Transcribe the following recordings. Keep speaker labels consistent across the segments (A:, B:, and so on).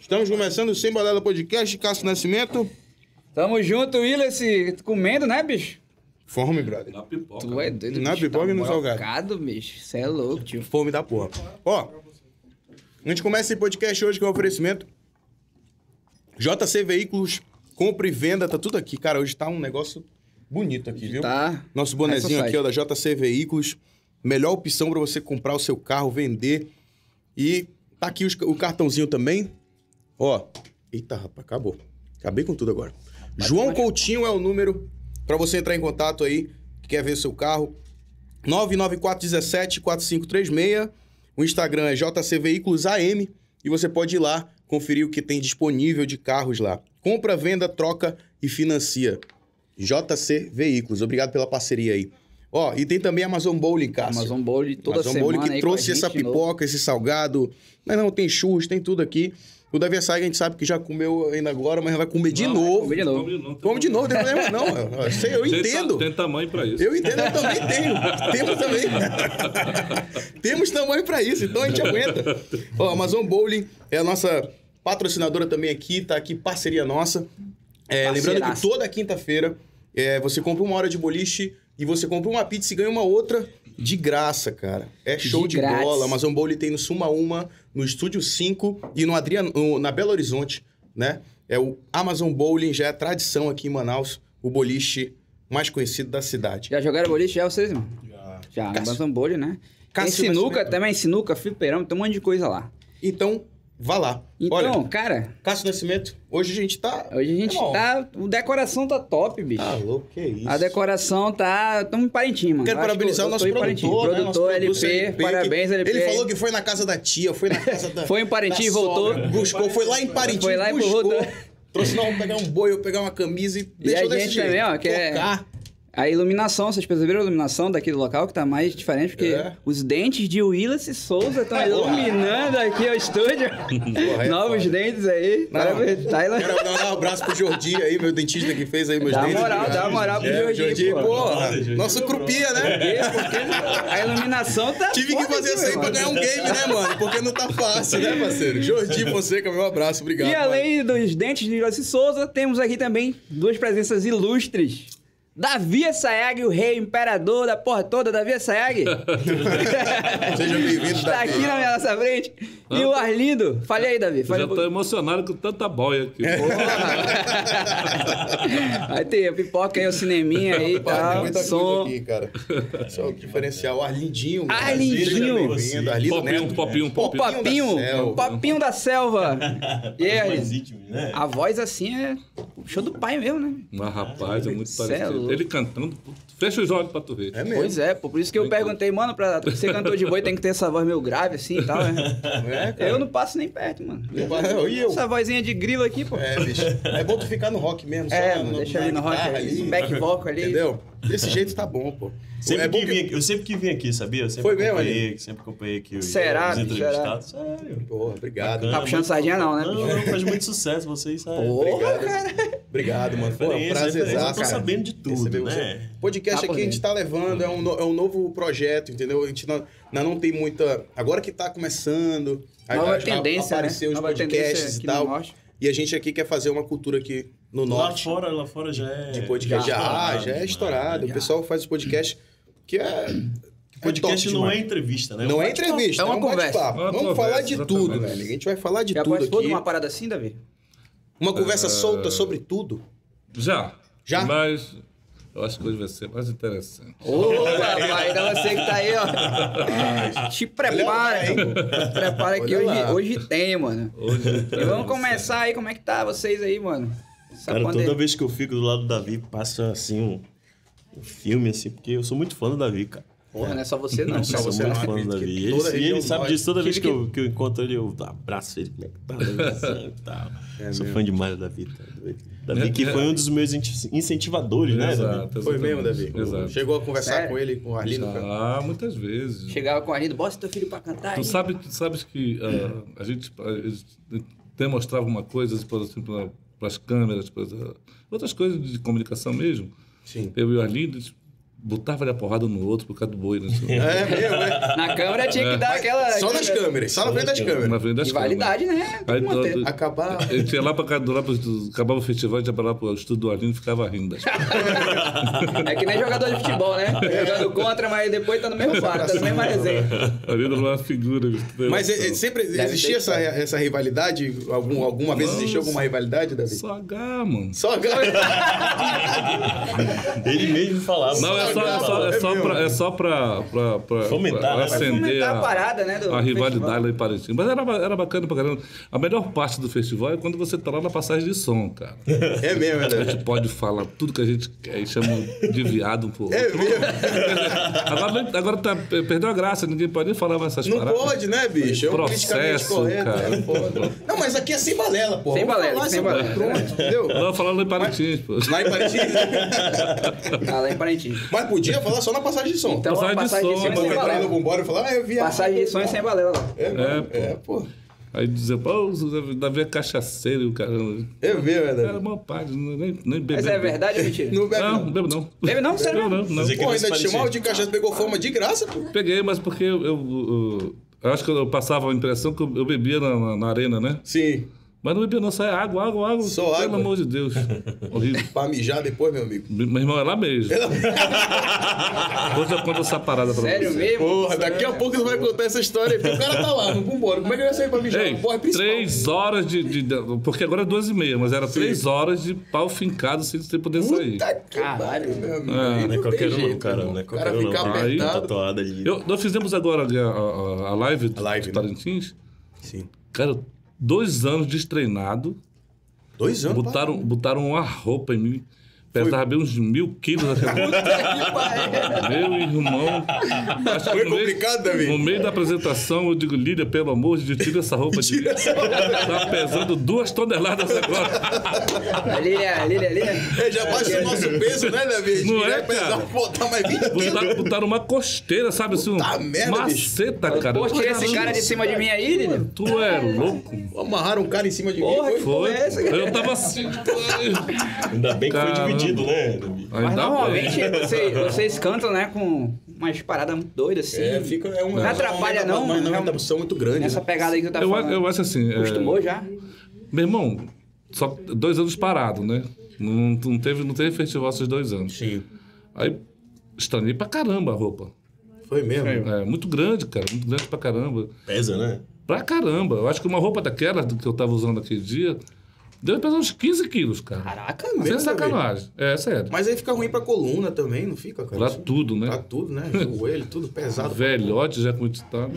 A: Estamos começando o Sem Balela Podcast, Cássio Nascimento.
B: Tamo junto, Willis. Comendo, né, bicho?
A: Fome, brother.
C: Na pipoca.
B: Tu é doido,
A: Na
B: bicho.
A: pipoca e no salgado.
B: salgado. bicho. Cê é louco, tio.
A: Fome da porra. Ó, a gente começa esse podcast hoje com o oferecimento JC Veículos, compra e venda, tá tudo aqui. Cara, hoje tá um negócio bonito aqui, viu?
B: Tá.
A: Nosso bonezinho
B: Essa
A: aqui, ó, da JC Veículos. Melhor opção para você comprar o seu carro, vender. E tá aqui os- o cartãozinho também. Ó. Eita, rapaz, acabou. Acabei com tudo agora. João Coutinho é o número para você entrar em contato aí, que quer ver seu carro. 994174536. O Instagram é JC Veículos AM e você pode ir lá conferir o que tem disponível de carros lá. Compra, venda, troca e financia. JC Veículos. Obrigado pela parceria aí. Ó, e tem também Amazon Bowling, Cássio.
B: Amazon Bowl um de toda
A: Amazon
B: semana
A: Bowling um que
B: aí com a
A: trouxe
B: gente
A: essa
B: de novo.
A: pipoca, esse salgado. Mas não, tem churros, tem tudo aqui. O Davi Assai, a gente sabe que já comeu ainda agora, mas vai comer de
C: Não,
A: novo.
B: Comer de novo.
A: Come de novo, não tem problema não. Eu, eu sei, eu
C: Tem ta-
A: entendo.
C: Tem tamanho pra isso.
A: Eu entendo, eu também tenho. Temos também. Temos tamanho pra isso, então a gente aguenta. Ó, Amazon Bowling é a nossa patrocinadora também aqui, tá aqui, parceria nossa. É, lembrando que
B: Parceiraça.
A: toda quinta-feira é, você compra uma hora de boliche e você compra uma pizza e ganha uma outra de graça, cara. É show de,
B: De grátis.
A: bola. Amazon Bowling tem no Suma Uma, no Estúdio 5 e no Adriano, no- na Belo Horizonte, né? É o Amazon Bowling, já é tradição aqui em Manaus, o boliche mais conhecido da cidade.
B: Já jogaram boliche? Já vocês, mano? Já.
A: Cássio.
B: Amazon Bowl, né?
A: Cássio
B: tem sinuca
A: Nascimento.
B: também, sinuca, fliperama, tem um monte de coisa lá.
A: Então, vá lá.
B: Então,
A: Olha,
B: cara,
A: Cássio Nascimento, hoje a gente tá.
B: hoje a gente
A: Irmão.
B: tá... O decoração tá top, bicho.
A: Tá louco, que isso.
B: A decoração tá. Estamos em Parintins, mano.
A: Quero
B: Acho
A: parabenizar
B: que
A: o
B: eu-
A: nosso
B: eu tô em
A: produtor, né?
B: Parintins.
A: Nosso
B: Produtor
A: produtor
B: LP,
A: LP, que-
B: parabéns, LP.
A: Ele falou que foi na casa da tia, foi na casa da.
B: Foi em Parintins,
A: da
B: voltou.
A: sogra, Buscou, foi lá em Parintins,
B: Foi lá e
A: buscou.
B: voltou.
A: Trouxe não, pegar um boi, eu pegar uma camisa e, deixou
B: a
A: desse
B: gente
A: jeito.
B: também, ó, que é-
A: Tocar.
B: A iluminação, vocês perceberam a iluminação daqui do local que tá mais diferente, porque
A: É.
B: os dentes de Willis e Souza estão iluminando aqui o estúdio.
A: é
B: Novos
A: foda.
B: dentes aí.
A: Não.
B: Parabéns. Tá ilu-
A: Quero dar um abraço pro Jordi aí, meu dentista que fez aí meus
B: Dá
A: dentes.
B: moral,
A: obrigado.
B: dá moral pro
A: É,
B: Jordi, pô.
A: porra, nosso crupia, né?
B: A iluminação tá.
A: Tive que
B: foda
A: fazer
B: aqui,
A: isso aí
B: meu
A: pra ganhar
B: irmão.
A: um game, né, mano? Porque não tá fácil, né, parceiro? Jordi Fonseca, meu abraço, obrigado.
B: E
A: um mano.
B: além dos dentes de Willis e Souza, temos aqui também duas presenças ilustres. Davi Assayag, o rei imperador da porra toda, Davi Assayag.
A: Seja bem-vindo,
B: Está
A: Davi.
B: aqui na minha nossa frente. E o Arlindo. Fale aí, Davi.
C: Eu
B: Fale
C: já
B: um
C: tô emocionado com tanta boia aqui.
B: pouquinho. Vai ter pipoca aí, o cineminha aí e
A: Pô, tem
B: tal. tá
A: muita coisa
B: Som.
A: aqui, cara. Só o diferencial. Arlindinho. meu.
B: Arlindinho.
A: Seja bem-vindo, Arlindo
C: Popinho,
A: Neto.
C: popinho,
B: O
C: popinho.
B: papinho.
A: da né? selva.
B: O papinho da selva. E
A: É,
B: aí,
D: mais
B: Arlindo?
D: íntimos, né?
B: A voz assim é o show do pai mesmo, né?
C: Mas, rapaz, é muito
B: Cê é
C: parecido.
B: louco.
C: Ele cantando. puto, Fecha os olhos pra tu ver.
A: É mesmo.
B: Pois é, pô. Por isso que eu perguntei, mano, pra ser cantor de boi tem que ter essa voz meio grave assim e tal, né?
A: É, cara.
B: Eu não passo nem perto, mano.
A: Eu- E eu?
B: Essa vozinha de grilo aqui, pô.
A: É, bicho. É bom tu ficar no rock mesmo. só
B: É,
A: na-
B: mano,
A: na-
B: deixa
A: na
B: ali no rock,
A: guitarra
B: ali, back vocal ali.
A: Entendeu? Desse jeito tá bom, pô.
D: Sempre
A: é bom
D: que vim aqui- eu sempre que vim aqui, sabia? Eu sempre
A: Foi mesmo,
D: acompanhei, Sempre acompanhei aqui os,
B: Será,
D: os
B: bicho,
D: entrevistados. Sério.
A: Porra, obrigado.
D: Bacana,
B: Tá puxando
D: muito-
B: sardinha não, né,
D: Não,
B: bicho?
D: não, faz muito sucesso, vocês sabem.
B: Porra, cara.
A: Obrigado, mano. Pô, é um
D: Referência,
A: prazer,
D: referência, eu
A: cara.
D: tô sabendo de tudo,
A: Receber
D: né?
A: você. O podcast
B: Tá por
A: aqui a gente tá levando, é um, no- é um novo projeto, entendeu? A gente não, não, não tem muita... Agora que tá começando... a-
B: Nova
A: a-
B: tendência,
A: Apareceu
B: né?
A: os
B: Nova
A: podcasts
B: tendência
A: e
B: aqui
A: tal.
B: no norte.
A: E a gente aqui quer fazer uma cultura aqui no
D: Lá
A: Norte.
D: fora, lá fora já é.
A: de podcast. Já, já, é estourado. O
B: Já.
A: pessoal faz o podcast que é... que é
D: Podcast
A: top
D: não é
A: demais.
D: entrevista, né?
A: Não é
D: bate-papo.
A: entrevista, é,
B: É uma
A: um
B: conversa.
A: bate-papo.
C: É uma
A: Vamos
C: conversa,
A: falar de
C: exatamente.
A: tudo, né? A gente vai falar de
B: Já
A: tudo
B: participou
A: aqui.
B: de uma
A: Uma,
B: parada assim, Davi?
A: conversa solta sobre tudo.
C: Já.
A: Já?
C: Mas eu acho que hoje vai ser mais interessante.
B: Ô, rapaz, ainda você que tá aí, ó. Te prepara,
A: Olha
B: hein? Te prepara que
A: Olha lá.
B: hoje, hoje tem, mano.
C: Hoje é
B: E vamos começar aí, como é que tá vocês aí, mano? Essa
D: Cara,
B: pandemia.
D: toda vez que eu fico do lado do Davi, passa assim um, um filme, assim, porque eu sou muito fã do Davi, cara.
B: Porra, não é só você não,
D: Eu
A: só
D: sou
B: cara.
A: você
D: muito
A: não,
D: fã do
A: acredito que
D: Davi.
A: toda
D: Ele, e
A: região
D: ele sabe
A: nós-
D: disso toda vez
B: Tive
D: que, eu, que eu encontro ele, eu abraço ele, como é que tá? Davi? e tal.
A: É
D: Sou fã demais do Davi. Tá? doido?
A: Né?
D: Davi que foi um dos meus inti- incentivadores, né, Davi?
C: Exato,
A: Foi mesmo, Davi?
C: exatamente. Exato.
A: Chegou a conversar
B: Sério?
A: com ele, com o Arlindo. cara?
C: Ah, muitas vezes.
B: Chegava com a Arlindo, bota teu filho pra cantar aí.
C: Tu sabe, tu sabes que ah, a gente ah, eles demonstrava uma coisa depois assim, para as câmeras, para outras coisas de comunicação mesmo.
A: Sim.
C: Eu e o Arlindo, eles- botava ele a porrada um no outro por causa do boi, né?
A: É mesmo, é.
B: Na câmera tinha que dar aquela.
A: Só nas câmeras, só na frente das
C: Na
A: câmeras.
C: frente das
B: Rivalidade, né? Tem
C: câmeras.
B: que
C: Aí,
B: manter.
C: do- do-
A: Acabar.
C: Ele tinha lá pra cá, do lá pro, do- acabava o festival, a gente ia pra lá pro estudo do Arlindo e ficava rindo. das coisas.
B: É que nem jogador de futebol, né? Jogando contra, mas depois tá no mesmo bar, tá na mesma resenha.
C: O Arlindo era uma figura. entendeu?
A: Mas é, é, sempre existia
B: ter
A: essa, essa rivalidade? Algum, alguma vez existiu alguma rivalidade, Davi?
C: Só H, mano.
A: Só agora.
D: Ele mesmo falava.
C: Não, é só, é só, é só pra, é só pra, pra, pra-
D: Fomentar,
C: pra
D: né?
C: acender
B: Fomentar
C: a,
B: a parada, né, do
C: a rivalidade lá em Parintins. Mas era, ba- era bacana pra caramba. A melhor parte do festival é quando você tá lá na passagem de som, cara.
A: É mesmo, é
C: A
A: verdade.
C: gente pode falar tudo que a gente quer e chama de viado um pouco.
A: É mesmo.
C: Agora, agora tá, perdeu a graça, ninguém pode nem falar mais essas
A: Não
C: paradas.
A: pode, né, bicho? É um politicamente
C: Processo,
A: correto.
C: cara.
A: é foda. Não, mas aqui é sem balela, pô.
B: Sem
A: Vamos
B: balela,
A: falar,
B: sem
A: assim,
B: balela.
A: Pronto, entendeu?
C: Não, falando em Parintins, pô.
A: Lá em Parintins.
B: Ah, lá em Parintins.
A: Mas podia falar só na passagem de som.
B: Então,
C: Passagem
B: passagem,
C: de
B: passagem de som
C: som,
B: é
A: Quando
B: sem
A: entrar aí no
B: balela.
A: Bombório e falar, ah, eu vi. a-
B: Passagem de som é sem balela lá.
A: É, mesmo,
C: É,
A: é, pô.
C: Aí dizia, pô, o Zé Davi é cachaceiro e o caramba.
A: É mesmo, é
C: Era
A: verdade.
C: mó parte, nem, nem bebeu.
B: Mas é verdade ou mentira?
A: Não bebe,
C: Não, não
A: não.
C: bebo não.
B: Bebe não? Sério
C: Não, não,
B: mesmo?
C: não.
D: Mas é que-
A: Pô, ainda te
D: Parecia.
A: chamava de cachaça, pegou forma de graça, pô.
C: Peguei, mas porque eu, eu- eu- eu acho que eu passava a impressão que eu, eu bebia na, na- na arena, né?
A: Sim.
C: Mas não bebia não, só é água, água, água.
A: Só
C: Pelo
A: água.
C: amor de Deus. Horrível.
A: Pra mijar depois, meu amigo.
C: Meu irmão é lá mesmo. Hoje eu conto essa parada pra
B: Sério
C: você.
B: mesmo?
A: Porra, daqui a pouco tu vai contar essa história aí, porque o cara tá lá, não vambora. Como é que vai sair pra mijar?
C: Ei,
A: Porra, é principal.
C: três horas de, de- de- Porque agora é duas e meia, mas era três horas de pau fincado sem você poder sair.
A: Puta que pariu, meu amigo.
C: É,
A: Aí
D: Não é
A: tem
D: qualquer um, não,
A: jeito,
D: cara.
A: irmão.
D: Não é
A: O cara
D: qualquer um, não.
A: fica
D: Tem uma
A: apertado.
D: tatuada ali.
C: Eu- nós fizemos agora né, a, a- a live do,
A: A live,
C: do
A: né?
C: Parintins.
A: Sim.
C: Cara, dois anos destreinado.
A: Dois anos.
C: Botaram, botaram uma roupa em mim. Pesava bem uns mil quilos. Meu irmão. Acho que
A: Foi
C: no meio-
A: complicado, Davi?
C: No meio da apresentação, eu digo, Lília, pelo amor de Deus, tira essa roupa de mim.
A: Tira essa
C: Tá pesando duas toneladas agora.
B: Ah, Lilia, Lilia, Lilia.
A: pá. É, já baixa o nosso peso, né, Davi?
C: Não
A: Tirar
C: é,
A: e pesar,
C: cara?
A: botar mais 20 quilos.
C: Botaram, botaram uma tá costeira, sabe assim? Um
A: Puta merda, bicho.
C: maceta, cara.
B: Pô, tira esse
C: Caramba,
B: cara de cima de mim aí, Lilia.
C: Tu é louco.
A: Amarraram um cara em cima de mim.
B: Porra,
A: foi?
B: que
C: Foi.
B: é essa, cara?
C: Eu tava assim.
D: Ainda bem que
C: Caramba.
D: foi dividido, né? Davi?
B: Mas
C: Ainda
B: normalmente
C: bem.
B: vocês, vocês cantam, né, com umas paradas muito doidas, assim.
A: É, fica, é um,
B: Não atrapalha, não, né?
A: Mas não é
B: não.
A: uma opção muito grande.
B: Nessa
A: né?
B: pegada aí que tu tá
C: Eu, a-
B: falando.
C: eu acho assim. é,
B: Acostumou já?
C: Meu irmão, só dois anos parado, né? Não, não teve, não teve festival esses dois anos.
A: Sim.
C: Aí estranhei pra caramba a roupa.
A: Foi mesmo.
C: É, muito grande, cara. Muito grande pra caramba.
D: Pesa, né?
C: Pra caramba. Eu acho que uma roupa daquela do que eu tava usando aquele dia deve pesar uns 15 quilos, cara.
B: Caraca,
A: mesmo,
C: Sem
A: Davi?
C: sacanagem. É, sério.
A: Mas aí fica ruim pra coluna também, não fica, cara?
C: Pra
A: Isso-
C: tudo, né?
A: Pra tudo, né? Joelho, tudo pesado.
C: Tá Velhote já com tá o titã.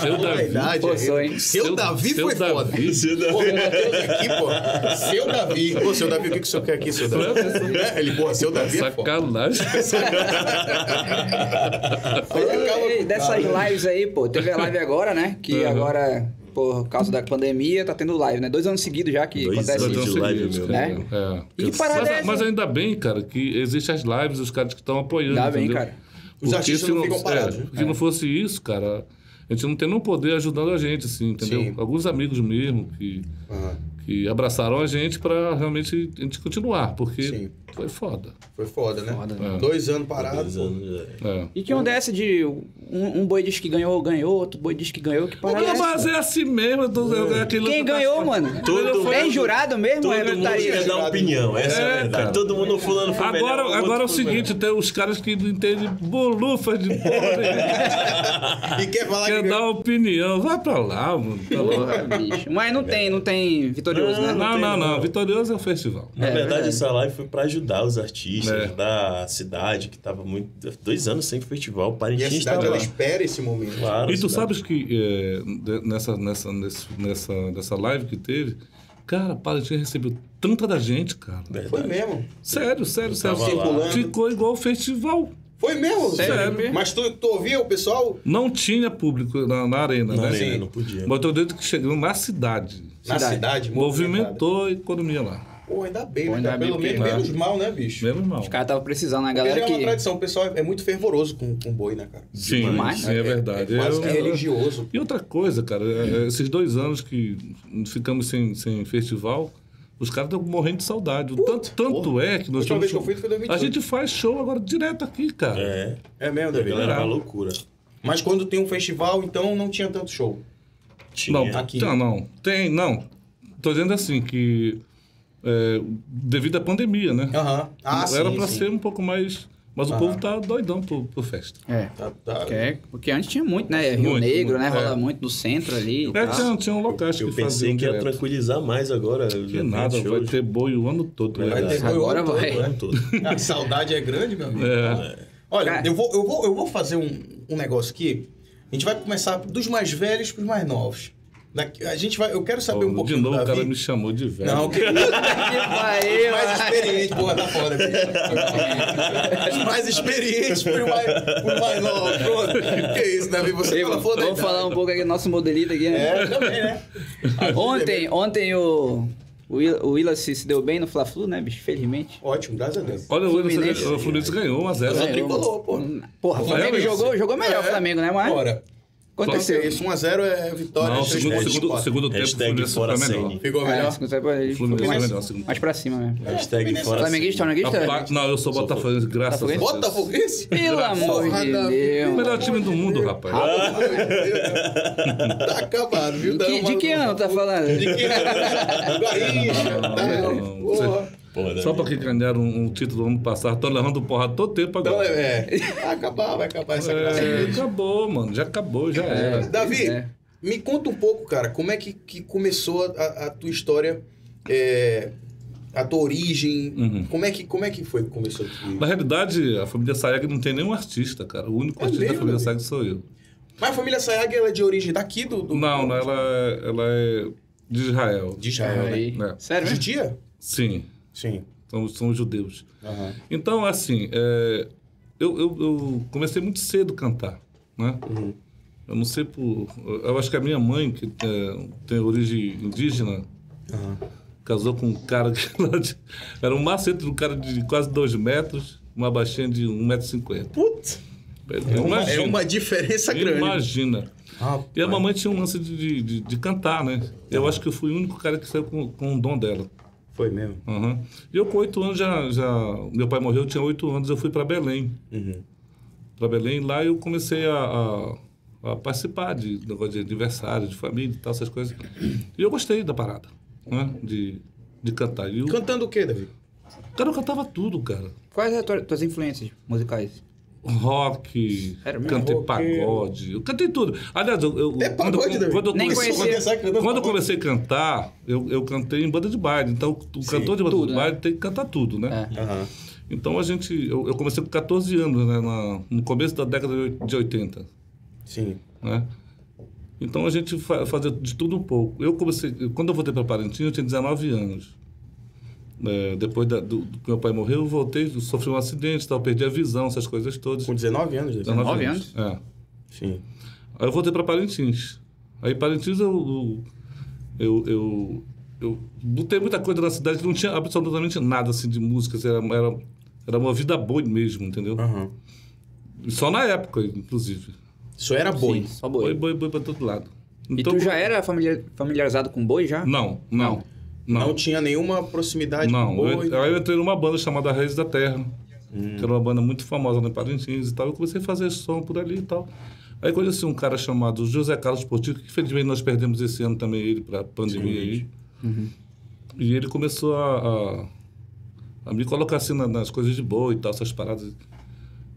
C: Seu
A: Davi.
C: Davi.
A: Idade, aí.
B: Forçou, hein?
A: é Seu, Davi
C: seu
A: foi foda.
C: Davi.
A: Pô, meu
D: né?
A: Deus, aqui, pô. Seu Davi. Pô, seu Davi, o que que o senhor quer aqui, seu Davi? Né? Ele, pô, seu Davi é foda.
C: Sacanagem.
A: Aí acaba-
B: Falando aí dessas lives aí, pô, teve a live agora, né? Que
C: Uhum.
B: agora, por causa da pandemia, tá tendo live, né? Dois anos seguidos já que
D: Dois
B: acontece
D: anos.
B: isso.
D: de live, meu.
C: um cara.
B: Né?
C: É.
B: E que parada
C: mas,
B: é essa?
C: mas ainda bem, cara, que existem as lives, os caras que estão apoiando.
B: Ainda bem,
C: entendeu?
B: cara.
A: Os artistas
C: se
A: não ficam parados, né?
B: É.
C: porque não fosse isso, cara, a gente não tem nenhum poder ajudando a gente, assim, entendeu?
A: Sim.
C: Alguns amigos mesmo que,
A: Ah,
C: que abraçaram a gente pra realmente a gente continuar, porque
A: Sim.
C: foi foda.
A: Foi foda, né?
B: Foda,
C: né?
A: Dois anos parados.
D: Dois anos, é.
C: É.
B: E que onda é essa de um, um boi diz que ganhou, ganhou, outro boi diz que ganhou, que parada é
C: Não,
B: essa? Hum.
C: mas é assim mesmo. eu tô- é aquele
B: Quem
C: lance da-
B: ganhou, mano?
D: Todo
B: Tem
D: mundo-
B: jurado mesmo?
D: Todo
B: é
A: tá
D: mundo
B: lotaria?
D: quer dar um opinião, essa
C: É,
D: é, a verdade.
C: cara.
D: Todo mundo fulano foi melhor,
C: Agora,
D: outro
C: agora é o
D: foi
C: seguinte, tem os caras que não entendem bolufas de porra né? nenhuma,
A: E quer falar
C: quer
A: que...
C: dar opinião. Vai pra lá, mano. Tá louco.
B: Porra, bicho. Mas não tem, não tem vitorioso, né?
C: Não,
D: tem,
C: não, não.
D: não.
C: Vitorioso é o festival.
D: Na
B: É,
D: verdade,
B: verdade.
D: essa live foi pra ajudar os artistas,
C: É.
D: ajudar a cidade, que tava muito. Dois anos sem festival,
A: E a
D: Parintins
A: cidade,
D: tava
A: ela
D: lá.
A: espera esse momento.
D: Claro,
C: E tu
D: cidade.
C: sabes que é, de- nessa, nessa, nesse- nessa, nessa live que teve, cara, Parintins recebeu tanta da gente, cara.
A: Foi
D: Verdade.
A: mesmo.
C: Sério, sério, sério.
D: tava lá.
C: Ficou igual o festival.
A: Foi mesmo.
C: Sério? né?
A: Mas tu, tu ouvia o pessoal?
C: Não tinha público na, na arena,
D: Não,
C: né?
A: assim,
D: né? não podia.
C: Mas eu tô dentro que chegou na cidade.
A: Na
B: Cidade.
A: cidade, movimentada.
C: Movimentou a economia lá.
A: Pô, ainda bem,
B: Pô,
A: né?
B: ainda
A: cara?
B: bem,
A: Pelo menos,
B: porque-
A: menos mal, né, bicho?
C: Menos mal.
B: Os caras estavam precisando, né? A
A: Porque
B: galera
A: já é uma
B: que...
A: tradição, o pessoal é muito fervoroso com, com boi, né, cara?
C: Sim,
B: demais.
C: sim, é verdade.
A: É, quase que
C: Eu-
A: religioso.
C: E outra coisa, cara, é, é, esses dois anos que ficamos sem, sem festival, Os caras estão morrendo de saudade. O tanto, tanto é que nós
A: Última
C: temos
A: vez que eu fui foi em
C: A
A: 2018.
C: gente faz show agora direto aqui, cara.
D: É.
A: É mesmo,
D: A
A: Davi?
D: galera é uma loucura.
A: Mas quando tem um festival, então não tinha tanto show.
D: Tinha.
C: Não,
A: aqui.
C: tá, não. Tem, não. Tô dizendo assim que é, devido à pandemia, né?
A: Aham. Ah, sim,
C: Era pra
A: sim. Ah.
C: ser um pouco mais. Mas o
A: Aham.
C: povo tá doidão pro, pro festa.
B: É.
A: Tá, tá.
B: Que é- porque antes tinha muito, né? Rio
C: Muito,
B: Negro, né?
C: muito, é.
B: Rola muito no centro ali. e
C: É,
B: tal.
C: tinha, tinha um locais que
D: Eu
C: faziam
D: pensei que ia
C: direto.
D: tranquilizar mais agora.
C: Que nada, vai ter boi o ano todo.
D: Vai
C: né?
A: Vai ter
D: Verdade.
A: boi o ano
B: Agora
A: todo,
B: vai.
A: né?
D: todo.
A: A saudade é grande, meu amigo.
C: É.
A: Olha,
B: Cara.
A: eu vou, eu vou, eu vou fazer um, um negócio aqui. A gente vai começar dos mais velhos pros mais novos. Daqui- a gente vai, eu quero saber um
C: Ó, de
A: pouquinho
C: novo
A: do
C: o cara
A: Davi.
C: me chamou de velho.
A: Não, que
B: Que pariu,
A: mais
B: mano.
A: experiente, porra, tá foda, bicho. Os mais experientes pro mais, pro mais novo. Pronto. Que isso, Davi? Você
B: Ei,
A: fala
B: mano,
A: foda
B: Vamos falar um pouco aqui do nosso modelito aqui, né?
A: É, também, né?
B: Ontem, ontem o, o, Wil- o Willis se deu bem no Fla-Flu, né, bicho? Felizmente.
A: Ótimo, graças a Deus.
C: Olha, o Fluminense,
B: Fluminense.
C: o Fluminense ganhou 1x0.
A: Mas é tricolor, pô.
B: Porra, o Flamengo
C: Realmente.
B: jogou, jogou melhor o
A: É.
B: Flamengo, né, mas?
A: Bora.
B: Aconteceu.
A: Aconteceu isso, 1x0 é vitória.
C: Não,
A: três
C: segundo,
A: pontos,
C: segundo,
A: quatro.
C: segundo tempo o
D: Hashtag
C: Fluminense
D: fora
C: foi melhor.
D: Senni.
A: Ficou
B: É,
A: melhor?
B: segundo tempo, ele
C: O Fluminense
B: foi
C: foi melhor. segundo
B: mais
C: tempo.
B: pra cima mesmo.
D: Hashtag
A: É,
D: fora
B: Flamenguista,
C: Apa-
B: flamenguista?
C: Não, eu sou botafoguense, graças a Deus.
A: Botafoguense?
B: Pelo amor
A: Porra,
B: de
A: Davi.
C: O
B: Deus.
C: melhor time do mundo, rapaz.
A: Tá acabado, viu?
B: Que- de que ano tá falando?
A: De que ano? Garrincha.
C: Não, não,
A: Ah, tá. Porra.
D: Porra,
C: É, então, Só
D: Davi.
C: pra que ganharam um, um título ano passado, estão levando porra todo tempo
A: Então,
C: agora.
A: é, é. Vai acabar, vai acabar essa graça.
C: É, acabou, mano. Já acabou, já era.
A: Davi,
B: É.
A: me conta um pouco, cara, como é que, que começou a, a- a tua história, é, a tua origem,
C: Uhum.
A: como, é que, como é que foi que começou tudo?
C: Na realidade, a família Saeg não tem nenhum artista, cara. O único
A: É
C: artista
A: mesmo,
C: da família
A: Davi?
C: Saeg sou eu.
A: Mas a família Sayag, ela é de origem daqui do... do
C: Não, não, ela, é- ela é de Israel.
A: De Israel, né?
B: Aí.
C: É.
B: Sério mesmo?
A: Judia?
C: Sim,
A: Sim.
C: são, são judeus.
A: Aham.
C: Então, assim, é, eu, eu- eu comecei muito cedo a cantar, né?
A: Uhum.
C: Eu não sei por... Eu acho que a minha mãe, que é, tem origem indígena,
A: Aham.
C: casou com um cara que era de- era um macete de um cara de quase dois metros, uma baixinha de 1,50m.
A: Putz, é uma, é
C: Imagina,
A: uma diferença grande. Ah,
C: imagina.
A: Rapaz.
C: E a mamãe tinha um lance de, de- de- de cantar, né?
A: Tá.
C: Eu acho que eu fui o único cara que saiu com, com o dom dela.
A: Foi mesmo.
C: Aham. E eu com oito anos já, já... Meu pai morreu, eu tinha oito anos, eu fui para Belém.
A: Uhum.
C: Para Belém, lá eu comecei a, a- a participar de negócio de aniversário, de família e tal, essas coisas. E eu gostei da parada, né? De, de cantar. E eu,
A: Cantando o quê, Davi?
C: cara, eu cantava tudo, cara.
B: Quais as tuas, tuas influências musicais?
C: rock,
B: Era mesmo?
C: cantei
A: Rock.
C: pagode, eu cantei tudo. Aliás, eu, eu-
A: É
C: quando,
A: pagode,
C: eu,
A: Davi?
C: quando eu
B: Nem
C: comecei,
B: conhecia.
C: quando- quando, eu comecei a cantar, eu, eu cantei em banda de baile. Então, o cantor de banda
B: tudo,
C: de
B: né?
C: baile tem que cantar tudo, né?
B: É.
A: Aham.
C: Então a gente, eu, eu comecei com 14 anos, né? na- no começo da década de oit- de 80,
A: Sim.
C: né? Então a gente fa- fazia de tudo um pouco. Eu comecei, quando eu voltei para Parintins, eu tinha 19 anos. É, depois da- do, do que meu pai morreu, eu voltei, sofri um acidente, tal, perdi a visão, essas coisas todas.
A: Com 19 anos, né? Davi?
B: 19
C: É.
A: Sim.
C: Aí eu voltei para Parintins. Aí Parintins eu eu, eu eu botei muita coisa na cidade, não tinha absolutamente nada assim de música, assim, era, era era uma vida boi mesmo, entendeu?
A: Aham.
C: Só na época, inclusive.
A: Isso era boi.
B: Sim, só boi.
C: Boi, boi, boi para todo lado. Então,
B: E tu já era familiar- familiarizado com boi já?
C: Não, não.
A: Não,
C: Não.
A: tinha nenhuma proximidade
C: Não,
A: com boi. né?
C: Eu- aí eu entrei numa banda chamada Raiz da Terra, que era uma banda muito famosa lá em Parintins e tal. Eu comecei a fazer som por ali e tal. Aí conheci um cara chamado José Carlos Portico, que infelizmente nós perdemos esse ano também ele para pandemia aí. E ele começou a, a, a me colocar assim na- nas coisas de boa e tal, essas paradas.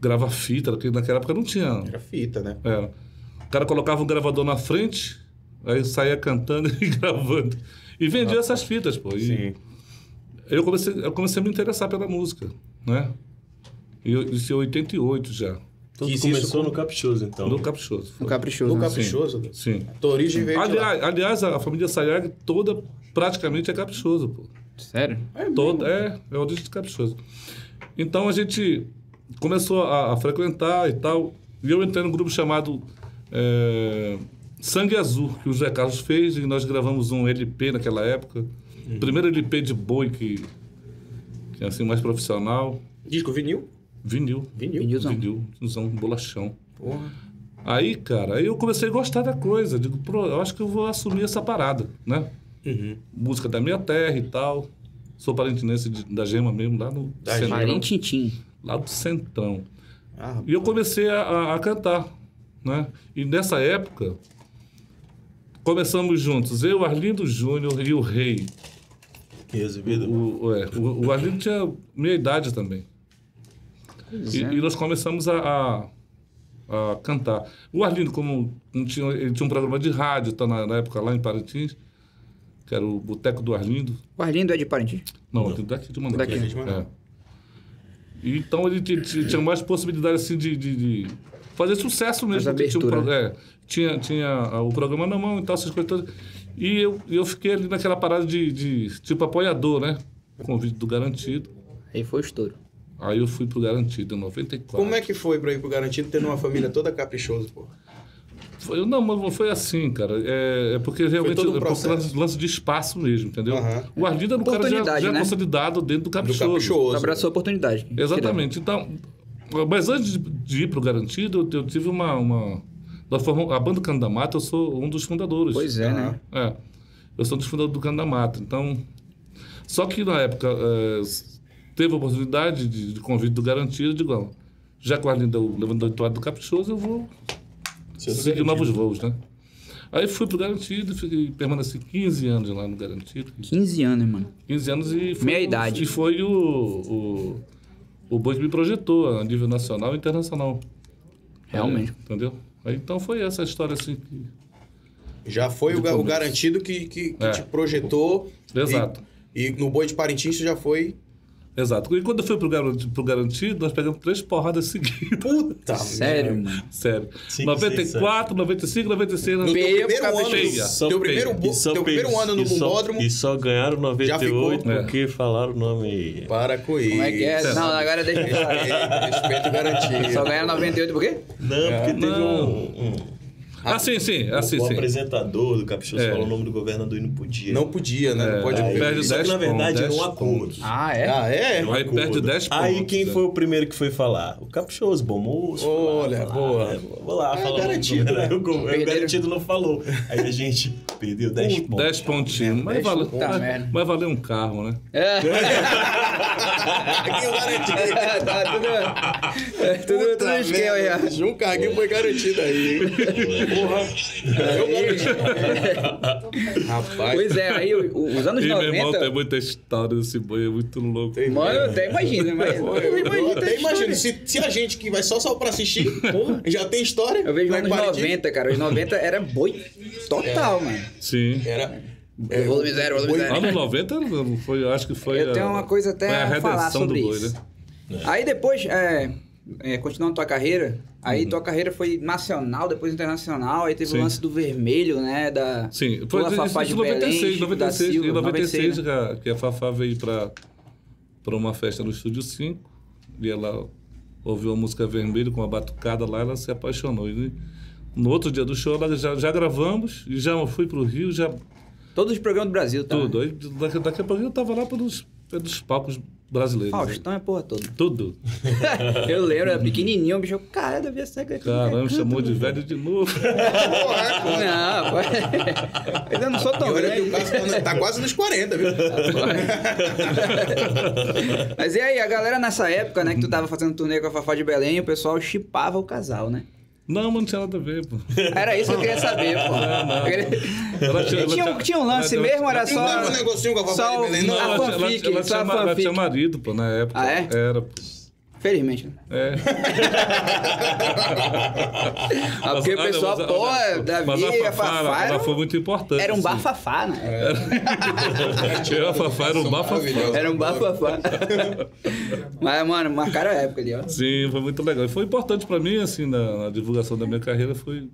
C: Gravar fita, porque naquela época não tinha.
A: Era fita, né?
C: Era. É. O cara colocava um gravador na frente, aí saía cantando e gravando. E vendia essas fitas, pô. E- eu comecei, eu comecei a me interessar pela música, né? E eu- Isso em 88 já,
D: Tudo
A: Isso
D: começou no Caprichoso, então.
C: do é Caprichoso.
B: Um
C: foi.
B: caprichoso.
A: Do
B: né?
A: caprichoso. Sim.
C: Sim.
A: Tua origem veio de lá.
C: Aliás, aliás, a família Sayag toda praticamente é Caprichoso, pô.
B: Sério?
C: Toda, é, é origem de Caprichoso. Então a gente começou a, a frequentar e tal. E eu entrei num grupo chamado é, Sangue Azul, que o José Carlos fez, e nós gravamos um LP naquela época. Primeiro LP de boi, que, que é assim, mais profissional.
A: Disco vinil?
C: Vinil.
A: Vinil.
B: Vinilzão.
C: Vinil, usão, bolachão.
A: Porra.
C: Aí, cara, aí eu comecei a gostar da
A: Uhum.
C: coisa. Digo, pô, eu acho que eu vou assumir essa parada, né? Música da minha terra e tal. Sou parentinense de- da Gema mesmo, lá no
D: Da
C: centrão.
B: Marim Tintim.
C: Lá do centrão.
E: Ah,
C: E eu comecei a- a, a cantar, né? E nessa época, começamos juntos. Eu, Arlindo Júnior e o Rei.
D: Resolvido.
C: O, o- é, o- o Arlindo tinha minha idade também. E,
B: é.
C: e nós começamos a, a- a cantar. O Arlindo, como não tinha, ele tinha um programa de rádio tá na, na época lá em Parintins, que era o Boteco do Arlindo.
B: O Arlindo é de Parintins?
C: Não, Arlindo daqui de Manaus.
B: Daqui.
E: Daqui de Manaus.
C: É. E Então ele ti- ti- tinha mais possibilidade assim, de, de- de fazer sucesso mesmo.
B: Mais
C: porque tinha, um
B: abertura,
C: pro- é,
E: né?
C: tinha, tinha ah, o programa na mão e tal, essas coisas todas. E eu, e eu fiquei ali naquela parada de, de tipo apoiador, né? Convite do Garantido.
B: Aí foi o estouro.
C: Aí eu fui pro Garantido em 94.
E: Como é que foi pra ir pro Garantido tendo uma família toda caprichosa, pô?
C: Foi, não, mas não foi assim, cara. É, é porque realmente
E: todo um
C: é por
E: processo.
C: lance- lance de espaço mesmo, entendeu?
E: Aham.
C: O Arlindo era um cara já,
B: Oportunidade,
C: já
B: né?
C: consolidado dentro do
E: Do
C: caprichoso.
E: caprichoso.
B: Abraçou a oportunidade.
C: Exatamente. Então, mas antes de- de ir para o Garantido, eu, eu tive uma. uma nós formamos, a banda Cana da Mata, eu sou um dos fundadores.
B: Pois é, né?
C: É. Eu sou dos fundadores do Cana da Mata. Então. Só que na época eh, s- teve a oportunidade de, de convite do Garantido, eu digo, ó, já que o Arlindo é o levantou do Caprichoso, eu vou seguir novos voos, né? Aí fui pro Garantido, fiquei, permaneci 15 anos lá no Garantido.
B: 15 anos, mano.
C: 15 anos e foi,
B: Meia
C: o-
B: idade.
C: E foi o, o, o boi que me projetou a nível nacional e internacional.
B: Realmente.
C: É, entendeu? Aí, então foi essa a história assim. que-
E: Já foi o, ga- o garantido que, que, que
C: É.
E: te projetou.
C: Exato.
E: E, e no boi de Parintins tu já foi.
C: Exato. E quando eu fui pro, garan- pro Garantido, nós pegamos três porradas seguidas.
E: Puta
B: Sério, mano.
C: Sério.
D: Sim,
C: 94, 95, 96,
E: No teu
C: 96.
E: primeiro,
B: Feia,
E: ano,
C: feia.
E: do- teu primeiro, bo- teu primeiro ano no
D: e só,
E: Bundódromo.
D: E só ganharam
E: Já ficou. né?
D: 98
C: É.
D: porque falaram o nome aí.
E: Para com isso.
B: Como é que é? Não, agora deixa eu falar.
E: Respeito, respeito garantido.
B: Só ganharam 98 por quê?
D: Não,
E: É.
D: porque teve
C: Não.
D: um. um-
C: Ah, sim, sim.
D: o-
C: Ah, sim,
D: o
C: sim.
D: apresentador do Caprichoso
C: É.
D: falou o nome do governador e não podia.
E: Não podia, né? não
D: É,
E: pode
C: aí
E: ver.
C: perde
D: Só que, na
C: 10
D: verdade era um
C: pontos,
D: acúmulo.
B: Ah, é?
E: Ah, é?
D: Era um
C: Aí perde
D: acúmulo.
C: 10
D: Aí
C: pontos,
D: quem
C: né?
D: foi o primeiro que foi falar? O Caprichoso, bom moço. foi lá,
E: Olha,
D: foi lá,
E: boa.
D: é, Vou lá,
E: É
D: falar o nome do
E: garantido,
D: governador.
E: né?
D: O go- O
B: Perderam.
D: garantido não falou. Aí a gente perdeu 10
C: Um,
D: pontos.
C: 10 pontinhos. Mas,
E: dez
C: valeu,
E: pontos.
B: Tá, merda.
C: mas, mas valeu um carro, né?
B: É.
E: Aqui o garantido.
B: É, tá tudo. É, tudo,
E: Puta
B: tudo esquema
E: merda,
B: já.
E: bicho, Um carguinho foi garantido aí. hein? Eu garanti. Rapaz.
B: Pois é, aí o- o- os anos
C: E meu irmão
B: 90.
C: tem muita história desse boi, é muito louco.
E: Tem-
B: Mano, eu até imagino, mas.
E: Eu, eu
B: tanta
E: até imagino,
B: história.
E: se, se a gente que vai só só pra assistir, já tem história.
B: Eu vejo
E: vai
B: anos
E: partir.
B: 90, cara. Os 90 era boi total, mano.
C: Sim.
E: Era.
B: Volume zero, volume
E: boi-
B: zero.
C: Anos 90 não foi, eu acho que foi.
B: Eu tenho
C: a-
B: uma coisa até
C: é. foi
B: a falar
C: redenção
B: sobre
C: do boi,
B: isso.
C: né?
B: Aí depois, é, é, continuando tua carreira, aí tua carreira foi nacional, depois internacional, aí teve
C: Uhum. Sim.
B: o lance do vermelho, né? Da
C: Sim, foi
B: Lula
C: isso,
B: Fafá de
C: isso,
B: Belém,
C: 96, 96,
B: da Silva,
C: em 96
B: né?
C: que a- que a Fafá veio pra, pra uma festa no Estúdio 5 e ela ouviu a música Vermelho com uma batucada lá, ela se apaixonou. E no outro dia do show, ela já, já gravamos e já fui pro Rio, já
B: Todos os programas do Brasil, tá?
C: tudo. Aí daqui, daqui a pouco eu tava lá pelos, pelos palcos brasileiros.
B: Faustão é porra toda.
C: Tudo.
B: eu lembro, era pequenininho, o bicho, cara, devia ser aquele
C: Caramba, chamou de velho de novo.
E: Porra,
B: Não, é, pô. É ainda não sou
E: e
B: tão
E: olha que
B: velho.
E: o Cássio tá, tá quase nos 40, viu?
B: Mas e aí, a galera nessa época, né, que tu tava fazendo turnê com a Fafá de Belém, o pessoal chipava o casal, né?
C: Não, mas não tinha nada a ver, pô.
B: Era isso que eu queria saber, pô. Eu queria-
C: Ela
B: E tinha, um- tinha um lance
C: ela-
B: mesmo, era
C: ela-
B: só.
E: Não dava um negocinho com a Fafá
B: só um
E: de Belém, não?
B: a
C: Não, ela, ela-
B: fanfic, só
C: ela tinha,
B: a
C: ma- ela
B: fanfic.
C: tinha marido, pô, na época.
B: Ah, é?
C: Era, pô.
B: Felizmente. né?
C: É.
B: Ah, porque o
C: Mas-
B: pessoal,
C: mas-
B: pô,
C: mas- mas
B: Davi
C: a
B: e a
C: Fafá,
B: Fafá
C: ela, ela
B: era,
C: foi muito importante.
B: era um
C: assim.
B: bafafá, né?
C: Eu, a Fafá era um bafafá.
E: Maravilhoso.
B: Era um bafafá. Mas, mano, marcaram a época ali, ó.
C: Sim, foi muito legal. E foi importante pra mim, assim, na, na divulgação da minha carreira, foi,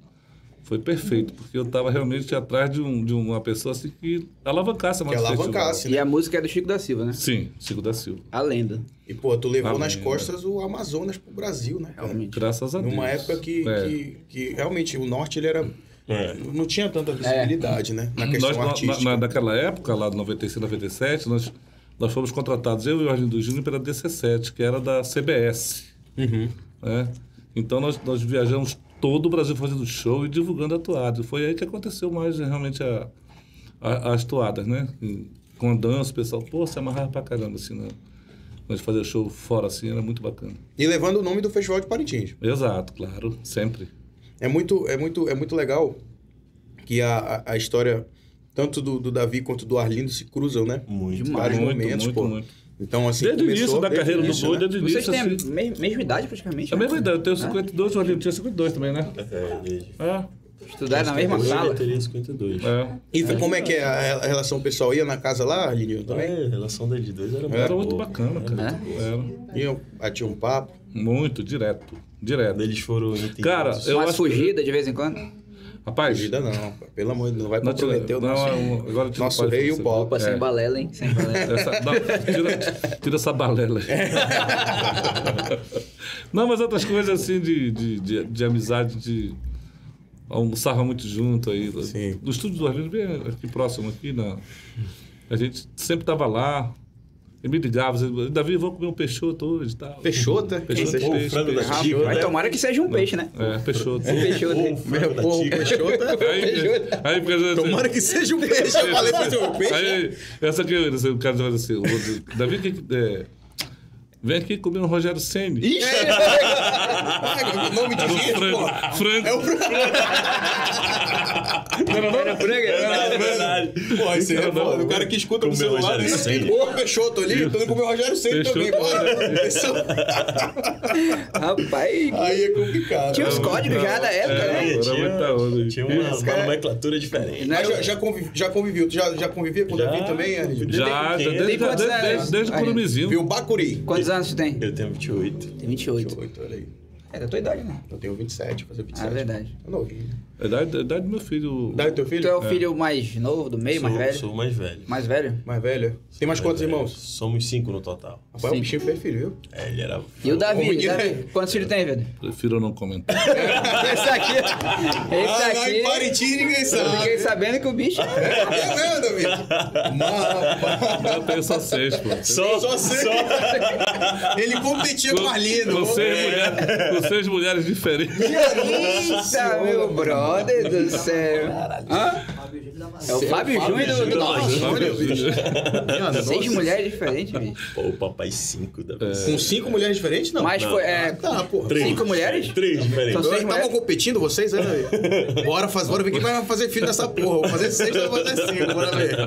C: foi perfeito. Porque eu tava realmente atrás de, um, de uma pessoa assim que alavancasse a
E: Que
C: nossa
E: alavancasse,
B: E
E: né?
B: a música é do Chico da Silva, né?
C: festival. Sim, Chico da Silva.
B: A lenda.
E: E, pô, tu levou
C: Amém,
E: nas
C: né?
E: costas o Amazonas pro Brasil, né?
A: É.
E: cara?
B: Realmente.
C: Graças a Deus.
E: Numa época que,
C: É.
E: que, que realmente o norte ele era.
D: É.
E: Não tinha tanta visibilidade, né? Na questão
C: Nós, na-
E: artística.
C: na- naquela época, lá de 96, 97, nós, nós fomos contratados, eu e o Arlindo Júnior, pela DC7, que era da CBS.
E: Uhum.
C: né? Então, nós, nós viajamos todo o Brasil fazendo show e divulgando a toada. Foi aí que aconteceu mais né, realmente a- a- as toadas, né? E com a dança, o pessoal, pô, se amarrava pra caramba, assim, né? Quando a gente fazia show fora, assim, era muito bacana.
A: E levando o nome do Festival de Parintins.
C: Exato, claro, sempre.
A: É muito, é muito, é muito legal que a, a, a história, tanto do, do Davi quanto do Arlindo, se cruzam, né?
D: Muito.
A: Em vários
C: muito,
A: momentos,
C: muito,
A: pô.
C: muito.
A: Então, assim,
C: Desde o
A: começou
C: início da
A: desde o
C: carreira do
A: início,
C: Boi,
A: né?
C: desde o
B: Vocês
C: início,
B: têm a
C: assim. É
B: me- mesma idade praticamente?
C: A
B: né?
C: mesma ideia, eu tenho
B: Ah,
C: 52, o Arlindo tinha 52 também, né?
D: É,
C: É,
E: Tá
B: Estudaram na mesma
D: eu
B: sala.
D: teria 52.
C: é.
A: E como é que é a, a relação pessoal? Ia na casa lá, Arlindo,
D: Então,
A: também?
D: é, a relação da de dois era,
A: É.
C: Era
D: boa. É.
C: muito bacana, cara. Era.
A: Iam, batiam um papo.
C: Muito, direto.
D: Quando
C: Direto.
D: eles foram entendidos.
C: Cara, eu
B: Umas
C: acho que-
B: fugidas de vez em quando.
C: Rapaz,
A: Vida não, pô. pelo amor de Deus, não vai
C: não te-
A: comprometer o
C: não,
A: nosso,
C: é um- agora te
A: nosso
C: não pode
A: rei e o
C: fazer.
A: palco.
B: Opa, sem balela, hein? Sem balela.
C: Essa- não, tira, tira essa balela aí. Não, mas outras coisas assim de, de, de, de amizade, de almoçava muito junto aí.
A: Sim.
C: No estúdio do Arlindo, bem aqui próximo aqui, na, a gente sempre tava lá. E me ligava, dizia, Davi, vamos comer um Peixoto hoje e tal.
A: Peixota?
C: Peixoto,
A: Ou
C: peixe,
D: frango da
C: peixe.
D: Chico,
B: Mas
D: né?
B: tomara que seja um peixe, né?
C: É, Peixoto.
B: Fechou,
D: Ou um
B: né?
D: frango da
A: Porra,
D: Tica.
A: Peixota?
C: Aí,
A: Peixota.
C: aí, porque, assim,
A: Tomara que seja um peixe. Eu falei pra ser um peixe. né?
C: Aí, essa aqui, assim, o cara faz assim, o outro, Davi, que, que- é, vem aqui comer um Rogério Senni.
A: Ixi! Ai, o nome de
C: Era o
A: gente,
C: frango.
A: porra.
C: Frango.
A: É o frango.
B: Era brega,
A: É
B: era-
A: o frango. Porra, isso aí é
C: Não, não.
A: foda. O cara que escuta
D: Comeu
A: no celular,
D: Rogério
A: né?
D: Ceni.
A: Porra, Peixoto ali, tô indo comer o Rogério Ceni
C: Peixoto. é
A: também, bora. Isso-
B: Rapaz,
A: Aí é complicado.
B: Tinha os
A: Mas
B: códigos já da época,
C: É,
B: né?
D: É,
C: era muita onda.
D: tinha uma, uma
A: cara-
D: nomenclatura diferente.
B: Né?
A: já, já, convivi, já conviviu, tu já, já convivia com o Davi também, Arlindo?
C: Já, tá
D: Tem
C: desde, desde,
B: quantos
C: desde,
B: anos?
C: desde, desde
B: Aí.
C: quando o Mizinho.
A: Viu? Bacuri.
B: Quantos anos tu tem?
D: Eu tenho 28.
B: Tem 28.
A: 28, olha aí.
B: É da tua idade, né?
A: Eu tenho 27, fazer 27.
B: Ah, verdade.
A: Tá novinho.
C: A idade, a É idade do meu filho.
A: Dá o teu
B: Tu é
A: filho?
B: o filho mais novo, do meio,
D: sou,
B: mais velho?
D: sou o mais velho.
B: Mais velho?
A: É. Mais velho? Tem mais quantos
D: velho.
A: irmãos?
D: Somos cinco no total.
A: Rapaz, é um
B: Sim.
A: bichinho perfil, viu?
D: É, ele era.
B: E o
A: O
B: Davi,
A: menino
B: Davi? Quantos filhos tem, velho?
C: Prefiro não comentar.
B: Esse aqui, esse
A: Ah, lá em
B: aqui...
A: Parintins ninguém
B: Eu
A: sabe.
B: fiquei sabendo que o bicho...
A: É mesmo, Davi? Mas,
C: Eu tenho só seis, pô.
D: Só,
A: só sei. Ele competia com o É. Arlindo.
C: Com
D: é
C: seis, mulheres, com seis mulheres diferentes.
B: Eita, meu brother do céu. Hã? É o Fábio Júnior do- do
D: Júnior.
B: Norte.
A: Olha, bicho. Minha
B: Seis
A: nossa.
B: mulheres diferentes, bicho.
D: Pô, o papai cinco da
A: Com cinco mulheres diferentes, não.
B: Mas foi... é,
A: Tá, porra.
D: Três.
B: Cinco mulheres?
D: Três
B: São
D: diferentes.
B: seis
A: Vocês estavam
B: mulheres?
A: competindo, vocês? né, velho? Bora, faz, bora ver quem vai fazer filho dessa porra. Vou fazer seis, eu vou fazer cinco, bora ver.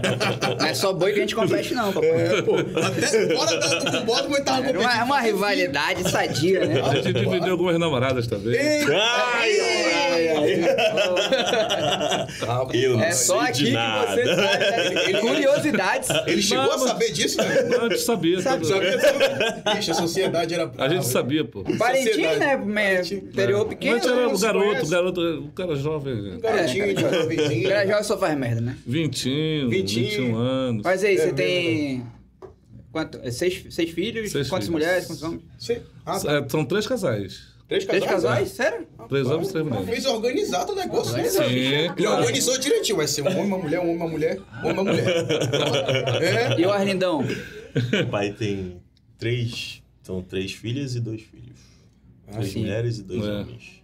B: Não é só boi que a gente compete, não, papai.
A: É, pô. Até fora da, do bota, mas tava
B: Era
A: competindo.
B: uma, é uma rivalidade sadia, né?
C: A gente dividiu algumas namoradas também.
D: Ai, ai, ai. Eu não
B: É só
D: sei
B: aqui
D: de
B: que
D: nada.
B: você sabe. né? Curiosidades.
A: Ele chegou a
C: Vamos.
A: saber disso, né?
C: Não, a gente sabia.
A: Sabe,
C: tudo.
A: sabia? Bicho, a sociedade era.
C: A gente sabia, pô.
B: Parintins, né?
A: Sociedade.
B: me- Interior pequeno.
C: Antes era
B: né?
C: o
A: se
C: garoto,
A: conhece.
C: o garoto, o cara jovem, né?
A: Um Garotinho,
B: O
A: jovenzinho.
B: cara joga e só faz merda, né?
C: Vintinho,
E: um.
A: Vintinho.
C: 21 anos.
B: Mas aí, você tem... Quanto? é, Seis, seis filhos?
C: Seis
B: Quantas
C: filhos.
B: mulheres? Quantos homens?
A: Sim. Ah, tá.
C: É, São três casais.
A: Três casais?
B: Três casais? Sério?
C: Três homens e
E: um
C: três
A: né?
C: mulheres.
A: Fez organizado o negócio, né? Zé?
C: Sim,
A: Ele organizou direitinho, vai ser um homem, uma mulher, um homem, uma mulher, um homem, uma mulher. É.
B: E o Arlindão?
D: Meu pai tem três. São três filhas e dois filhos. três
B: Ah, sim.
D: mulheres e dois
C: É.
D: homens.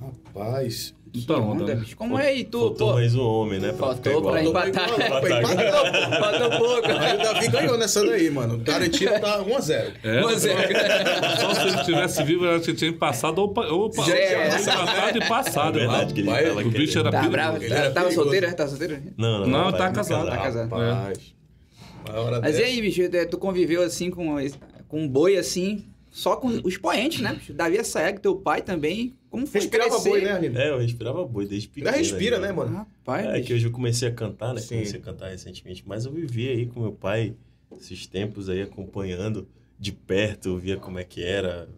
A: Rapaz.
C: Então,
B: Onda,
C: né?
B: bicho. Como é aí tu,
D: Faltou
B: pô?
D: mais um homem, né? pra ficar
B: Faltou
D: igual.
B: pra empatar.
A: Faltou pra
B: Faltou faltou um pouco.
A: Aí o Davi ganhou nessa daí, mano. Garantido tá 1x0.
C: É,
B: Pois é.
C: Só se ele tivesse vivo, era que tinha passado ou, pa- ou, pa-
B: Já é.
C: tinha passado e
D: É
C: passado. né?
D: verdade que ele
A: Vai,
D: tava
C: o bicho
D: querendo.
C: era-
B: Tá bravo?
A: Ele era
B: Tava
A: perigoso.
B: solteira? Tava solteira?
D: Não, não,
C: Não,
D: meu pai
C: tá
D: não
C: casado,
B: Tá
D: casava.
B: casado.
A: Rapaz. Uma hora
B: Mas e
A: dessa.
B: aí, bicho, tu conviveu assim com, esse- com um boi assim, só com os poentes, né? bicho? Davi Saeg, teu pai também. Como foi
A: Respirava
B: crescer?
A: boi, né, Arlindo?
D: É, eu respirava boi desde pequeno.
A: Ainda respira, né, mano?
B: Rapaz,
D: É
B: bicho.
D: que hoje eu comecei a cantar, né?
A: Sim.
D: Comecei a cantar recentemente, mas eu vivi aí com meu pai esses tempos aí acompanhando de perto, eu via como é que era.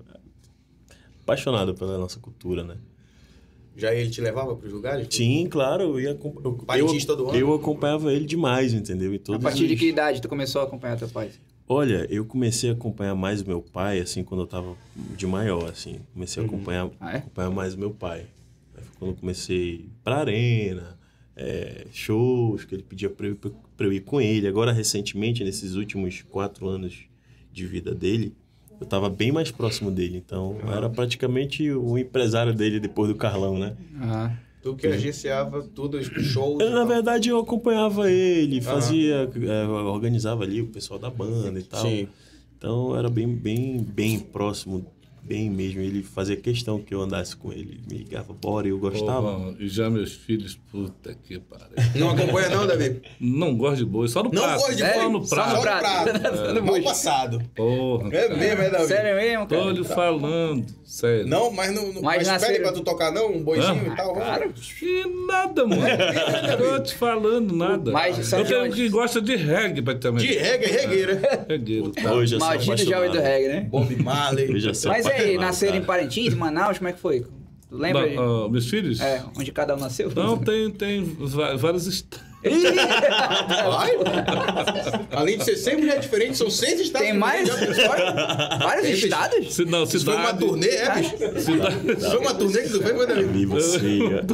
D: Apaixonado pela nossa cultura, né?
A: Já ele te levava pros lugares?
D: Sim, claro, eu ia acom- eu,
A: Parintins
D: eu-
A: todo ano?
D: eu acompanhava ele demais, entendeu? Em
B: a
D: todos
B: partir de
D: os-
B: que idade tu começou a acompanhar teu pai?
D: Olha, eu comecei a acompanhar mais meu pai, assim, quando eu tava de maior, assim. Comecei a acompanhar,
B: Ah, é?
D: acompanhar mais meu pai. Aí foi Quando eu comecei pra arena, é, shows, que ele pedia pra eu, ir- pra eu ir com ele. Agora, recentemente, nesses últimos quatro anos de vida dele, eu tava bem mais próximo dele. Então, eu era praticamente o empresário dele depois do Carlão, né?
B: Ah.
A: Tu que agenciava tudo, os shows.
D: Eu,
A: e
D: na
E: então.
A: tal.
D: verdade, eu acompanhava ele, fazia, é, organizava ali o pessoal da banda e tal.
E: Sim.
D: Então era bem, bem, bem próximo, bem mesmo. Ele fazia questão que eu andasse com ele. Me ligava, bora, e eu gostava.
C: Porra, e já meus filhos, puta que pariu.
E: Não acompanha não, Davi?
C: Não gosto de boi, só no
E: Não
C: prato.
E: gosto de
C: Ah, só
E: boi,
C: no
E: só
C: prato.
E: no prato. Mal
B: Não gosto.
E: passado.
C: Porra,
E: É
C: cara.
E: mesmo, é, Davi?
B: Sério mesmo, cara?
C: Tô lhe falando, sério.
E: Não, mas não, não
B: Mas
E: mas
B: nasceram-
E: pede pra tu tocar não, um boizinho
C: Hã?
E: e tal. vamos.
B: Claro.
C: Que nada, mano. Tô te falando nada.
B: Mas sabe
C: eu tenho
B: onde-
C: que gosta de reggae praticamente.
E: De reggae, é regueira.
C: Regueiro, tá?
D: Hoje assim, eu sou
B: Maldito jovem do
D: apaixonado.
B: reggae, né?
E: Bob Marley.
D: Hoje eu sou
B: Mas e aí,
D: apaixonado,
B: nasceram em
D: cara.
B: Parintins, em Manaus, como é que foi? Tu lembra?
C: Ba- ah, meus filhos?
B: É, onde cada um nasceu?
C: Não, tem, tem va- vários estados.
B: Ih,
E: Vai, pô. Além de ser 100 mulheres diferentes, são seis estados.
B: tem mais?
E: diferentes.
B: Vários
E: Tem, bicho.
B: estados?
C: Se não,
E: Isso foi
C: cidade.
E: uma turnê, é, bicho?
C: Cidade.
E: Isso foi uma turnê que tu fez, mas Davi?
D: E você,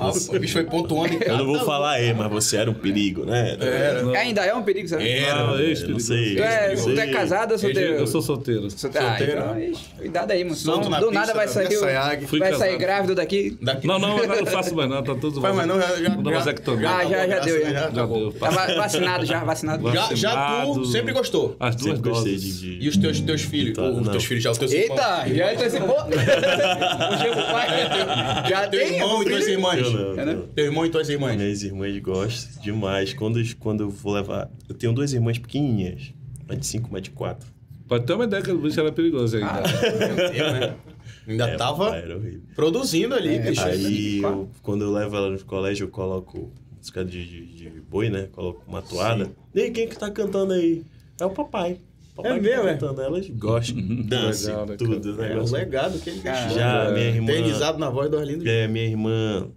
E: Ah, pô, o bicho foi pontuando em
D: eu
E: casa.
D: não vou falar, é, mas você era um perigo, né? Era.
B: Ainda é um perigo, sabe?
C: Ah, ex-
D: Eu não sei.
B: Tu é,
D: eu não
B: tu é
D: sei.
B: casado ou solteiro?
C: Eu sou solteiro.
B: solteiro. Ah,
E: solteiro.
B: então, ixi, cuidado aí, mano.
E: Solto
B: Senão,
E: na
B: do nada
E: pista
B: vai
E: da
B: sair, o-
E: Versailles.
C: Fui
B: vai
C: casado.
B: sair grávido daqui.
E: Daqui-
C: Não, não, eu não faço mais nada, tá tudo
E: Faz mais não, já- já-
C: Não dá
E: já-
C: vasectomia.
B: Ah, já, já
E: Graças
B: deu,
E: a
B: já.
E: Deus,
C: Já deu.
B: Tá va- vacinado já, vacinado.
E: Já, já tu
C: Vacinado.
E: sempre gostou.
C: As duas
D: Sempre gostei
C: doses.
D: de- de,
E: E os teus, teus filhos?
D: Tá,
E: Ou os
D: não.
E: teus filhos já, os teus
B: Eita,
E: irmãos?
B: já antecipou. Chega o pai. Já
E: Teu
B: tem
E: irmão e tuas irmãs?
D: Eu não,
B: É, né?
D: eu-
E: Teu irmão e tuas irmãs?
D: Minhas irmãs gostam demais. Quando, quando eu vou levar. Eu tenho duas irmãs pequenininhas, uma de cinco, uma de quatro.
C: Pode ter uma ideia que o bicho era perigoso ainda.
E: Meu Deus, né? Ainda
D: É,
E: tava
D: Era horrível.
E: produzindo
B: É,
E: ali, bicho.
D: Aí, eu- quando eu levo ela no colégio, eu coloco música de, de, de boi, né? Coloco uma toada. E aí, quem que tá cantando aí? É o papai. O Papai
E: É
D: que
E: mesmo,
D: tá
E: é? Hum,
D: cantando. Elas gostam. Dance,
C: Legal, né,
D: tudo.
E: É né? o
D: negócio.
E: legado que ele deixou.
D: Já, minha irmã.
E: Eternizado na voz do Arlindo.
D: É, minha irmã,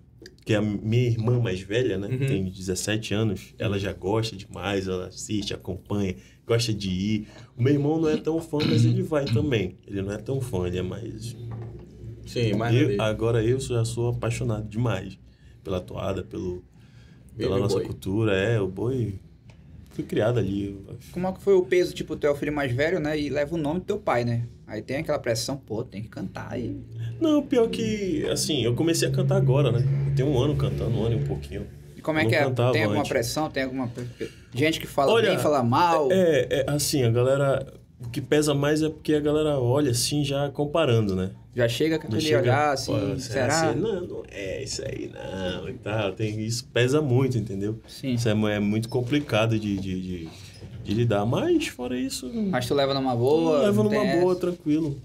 D: que é a minha irmã mais velha, né?
E: Uhum.
D: Tem 17 anos. Ela já gosta demais, ela assiste, acompanha, gosta de ir. O meu irmão não é tão fã, mas ele vai também. Ele não é tão fã, ele é mais.
E: Sim, mas
D: Eu- agora eu sou- já sou apaixonado demais pela toada, pelo, pela
E: Baby
D: nossa
E: boy.
D: cultura. É, o boi. Fui criado ali. eu acho.
B: Como é que foi o peso? Tipo, tu é o filho mais velho, né? E leva o nome do teu pai, né? Aí tem aquela pressão, pô, tem que cantar aí.
D: Não, pior que, assim, eu comecei a cantar agora, né? Eu tenho um ano cantando, um ano e um pouquinho.
B: E como é
D: Não
B: que é?
D: cantava
B: Tem alguma
D: antes.
B: pressão? Tem alguma. Gente que fala
D: Olha,
B: bem, fala mal.
D: É, é, assim, a galera. O que pesa mais é porque a galera olha assim, já comparando, né?
B: Já chega com
D: Não
B: aquele
D: chega,
B: olhar assim,
D: pô,
B: será?
D: assim? Não, não é isso aí, não, e tal. Tem, isso pesa muito, entendeu?
B: Sim.
D: Isso é, mu- é muito complicado de, de, de, de lidar, mas fora isso,
B: Mas tu leva numa boa.
D: leva
B: não
D: numa
B: tem
D: boa, tá
B: essa.
D: tranquilo.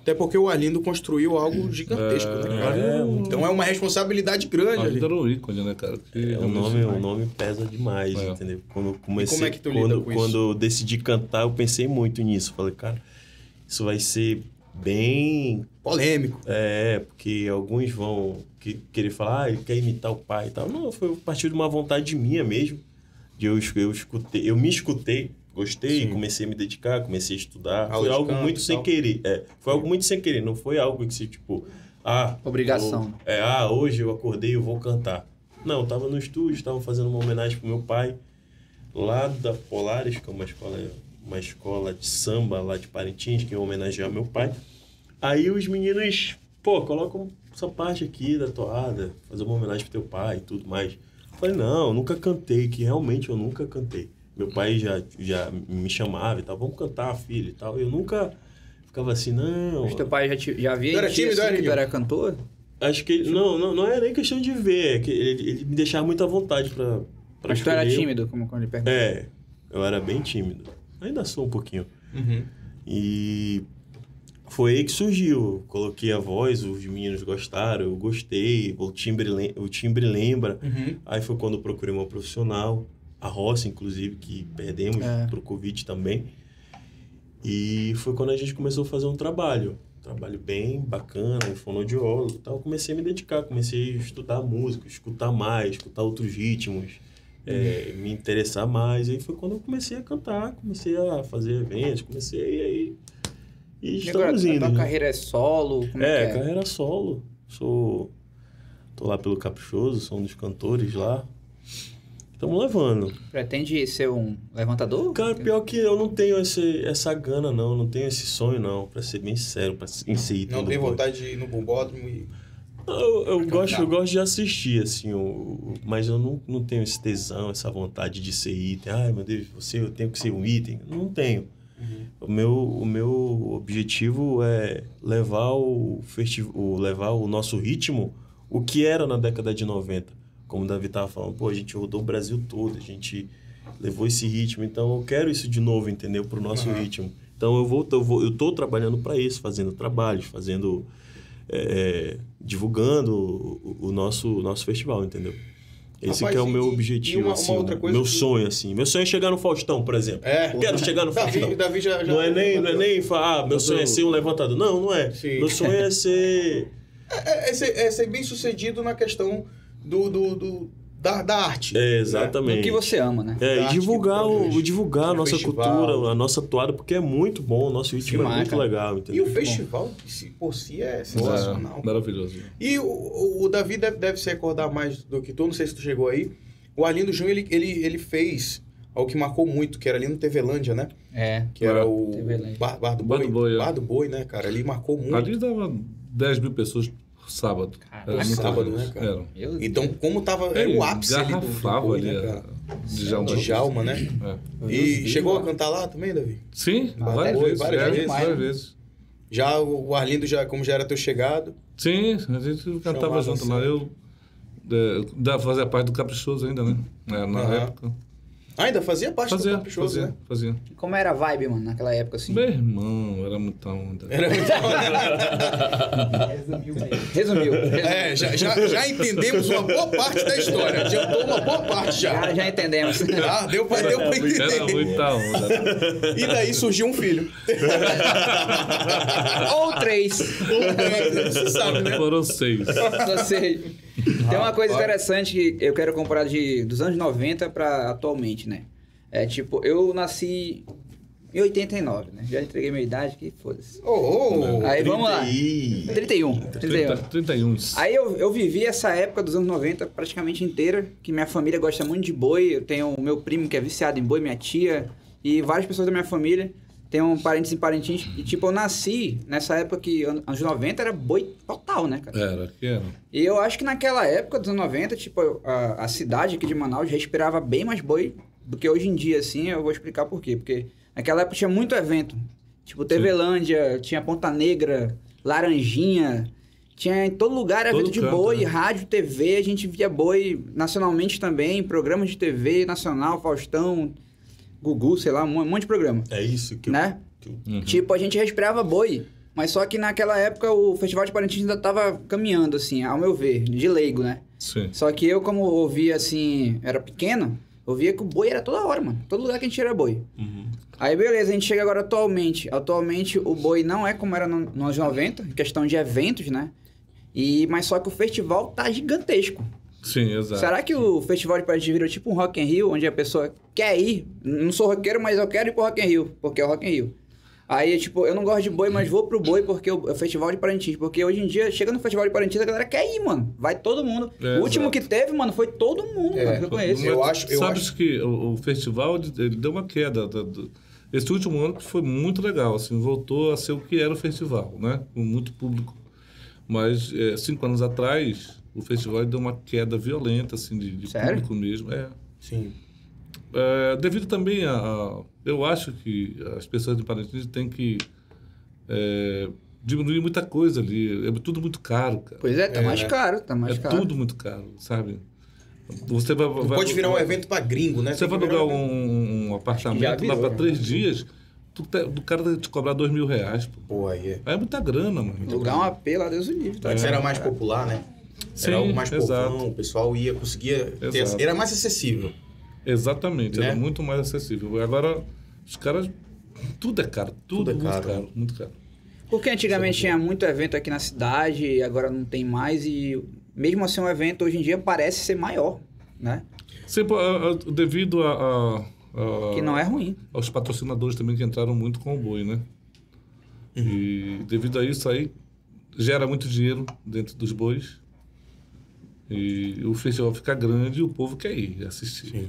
E: Até porque o Arlindo construiu algo gigantesco, né, cara? Então é uma responsabilidade grande ali.
C: Ainda era um ícone, né, cara? Que
D: É, o,
C: realmente-
D: nome, o nome pesa demais,
C: É.
D: entendeu? Quando eu comecei,
E: como é que tu lida
D: quando,
E: com isso?
D: quando eu decidi cantar, eu pensei muito nisso. Falei, cara, isso vai ser bem
E: Polêmico.
D: É, porque alguns vão que- querer falar, ah, ele quer imitar o pai e tal. Não, foi a partir de uma vontade minha mesmo. De eu, es- eu escutei, eu me escutei, gostei,
E: Sim.
D: comecei a me dedicar, comecei a estudar.
E: Aula
D: foi
E: de
D: algo
E: canto
D: muito
E: e
D: sem
E: tal.
D: querer. É, foi algo muito sem querer, não foi algo que se, tipo, ah.
B: Obrigação.
D: eu- é, ah, hoje eu acordei e eu vou cantar. Não, eu tava no estúdio, tava fazendo uma homenagem pro meu pai, lá da Polaris, que é uma escola, uma escola de samba lá de Parintins, que eu homenagear meu pai. Aí os meninos, pô, colocam essa parte aqui da toada, fazer uma homenagem pro teu pai e tudo mais. Eu Falei, não, eu nunca cantei, que realmente eu nunca cantei. Meu pai já, já me chamava e tal, vamos cantar, filho e tal. Eu nunca ficava assim, não.
B: Mas teu pai já, te, já via
E: Tu era
B: em ti,
E: tímido,
B: assim,
E: era,
B: que tu
E: Nil?
B: era cantor?
D: Acho que ele, não, não, não é nem questão de ver, é que ele, ele me deixava muito à vontade pra, pra
B: Mas tu era
D: escolher.
B: tímido, como quando ele perguntou.
D: É, eu era bem tímido. Ainda sou um pouquinho.
A: Uhum,
D: E foi aí que surgiu. Eu Coloquei a voz, os meninos gostaram, eu gostei, o timbre, lem- o timbre lembra.
A: uhum.
D: Aí foi quando eu procurei uma profissional, a Roça, inclusive, que perdemos
B: É.
D: pro Covid também. E foi quando a gente começou a fazer um trabalho. Um Trabalho bem bacana, um fonoaudiólogo e tal. Eu Comecei a me dedicar, comecei a estudar música, escutar mais, escutar outros ritmos, é, me interessar mais. Aí foi quando eu comecei a cantar, comecei a fazer eventos, comecei aí.
B: E
D: E
B: agora,
D: estamos
B: a
D: indo.
B: tua
D: né?
B: carreira é solo? Como é,
D: É,
B: que é?
D: carreira solo. Sou. Tô lá pelo Caprichoso, sou um dos cantores lá. Estamos levando.
B: Pretende ser um levantador?
D: Cara, pior que eu não tenho esse, essa gana, não. Não tenho esse sonho, não. Pra ser bem sério, pra ser- em ser
E: Não
D: ídolo
E: tem
D: do boi.
E: vontade de ir no bombódromo e
D: Eu, eu gosto, eu gosto de assistir, assim, o- o- mas eu não, não tenho esse tesão, essa vontade de ser item. Ai, meu Deus, você, eu tenho que ser um item. Não tenho.
E: Uhum.
D: O, meu, o meu objetivo é levar o, festivo, o- levar o nosso ritmo, o que era na década de 90. Como o Davi estava falando, pô, a gente rodou o Brasil todo, a gente levou esse ritmo, então eu quero isso de novo, entendeu? Pro nosso ritmo. Então eu vou, eu vou, eu tô trabalhando para isso, fazendo trabalhos, fazendo é, divulgando o, o- o nosso, o nosso festival, entendeu? Esse
E: Rapaz,
D: que é o
E: e-
D: meu
E: e
D: objetivo,
A: uma- uma
D: assim,
A: outra coisa
D: meu
A: que-
D: sonho, assim. Meu sonho é chegar no Faustão, por exemplo.
A: É.
D: Quero chegar no
A: Davi,
D: Faustão.
A: Davi já, já-
D: Não é nem, não é nem falar, ah, meu sonho é
E: Todo-
D: ser um levantador. Não, não é.
A: Sim.
D: Meu sonho é ser...
A: É, é ser, é ser bem sucedido na questão do, do, do- da, da arte.
D: É,
B: Do
D: exatamente.
B: que você ama, né?
D: É,
A: Da
D: e
A: arte
D: divulgar,
A: que produz,
D: o, divulgar a
A: do
D: nossa
A: festival.
D: cultura, a nossa toada, porque é muito bom, o nosso ritmo
B: Demais,
D: é muito
B: cara.
D: legal,
A: E
D: entendeu?
A: o festival de si- por si é sensacional.
C: Maravilhoso.
A: E o, o- o Davi deve, deve se recordar mais do que tu, não sei se tu chegou aí. O Arlindo Jun, ele, ele, ele fez algo que marcou muito, que era ali no Tevelândia, né?
B: É.
A: Que era o
B: Tevelândia.
A: Bar, Bar do
C: Bar
A: Boi.
C: do Boi, é.
A: Bar do Boi, né, cara? Ali marcou muito.
C: Ali dava 10 mil pessoas por sábado.
B: Caraca.
C: Era muita
A: Sábado,
C: gente.
A: né, cara?
C: Era.
B: Eu...
A: Então, como tava... Era o ápice ali do, do
C: Garrafava
A: Boi,
C: ali,
A: né,
C: a-
A: cara?
C: Djalma.
A: Djalma, né?
C: É.
A: E chegou a cantar lá também, Davi?
C: Sim,
A: Várias
C: várias
A: vezes,
C: vezes.
A: várias
C: é,
A: vezes.
C: várias vezes.
A: Já o o Arlindo, já, como já era teu chegado,
C: Sim, a gente
A: Chamava
C: cantava junto lá.
A: assim.
C: Eu é, da- fazia parte do Caprichoso ainda, né? É, na
A: Aham.
C: época.
A: Ah, ainda fazia parte do
C: Fazia,
A: Caprichoso,
C: fazia,
A: né?
C: fazia.
B: Como era a vibe, mano, naquela época, assim?
C: Meu irmão, era muita onda.
A: Era muito...
B: Resumiu. resumiu.
A: É, já, já, já entendemos uma boa parte da história. Adiantou uma boa parte já.
B: Já, já entendemos.
A: Ah, deu pra, deu pra
C: Era
A: entender.
C: muita onda.
A: E daí surgiu um filho.
B: Ou três.
A: Você sabe, um, né?
C: Foram seis.
B: Só sei. Tem uma coisa interessante que eu quero comparar de, dos anos 90 pra atualmente, né? É tipo, eu nasci em 89, né? Já entreguei minha idade, que foda-se.
A: Ô, ô, ô.
B: Aí vamos lá.
D: 31.
B: 31. 31.
C: 30, 31.
B: Aí eu, eu vivi essa época dos anos 90 praticamente inteira, que minha família gosta muito de boi. Eu tenho o meu primo que é viciado em boi, minha tia e várias pessoas da minha família. Tenho parentes e parentes. E tipo, eu nasci nessa época que an- anos 90 era boi total, né, cara?
C: Era, que era.
B: E eu acho que naquela época dos anos 90, tipo, a, a cidade aqui de Manaus respirava bem mais boi do que hoje em dia, assim. Eu vou explicar por quê. Porque naquela época tinha muito evento. Tipo, Tevelândia, tinha Ponta Negra, Laranjinha. Tinha em todo lugar era
C: Todo
B: evento de
C: canto,
B: boi,
C: né?
B: rádio, TV. A gente via boi nacionalmente também, programas de TV, Nacional, Faustão, Gugu, sei lá, um monte de programa.
D: É isso que eu...
B: Né?
D: que eu-
C: Uhum.
B: Tipo, a gente respirava boi. Mas só que naquela época o Festival de Parintins ainda tava caminhando, assim, ao meu ver, de leigo, né?
C: Sim.
B: Só que eu, como ouvia assim, era pequeno, ouvia que o boi era toda hora, mano. Todo lugar que a gente era boi.
D: Uhum.
B: Aí beleza, a gente chega agora atualmente. Atualmente o boi não é como era no- nos anos 90, em questão de eventos, né? E, mas só que o festival tá gigantesco.
C: Sim, exato.
B: Será que o Festival de Parintins virou tipo um Rock in Rio, onde a pessoa quer ir? Não sou roqueiro, mas eu quero ir pro Rock in Rio, porque é o Rock in Rio. Aí, tipo, eu não gosto de boi, mas vou pro boi porque o é o Festival de Parintins. Porque hoje em dia, chega no Festival de Parintins, a galera quer ir, mano. Vai todo mundo.
C: É,
B: o último
C: exato.
B: que teve, mano, foi todo mundo,
A: É,
B: mano, que eu
A: todo
B: conheço.
A: mundo.
B: Eu-
A: Eu acho- eu
C: Sabes que o, o festival ele, ele deu uma queda. da- do- esse último ano que foi muito legal, assim, voltou a ser o que era o festival, né? Com muito público. Mas é, cinco anos atrás, o festival ele deu uma queda violenta, assim, de, de
B: Sério?
C: público mesmo. É.
A: Sim.
C: É, devido também a, a- Eu acho que as pessoas de Parintins têm que é, diminuir muita coisa ali. É tudo muito caro, cara.
B: Pois é, tá
A: É,
B: mais
A: né?
B: caro, tá mais
C: é
B: caro.
C: tudo muito caro, sabe? Você vai,
A: Não
C: vai-
A: pode virar um evento pra gringo, né?
C: Você
A: Tem
C: vai
A: que virar
C: alugar um, um
B: já
C: apartamento
B: virou,
C: lá
B: né?
C: para três dias, tu tá- do cara vai te cobrar dois mil reais, pô.
A: Pô, aí é.
C: Aí É muita grana, mano.
B: Lugar um AP lá, Deus o livre. Tá?
C: É.
A: Antes era mais popular, né?
C: Sim,
A: era algo mais né? povão,
C: exato.
A: o pessoal ia, conseguia... Ter,
C: Exato.
A: era mais acessível.
C: Exatamente,
A: Né?
C: era muito mais acessível. Agora, os caras. Tudo é caro, tudo,
A: Tudo é
C: muito
A: caro,
C: caro,
A: né?
C: muito caro.
B: Porque antigamente tinha muito evento aqui na cidade, e agora não tem mais. E mesmo assim, um evento hoje em dia parece ser maior, né?
C: Sempre, ah, ah, devido a, a- a-
B: Que não é ruim.
C: aos patrocinadores também que entraram muito com o boi, né? E devido a isso aí, gera muito dinheiro dentro dos bois. E o festival fica grande e o povo quer ir assistir.
A: Sim.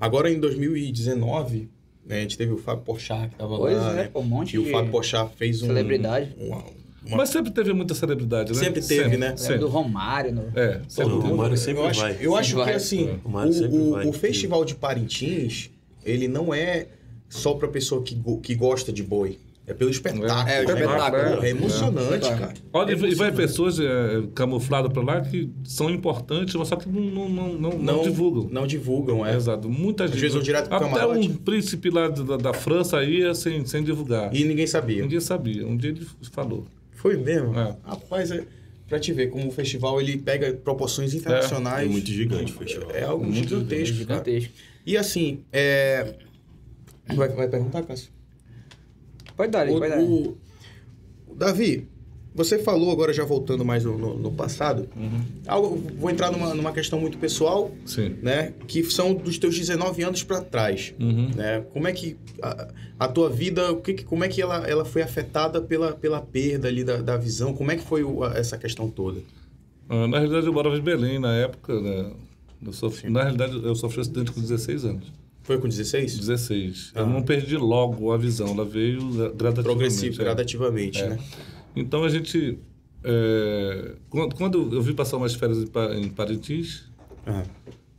A: Agora, em 2019, né, a gente teve o Fábio Porchat, que tava
B: Pois
A: lá,
B: é,
A: né?
B: pô, um monte
A: E o
B: de
A: Fábio Porchat fez um...
B: celebridade.
A: um-
E: Uma-
C: Mas sempre teve muita celebridade, né?
D: Sempre teve, né?
B: Lembra do
C: Sempre.
B: Romário. No...
C: É,
D: Pô,
C: sempre
D: o
C: teve.
D: Romário sempre
A: eu acho,
D: vai.
A: eu acho que
B: Vai.
A: assim,
C: O
A: o,
D: Mário sempre
A: o-
D: vai.
A: o festival de Parintins, ele não é só pra pessoa que, go- que gosta de boi. É pelo espetáculo.
B: É, o
A: né?
B: espetáculo,
A: Porra,
C: é.
A: é emocionante,
B: É.
A: cara.
C: Olha, e vai pessoas é, camufladas pra lá que são importantes, mas só que não, não, não, não, não divulgam.
A: Não divulgam, é.
C: Exato. Muitas
A: Às vezes vão direto pro
C: Até
A: camarote.
C: um príncipe lá da, da França ia sem, sem divulgar.
A: E ninguém sabia.
C: Ninguém sabia. Um dia ele falou.
A: Foi mesmo?
C: É.
A: Rapaz, é... pra te ver como o festival ele pega proporções internacionais.
D: É muito gigante o festival.
A: É algo
C: Muito
A: gigantesco, cara.
B: Gigantesco.
A: E assim, é... Vai, vai perguntar, Cássio?
B: Pode dar,
A: O-
B: pode dar.
A: o- o Davi, você falou agora, já voltando mais no, no- no passado,
C: Uhum.
A: algo, vou entrar numa, numa questão muito pessoal,
C: Sim.
A: né? Que são dos teus 19 anos pra trás.
C: Uhum.
A: Né? Como é que a, a tua vida, o que, que- como é que ela, ela foi afetada pela, pela perda ali da, da visão? Como é que foi o- a- essa questão toda?
C: Ah, Na realidade, eu morava em Belém na época, né? Eu sofri, na realidade, eu sofri um acidente com 16 anos.
A: Foi com 16?
C: 16. Eu
A: Ah.
C: não perdi logo a visão, ela veio gra- gradativamente.
A: Progressivo,
C: é.
A: gradativamente, né?
C: Então a gente. é, quando, quando eu vim passar umas férias em, Pa- em Parintins,
A: Ah.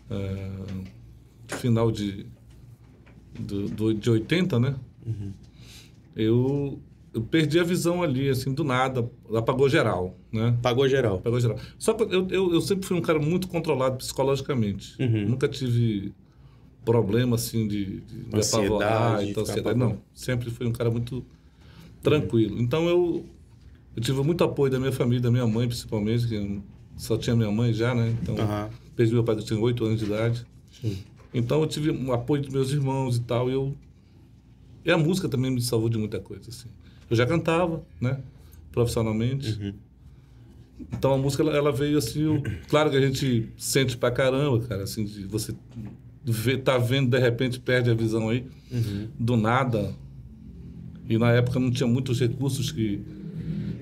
C: é, final de, do, do- de 80, né? Eu, eu perdi a visão ali, assim, do nada, apagou geral, né?
A: Pagou geral.
C: Pegou geral. Só que eu, eu, eu sempre fui um cara muito controlado psicologicamente.
A: Uhum.
C: Nunca tive problema, assim, de, de me
A: Ansiedade,
C: apavorar, então,
A: ficar
C: ansiedade.
A: apavorado.
C: Não, sempre fui um cara muito tranquilo.
A: Uhum.
C: Então, eu, eu tive muito apoio da minha família, da minha mãe, principalmente, que eu só tinha minha mãe já, né? Então,
A: Aham.
C: perdi meu pai que eu tinha 8 anos de idade. Então, eu tive um apoio dos meus irmãos e tal, e eu... E a música também me salvou de muita coisa, assim. Eu já cantava, né? Profissionalmente. Então a música ela, ela veio assim, o- claro que a gente sente pra caramba, cara, assim, de você vê, tá vendo, de repente perde a visão aí, do nada. E na época não tinha muitos recursos que,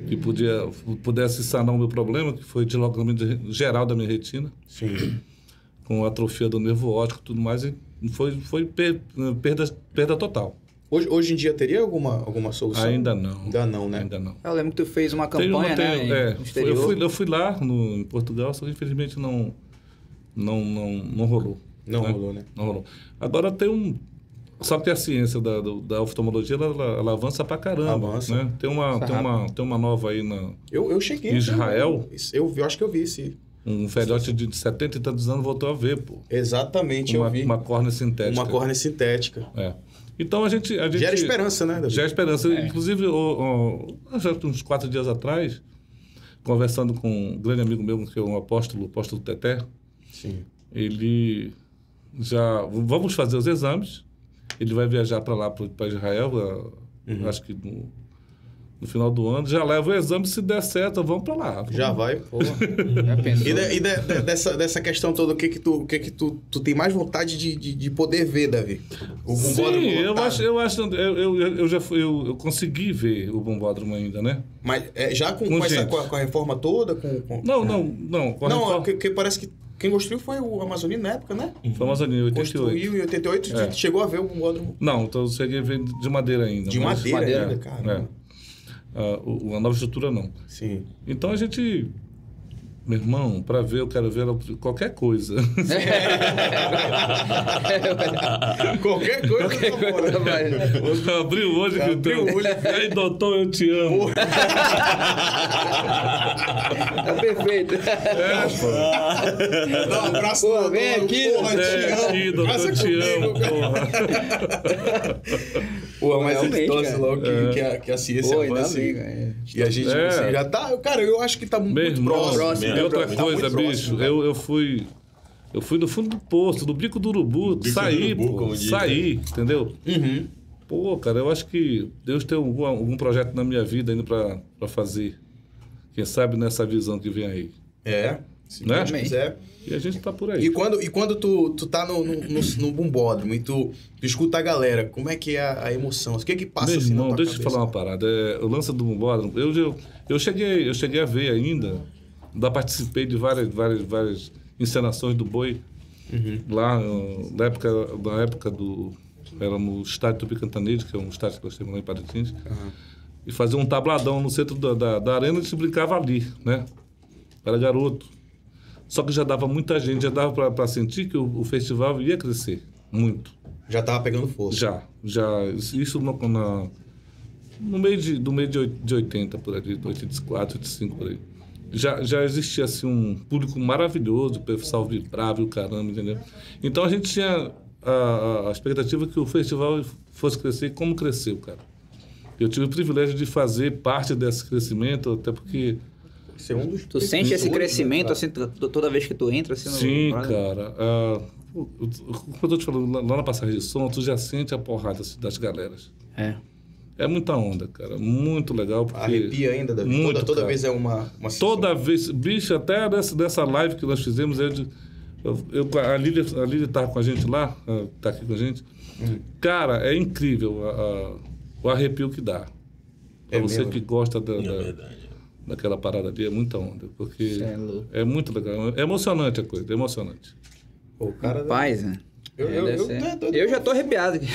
C: que podia, pudesse sanar o meu problema, que foi deslocamento de- geral da minha retina,
A: Sim.
C: com atrofia do nervo óptico e tudo mais, e foi, foi per- perda, perda total.
A: Hoje, hoje em dia teria alguma, alguma solução?
C: Ainda não.
A: Ainda não, né?
C: Ainda não.
B: Eu lembro que tu fez uma
C: Tem uma-
B: campanha,
C: tem-
B: né? no
C: é, foi- eu,
B: exterior.
C: fui, eu fui lá no, em Portugal, só que infelizmente não, não, não, não rolou.
A: Não
C: né?
A: rolou, né?
C: Não rolou. Agora tem um. Só que a ciência da, do- da oftalmologia ela, ela- ela avança pra caramba.
A: Avança.
C: Né? Tem, uma, tem, uma, tem uma nova aí na.
A: Eu, eu cheguei.
C: Em Israel?
A: Eu, eu acho que eu vi esse.
C: Um velhote de 70 e tantos anos voltou a ver, pô.
A: Exatamente,
C: Uma,
A: eu vi.
C: uma córnea sintética.
A: Uma córnea sintética.
C: É. Então a gente. A gente
A: Gera esperança, né, Davi?
C: Já a esperança. Inclusive, o- o- já uns quatro dias atrás, conversando com um grande amigo meu, que é um apóstolo, o apóstolo Teté,
A: Sim.
C: ele já. Vamos fazer os exames. Ele vai viajar para lá, para Israel, a-
A: Uhum.
C: acho que no, no final do ano. Já leva o exame, se der certo, vamos para lá.
A: Já vai.
B: Porra, já pensou?
A: E, de- e de- de- dessa, dessa questão toda, o que que tu, o que que tu, tu tem mais vontade de, de, de poder ver, Davi? O
C: Sim,
A: bombódromo
C: eu
A: lotado.
C: acho, eu acho, eu, eu, eu já fui, eu, eu consegui ver o bombódromo ainda, né?
A: Mas é, já com,
C: Com
A: com, essa-
C: gente.
A: com a, com a reforma toda? Com, com-
C: Não, não, não. com a
A: Não,
C: reforma-
A: que, que parece que quem construiu foi o Amazonino na época, né?
C: Foi Amazônia, em 88.
A: Construiu em 88,
C: É.
A: chegou a ver o bombódromo
C: Não, então eu cheguei a ver de madeira ainda.
A: de
C: mas-
A: madeira,
B: madeira,
A: ainda,
B: é.
A: cara.
C: É. Ah, o- a nova estrutura não.
A: Sim.
C: Então a gente. Meu irmão, pra ver, eu quero ver qualquer coisa.
A: é- Qualquer coisa, eu tô fora.
C: Abriu hoje que eu
A: Abriu
C: tenho.
A: hoje.
C: Ei, doutor, eu te amo.
B: Tá perfeito.
C: É, pô.
A: Dá um abraço,
B: Pô,
A: doutor.
B: vem aqui,
A: Porra,
C: É,
A: te amo.
C: aqui, doutor,
A: Abraça
C: eu te
A: comigo,
C: amo, porra.
A: Pô, mas
B: Realmente,
A: eles torcem
B: cara.
A: logo que, que a, que a ciência
B: Oi, não,
A: avance.
B: amigo. é.
A: E a gente
C: É.
A: assim, já tá. Cara, eu acho que tá muito
C: Meu irmão.
A: próximo.
B: Próximo,
A: né?
C: e outra
A: Tá
C: coisa,
A: muito
C: bicho,
A: próximo, cara.
C: eu, eu fui. Eu fui no fundo do poço, do bico do urubu,
D: Bico do
C: saí,
D: urubu,
C: pô,
D: como diz,
C: saí,
A: né?
C: entendeu?
A: Uhum.
C: Pô, cara, eu acho que Deus tem algum, algum projeto na minha vida ainda pra, pra fazer. Quem sabe nessa visão que vem aí.
A: É. Se
C: Né?
A: Deus quiser.
C: E a gente tá por
A: E
C: aí.
A: quando, e quando tu, tu tá no, no, no, no bumbódromo e tu, tu escuta a galera, como é que é a, a emoção? O que que passa
C: Meu
A: assim
C: irmão,
A: na tua
C: deixa eu te
A: cabeça?
C: falar uma parada. É, o lance do Bombódromo, eu, eu, eu, cheguei, eu cheguei a ver ainda, ainda participei de várias, várias, várias encenações do Boi. Lá, eh, na época, na época do... Era no estádio Tupi Cantanede, que é um estádio que nós temos lá em Parintins. e fazia um tabladão no centro da, da, da arena e se brincava ali, né? Era garoto. Só que já dava muita gente, já dava para sentir que o, o festival ia crescer muito.
A: Já tava pegando força.
C: Já, já. Isso no, na- no meio, de, do meio de, oit- de 80, por ali, de 84, 85, por aí. Já, já existia, assim, um público maravilhoso, o pessoal vibrava e o caramba, entendeu? Então, a gente tinha a, a- a expectativa que o festival fosse crescer como cresceu, cara. Eu tive o privilégio de fazer parte desse crescimento, até porque
A: Isso é um dos
B: Tu sente esse
A: Muito, né,
B: crescimento,
A: cara?
B: assim, tu- tu- toda vez que tu entra, assim, no...
C: Sim,
B: parada?
C: cara. Ah, o- o- como eu tô te falando, lá, lá na passagem de som, tu já sente a porrada assim, das galeras.
B: É.
C: É muita onda, cara. Muito legal. Porque
A: Arrepia ainda, Davi.
C: Muito,
A: toda toda
C: cara.
A: vez é uma, uma
C: Toda vez, bicho, até nessa, nessa live que nós fizemos, eu, de- eu- eu- a Lília a Lília tá com a gente lá, ah, tá aqui com a gente. Cara, é incrível a- a- o arrepio que dá. Pra
A: É
C: você
A: mesmo?
C: que gosta da,
D: É
C: da-
D: verdade.
C: daquela parada ali, é muita onda. Porque
B: Cê é louco.
C: é muito legal. É emocionante a coisa, é emocionante.
A: Pô, o cara...
B: Paz, né?
A: Eu-
B: É,
A: eu-
B: deve
A: eu-
B: ser.
A: eu tô-
B: Eu já tô arrepiado aqui. Eu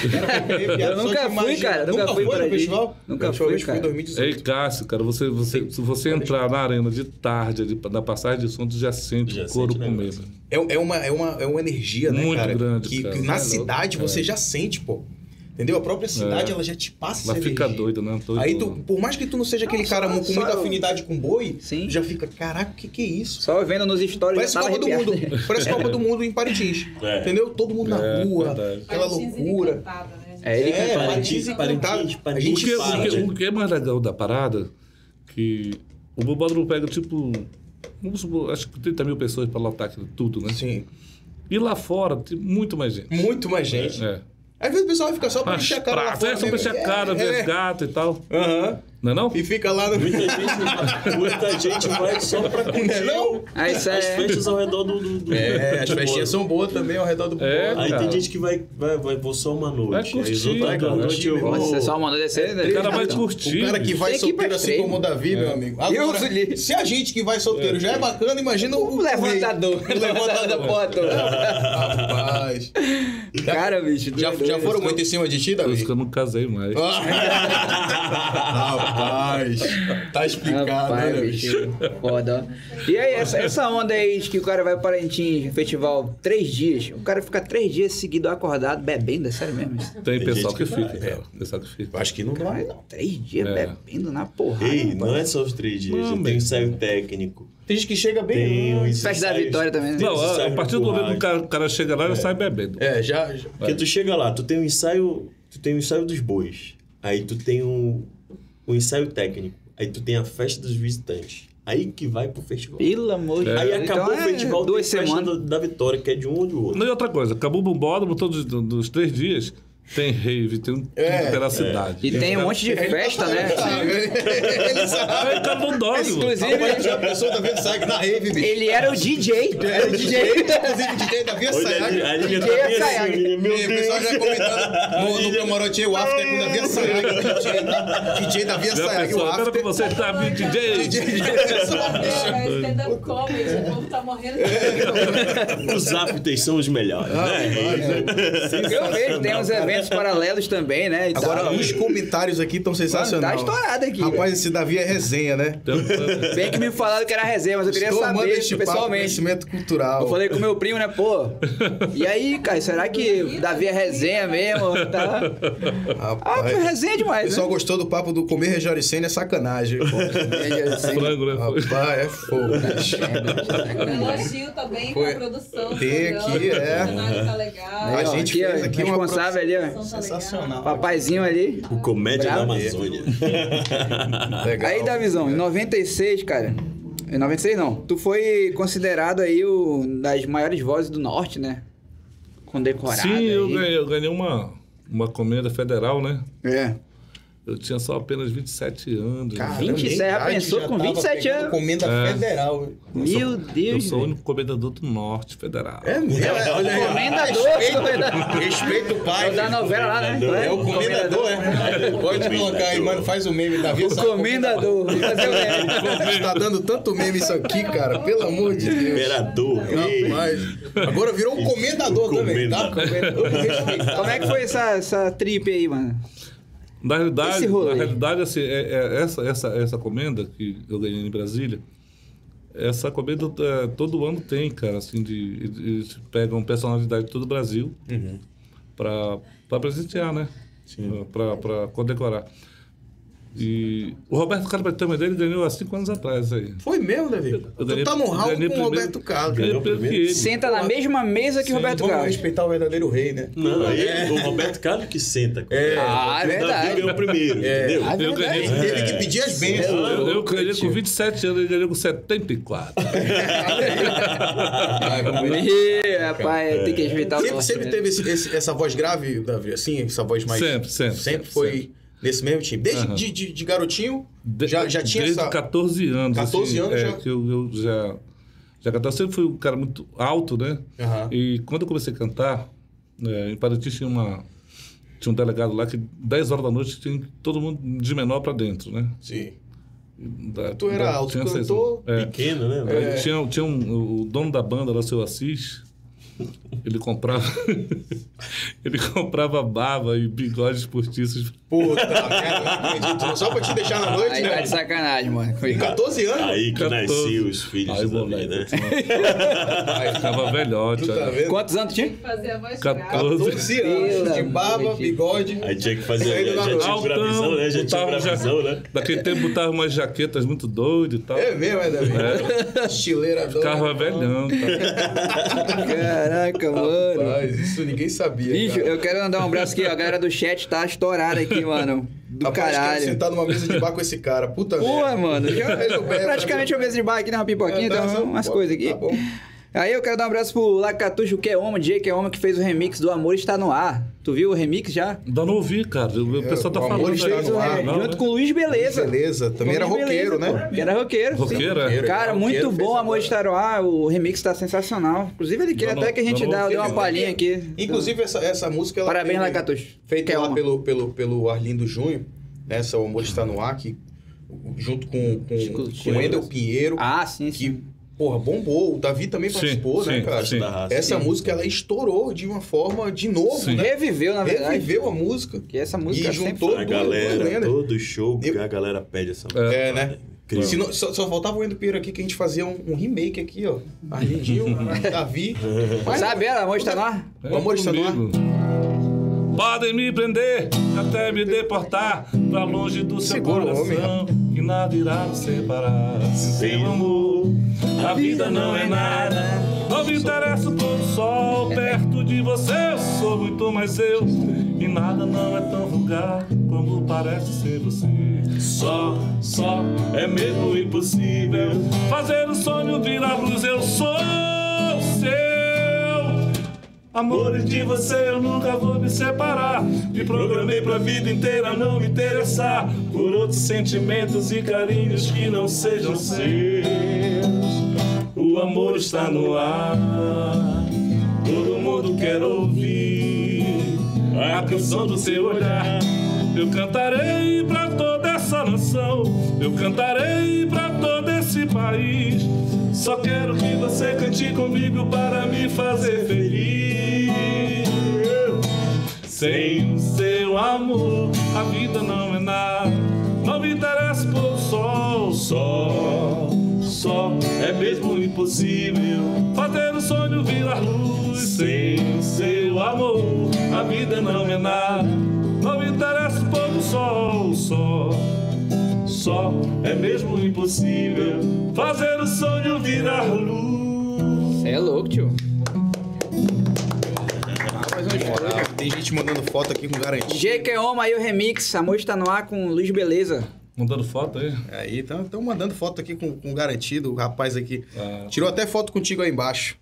A: Só de
B: nunca fui,
A: imaginar.
B: cara. Nunca fui
A: foi
B: pra
A: no
B: ali.
A: festival?
B: Nunca
A: A última
B: fui,
A: vez que Foi
B: cara.
A: em 2018.
C: Ei, Cássio, É cara, você, você, se você entrar na arena de tarde, ali, na passagem de som, tu já sente
D: Já
C: o couro
D: sente o
C: comer.
D: negócio.
C: né?
A: É, é, uma, é, uma, é uma energia, né,
C: Muito
A: cara?
C: grande,
A: que,
C: cara.
A: que
C: É
A: na
C: louco,
A: cidade você já sente, pô. Entendeu? A própria cidade, ela já te passa
C: Ela
A: essa
C: fica
A: energia.
C: doida, né? Doido,
A: Aí, tu, por mais que tu não seja aquele
B: Não,
A: cara
B: só-
A: com
B: só
A: muita
B: eu-
A: afinidade com boi,
B: Sim.
A: tu já fica, caraca, o que que é isso?
B: Só eu vendo nos stories,
A: Parece
B: já tava
A: Copa do
B: arrepiado.
A: Mundo. Parece Copa do Mundo em Parintins.
D: É.
A: Entendeu? Todo mundo na
C: É,
A: rua,
C: verdade.
A: aquela loucura.
F: né,
B: É, ele
A: É,
B: cantando.
A: Parintins, Parintins,
D: Parintins,
A: A
C: O
A: gente
C: que, o
A: fala,
C: que-
A: gente.
C: o que é mais legal da parada, que o Bobódromo pega, tipo, vamos supor, acho que 30 mil pessoas pra lotar aquilo tudo, né?
A: Sim.
C: E lá fora tem muito mais gente.
A: Muito mais gente.
C: É.
A: Às vezes o pessoal fica só pra
C: Mas
A: encher a cara lá
C: pra,
A: fora.
C: é, só
A: né?
C: pra encher a cara,
A: É,
C: ver
A: é.
C: as gatas e tal.
A: Aham.
C: Não é não?
A: E fica lá no...
D: Muita gente, muita gente vai só pra curtir
A: Não?
B: Ah, isso
D: as
B: é-
D: festas ao redor do... do, do
A: É, as
D: do
A: festinhas
D: bolo.
A: são boas também ao redor do
C: É,
A: bolo.
D: Aí
C: cara.
D: tem gente que vai, vai, vai vou só uma noite.
C: Vai
D: Aí
C: curtir,
D: os outros
C: vai
D: da noite
C: curtir,
D: eu
C: irmão.
D: vou...
B: Você só mandou descer, né?
C: O cara vai
B: Então.
C: curtir.
A: O cara que vai
B: Tem que ir
A: solteiro
B: pras
A: assim
B: três.
A: como o Davi,
C: É.
A: meu amigo.
B: Eu
A: Agora,
B: sou livre.
A: se a gente que vai solteiro já é bacana, imagina o...
B: O Um levantador.
A: O levantador. Rapaz.
B: Cara, bicho.
A: Já,
B: doido,
A: já
B: doido.
A: foram muito em cima de ti,
C: Por isso
A: Davi?
C: que eu não casei mais.
A: Rapaz, tá explicado,
B: Rapaz,
A: né,
B: bicho.
A: bicho?
B: Foda. E aí, essa, essa onda aí de que o cara vai para Parintins, festival, três dias. O cara fica três dias seguido acordado, bebendo, é sério mesmo isso?
C: Tem, pessoal que,
D: gente que
C: fica,
D: vai,
C: cara. Pessoal que fica.
A: Acho que não é. vai, não.
B: Não, três dias
C: É.
B: bebendo na porrada.
D: Ei,
B: mano.
D: não é só os três dias,
C: Não,
D: já tem
C: meu.
D: o ensaio técnico.
A: Tem gente que chega
D: Tem
A: bem.
D: o
A: antes.
D: ensaio-
B: Festa da Vitória também, né?
D: tem
C: Não,
D: os
C: a,
D: ensaios
C: a partir do momento que o
D: culturais.
C: cara, o cara chega lá, ele sai bebendo.
A: É, já. já-
D: Porque tu chega lá, tu tem o ensaio, tu tem o ensaio dos bois. Aí tu tem o, o ensaio técnico. Aí tu tem a festa dos visitantes. Aí que vai pro festival.
B: Pelo amor de Deus.
D: Aí acabou
B: Então,
D: o
B: é
D: festival, tem
B: duas
D: a festa
B: semanas.
D: do- da Vitória, que é de um ou de outro.
C: Não, e outra coisa, acabou o bombódromo todos os- dos três dias, tem rave, tem um tudo
A: É,
C: pela cidade.
B: E
C: Então,
B: tem um monte de festa, né?
A: Ele sabe.
C: Aí acabou o dódromo.
A: Rapaz,
B: Inclusive,
A: já pensou Davi do Saia na rave, bicho?
B: ele era o DJ. Era o DJ.
A: Inclusive, o DJ Davi
D: Olha,
A: Assayag.
D: a Lívia- a Lívia tá
B: DJ
D: bem assim,
B: Sayag.
D: Lívia, meu
A: O pessoal já
D: Deus.
A: comentando no, no camarote o after é com Davi Assayag. DJ, DJ Davi
C: Já
A: Assayag,
C: pensou,
A: o
C: agora que
A: after.
C: você tá vindo, DJ,
A: DJ Davi Assayag.
F: É, stand-up comedy, o povo tá morrendo.
A: É.
D: Os aptas são os melhores, né?
A: é.
B: Eu vejo, tem uns eventos paralelos também, né? e tal.
A: Agora, os comentários aqui estão
B: Mano, tá
A: sensacionais.
B: estourado aqui.
A: Rapaz, esse Davi é resenha, né?
B: velho. Bem que me falaram que era resenha, mas eu queria
A: Estou amando
B: saber
A: este papo,
B: pessoalmente.
A: conhecimento cultural.
B: Eu falei com meu primo, né? Pô, e aí, cara, será que o Davi é resenha mesmo? Tá? Ah, foi
A: Rapaz,
B: resenha
A: o
B: demais,
A: pessoal
B: né?
A: gostou do papo do comer regioricene é sacanagem. pô.
C: frango, né? Foi.
A: Rapaz, é fogo, bicho.
B: tá
F: Elogio também
A: Foi.
F: pra produção.
A: Tem
F: programa,
A: aqui, é.
F: o cenário Tá legal. tá
A: A
B: Aí, ó,
A: gente
B: aqui, ó,
A: fez aqui uma
B: responsável ali, ó.
F: Sensacional.
B: Papaizinho ali.
D: O Comédia
B: Bravo.
D: da Amazônia.
A: Legal.
B: Aí da visão, em 96, cara. Em 96 não. Tu foi considerado aí um das maiores vozes do norte, né? Condecorado.
C: Sim, eu
B: aí.
C: ganhei, eu ganhei uma, uma comenda federal, né?
B: É.
C: Eu tinha só apenas 27 anos.
A: Caramba,
B: 27,
A: a idade
B: pensou
A: já
B: com
A: tava
B: 27
A: pegando
B: anos.
A: Comenda federal.
B: Meu
C: Eu
B: Deus.
C: sou o
B: velho.
C: único comendador do Norte Federal.
A: É mesmo? Olha aí.
B: Comendador,
A: Respeita,
B: comendador.
A: respeita o
B: É
A: pai.
B: o da novela lá, né?
A: É o comendador, é. Pode colocar aí, mano. Faz o meme, Davi.
B: O
A: sabe
B: comendador. Vou fazer o meme.
A: comendador. Tá dando tanto meme isso aqui, cara. Pelo amor de Deus.
D: Imperador, rei.
A: Rapaz, agora virou um comendador também, tá?
D: Comenda.
B: é
A: Comendador.
B: Como é que foi essa, essa trip aí, mano?
C: Na realidade,
B: Esse rolê.
C: na realidade assim, é- é essa, essa, essa comenda que eu ganhei em Brasília, essa comenda é, todo ano tem, cara, assim, de, eles- eles pegam personalidade de todo o Brasil para para presentear, né? Para condecorar. E o Roberto Carlos, pra ter uma ideia, ele ganhou há cinco anos atrás aí.
A: Foi mesmo, Davi?
C: ganhei-
A: Tu tá no hall com
C: ganhei
A: o
C: primeiro-
A: Roberto Carlos.
C: Ganhei
D: Ganhou
C: primeiro que
D: primeiro?
C: ele.
B: Senta na mesma mesa que o Roberto
A: Vamos
B: Carlos.
A: respeitar o verdadeiro rei, né?
D: Não, ele, o Roberto Carlos que senta. cara.
B: Ah, é
D: o Davi
B: verdade.
D: ganhou primeiro, entendeu?
B: Ah,
C: Eu
B: verdade.
C: ganhei.
A: Teve que pedir as bênçãos.
C: É, Eu, eu ganhei com 27 anos, ele ganhou com 74.
B: Ih, rapaz, tem que respeitar o
A: é Sempre,
B: nosso,
A: sempre
B: né?
A: teve esse- esse- essa voz grave, Davi, assim, essa voz mais.
C: Sempre, sempre,
A: Sempre
C: sempre,
A: foi
C: sempre.
A: nesse mesmo time. Desde
C: Aham.
A: de, de- de garotinho,
C: De-
A: já, já tinha
C: desde
A: essa.
C: 14 anos.
A: 14 anos
C: é,
A: já?
C: Que eu, eu já. Já cantava. Sempre fui um cara muito alto, né?
A: Aham.
C: E quando eu comecei a cantar, é, em Paraty tinha uma. Tinha um delegado lá que 10 horas da noite tinha todo mundo de menor pra dentro, né?
A: Sim.
C: Da-
A: Tu era
C: da-
A: alto,
C: tinha seis
A: cantor,
C: anos. É.
D: Pequeno, né?
C: Aí Tinha, tinha um- o dono da banda lá, o seu Assis, ele comprava. ele comprava barba e bigodes postiços.
A: Puta merda, não acredito. não. Só pra te deixar na noite,
B: Aí tá de
A: né?
B: sacanagem, mano.
A: 14 anos.
D: Aí que
C: 14.
D: nasceu os filhos
C: Aí,
D: do Davi,
C: moleque,
D: né?
C: ficava velhote.
A: Tu tá
C: olha.
A: vendo?
B: Quantos anos tu tinha?
F: Fazer a voz
C: 14.
A: 14 anos, de
B: Pelo
A: barba,
B: amor de
A: bigode.
D: Aí tinha que fazer.
A: Saindo
D: Já,
A: da
D: já tinha
A: noite.
D: previsão, né? Já tinha
C: Botava um
D: previsão, né?
C: Daquele tempo botava umas jaquetas muito doidas e tal.
A: É então, mesmo, é, Davi? Estileira doida.
C: tá. Ficava velhão. Tá.
B: Caraca, mano.
A: Rapaz, isso ninguém sabia.
B: Bicho,
A: cara.
B: eu quero mandar um abraço aqui, ó. A galera do chat tá estourada aqui, mano. Do
A: Rapaz,
B: caralho.
A: quero sentar numa mesa de bar com esse cara. Puta
B: Porra,
A: merda.
B: mano. Já, é
A: Fez o bem,
B: praticamente eu mesa de bar aqui, né? Uma pipoquinha,
A: É, tá
B: tem
A: razão.
B: umas
A: Bom,
B: coisas aqui.
A: tá bom.
B: Aí eu quero dar um abraço pro Lacatucho, que é homem, DJ, que é homem, que fez o remix do Amor Está No Ar. Tu viu o remix já?
C: Ainda não ouvi, cara. O pessoal tá
A: É, o amor
C: falando.
A: está
C: aí.
A: no ar.
C: Não,
B: Junto
C: né?
B: com o Luiz Beleza.
A: Beleza, também era
B: Luiz Beleza,
A: roqueiro, né?
B: pô. Era roqueiro, sim.
C: Roqueiro, é?
B: Cara,
A: Roqueiro
B: muito
A: fez
B: bom
A: agora.
B: Amor Está No Ar. O remix tá sensacional. Inclusive, ele queria
C: Não,
B: até que a gente
C: não,
B: dá-
C: não,
B: dê uma
A: não.
B: palhinha aqui.
A: Inclusive, essa, essa música... Ela
B: Parabéns,
A: teve-
B: Lacatucho.
A: Feita
B: Que é
A: lá
B: uma.
A: pelo, pelo, pelo Arlindo Junho, né? Essa O Amor Está No Ar, que, junto com, com,
B: Escute,
A: com o Wendel Pinheiro,
B: Ah, sim, sim.
A: que, porra, bombou. O Davi também
C: Sim,
A: participou, né,
C: sim,
A: cara?
C: sim.
D: Da raça.
A: Essa
D: Sim.
A: música, é ela estourou de uma forma, de novo,
C: Sim.
A: né?
B: Reviveu, na verdade.
A: Reviveu a música.
B: Que essa música
A: E
B: sempre
A: juntou
B: foi-
D: A
A: Todo
D: galera,
A: mundo, né?
D: todo show,
A: Eu-
D: a galera pede essa
A: É, né?
D: Incrível.
A: Se não- só, só faltava o Wendel Pinheiro aqui, que a gente fazia um, um remake aqui, ó. Arlindinho, Davi. Mas-
B: Sabe ela, Amor Está No Ar?
C: É
A: O amor está no ar.
C: comigo. Podem me prender, até me deportar pra longe do seu
A: Segura o
C: coração,
A: homem,
C: que nada irá nos separar. Sem o amor, a vida não é nada. Não me interessa o pôr do sol perto de você, eu sou muito mais eu. E nada não é tão vulgar como parece ser você. Só, só é mesmo impossível fazer o sonho virar luz. Eu sou seu. Amor, e de você eu nunca vou me separar. Me programei pra vida inteira não me interessar por outros sentimentos e carinhos que não sejam seus. O amor está no ar, todo mundo quer ouvir a canção do seu olhar. Eu cantarei pra toda essa nação, eu cantarei pra todo esse país. Só quero que você cante comigo para me fazer feliz. Sem o seu amor, a vida não é nada. Não me interessa por sol, só, só é mesmo impossível fazer o sonho virar luz. Sem o seu amor, a vida não é nada. Não me interessa por sol, só, só é mesmo impossível fazer o sonho virar luz.
B: Cê é louco, tio.
A: Ah, Tem gente mandando foto aqui com garantia.
B: DJ que é homem, aí o remix. Amor Está No Ar com Luiz Beleza.
C: Mandando foto aí?
A: Aí, estão mandando foto aqui com, com garantido, o rapaz aqui.
C: Ah.
A: Tirou até foto contigo aí embaixo.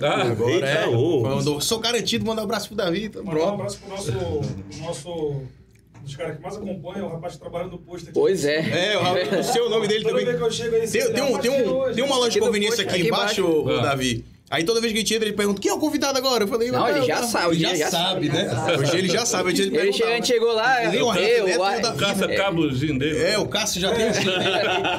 C: Ah,
D: Eita, ô.
A: Mandou, sou garantido, manda um abraço pro Davi. Tá
G: Mandar um
A: pronto.
G: abraço pro nosso. pro nosso um dos caras que mais acompanha, o rapaz que trabalha no posto aqui.
B: Pois é.
A: É, o, rapaz, eu sei o nome dele
G: Toda
A: também.
G: vez que eu chego aí,
A: Tem, tem um, tem, um, tem uma loja de conveniência aqui,
B: Aqui
A: embaixo,
B: embaixo.
A: ô, ô,
C: Ah.
A: Davi. Aí toda vez que a gente entra, ele pergunta: quem é o convidado agora? Eu falei:
B: Não,
A: "Ah,
B: ele
A: eu-
B: já
A: eu-
B: sabe,
A: Ele
B: ele
A: já
B: já
A: sabe,
F: sabe,
A: né?
F: já sabe.
A: Hoje ele já sabe, hoje ele
B: Ele é chegou,
A: perguntava,
B: ele
A: né?
B: chegou lá,
A: Nem o
B: eu,
A: Renato Neto,
B: eu,
A: nem o
C: O
A: Davi.
C: Cássio acaba o gin dele.
A: É, o Cássio já tem o gin.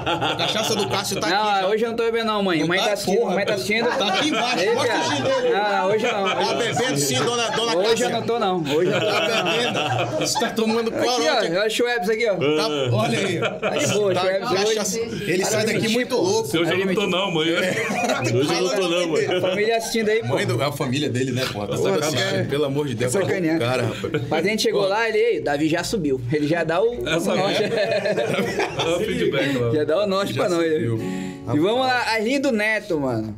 A: A cachaça do Cássio tá
B: não,
A: aqui. já.
B: hoje eu não tô bebendo não, mãe.
A: Não
B: mãe
A: tá,
B: tá assistindo,
A: porra,
B: mãe tá assistindo.
A: Tá aqui embaixo,
B: Ei,
A: mostra o
B: cara.
A: gin dele.
B: Não, não, hoje não.
A: Tá
B: hoje
A: bebendo sim, dona, dona
B: não. Hoje
A: Cássia.
B: eu não tô não, hoje eu não
A: Tá
B: tô não.
A: bebendo. Você tá tomando
B: Aqui, ó,
A: corote.
B: olha o Schweppes aqui, ó.
A: Tá, olha aí. Tá
B: de boa, é Schweppes hoje.
A: cachaça- Ele sai daqui
B: Tipo,
A: muito louco.
C: Se hoje eu não tô, não, mãe.
A: É.
D: Hoje eu não tô, não, mano.
B: Família assistindo aí, pô.
A: Mãe do, a família dele, né, pô? Tá sacanagem, pelo amor de Deus.
B: sacaneando.
A: Cara, rapaz.
B: Mas a gente chegou lá, ele, ei, o Davi já subiu. Ele já dá o, o
C: Essa
B: norte.
C: É o feedback lá.
B: já dá o norte pra nós. né?
A: subiu.
B: E vamos lá, Arlindo Neto, mano.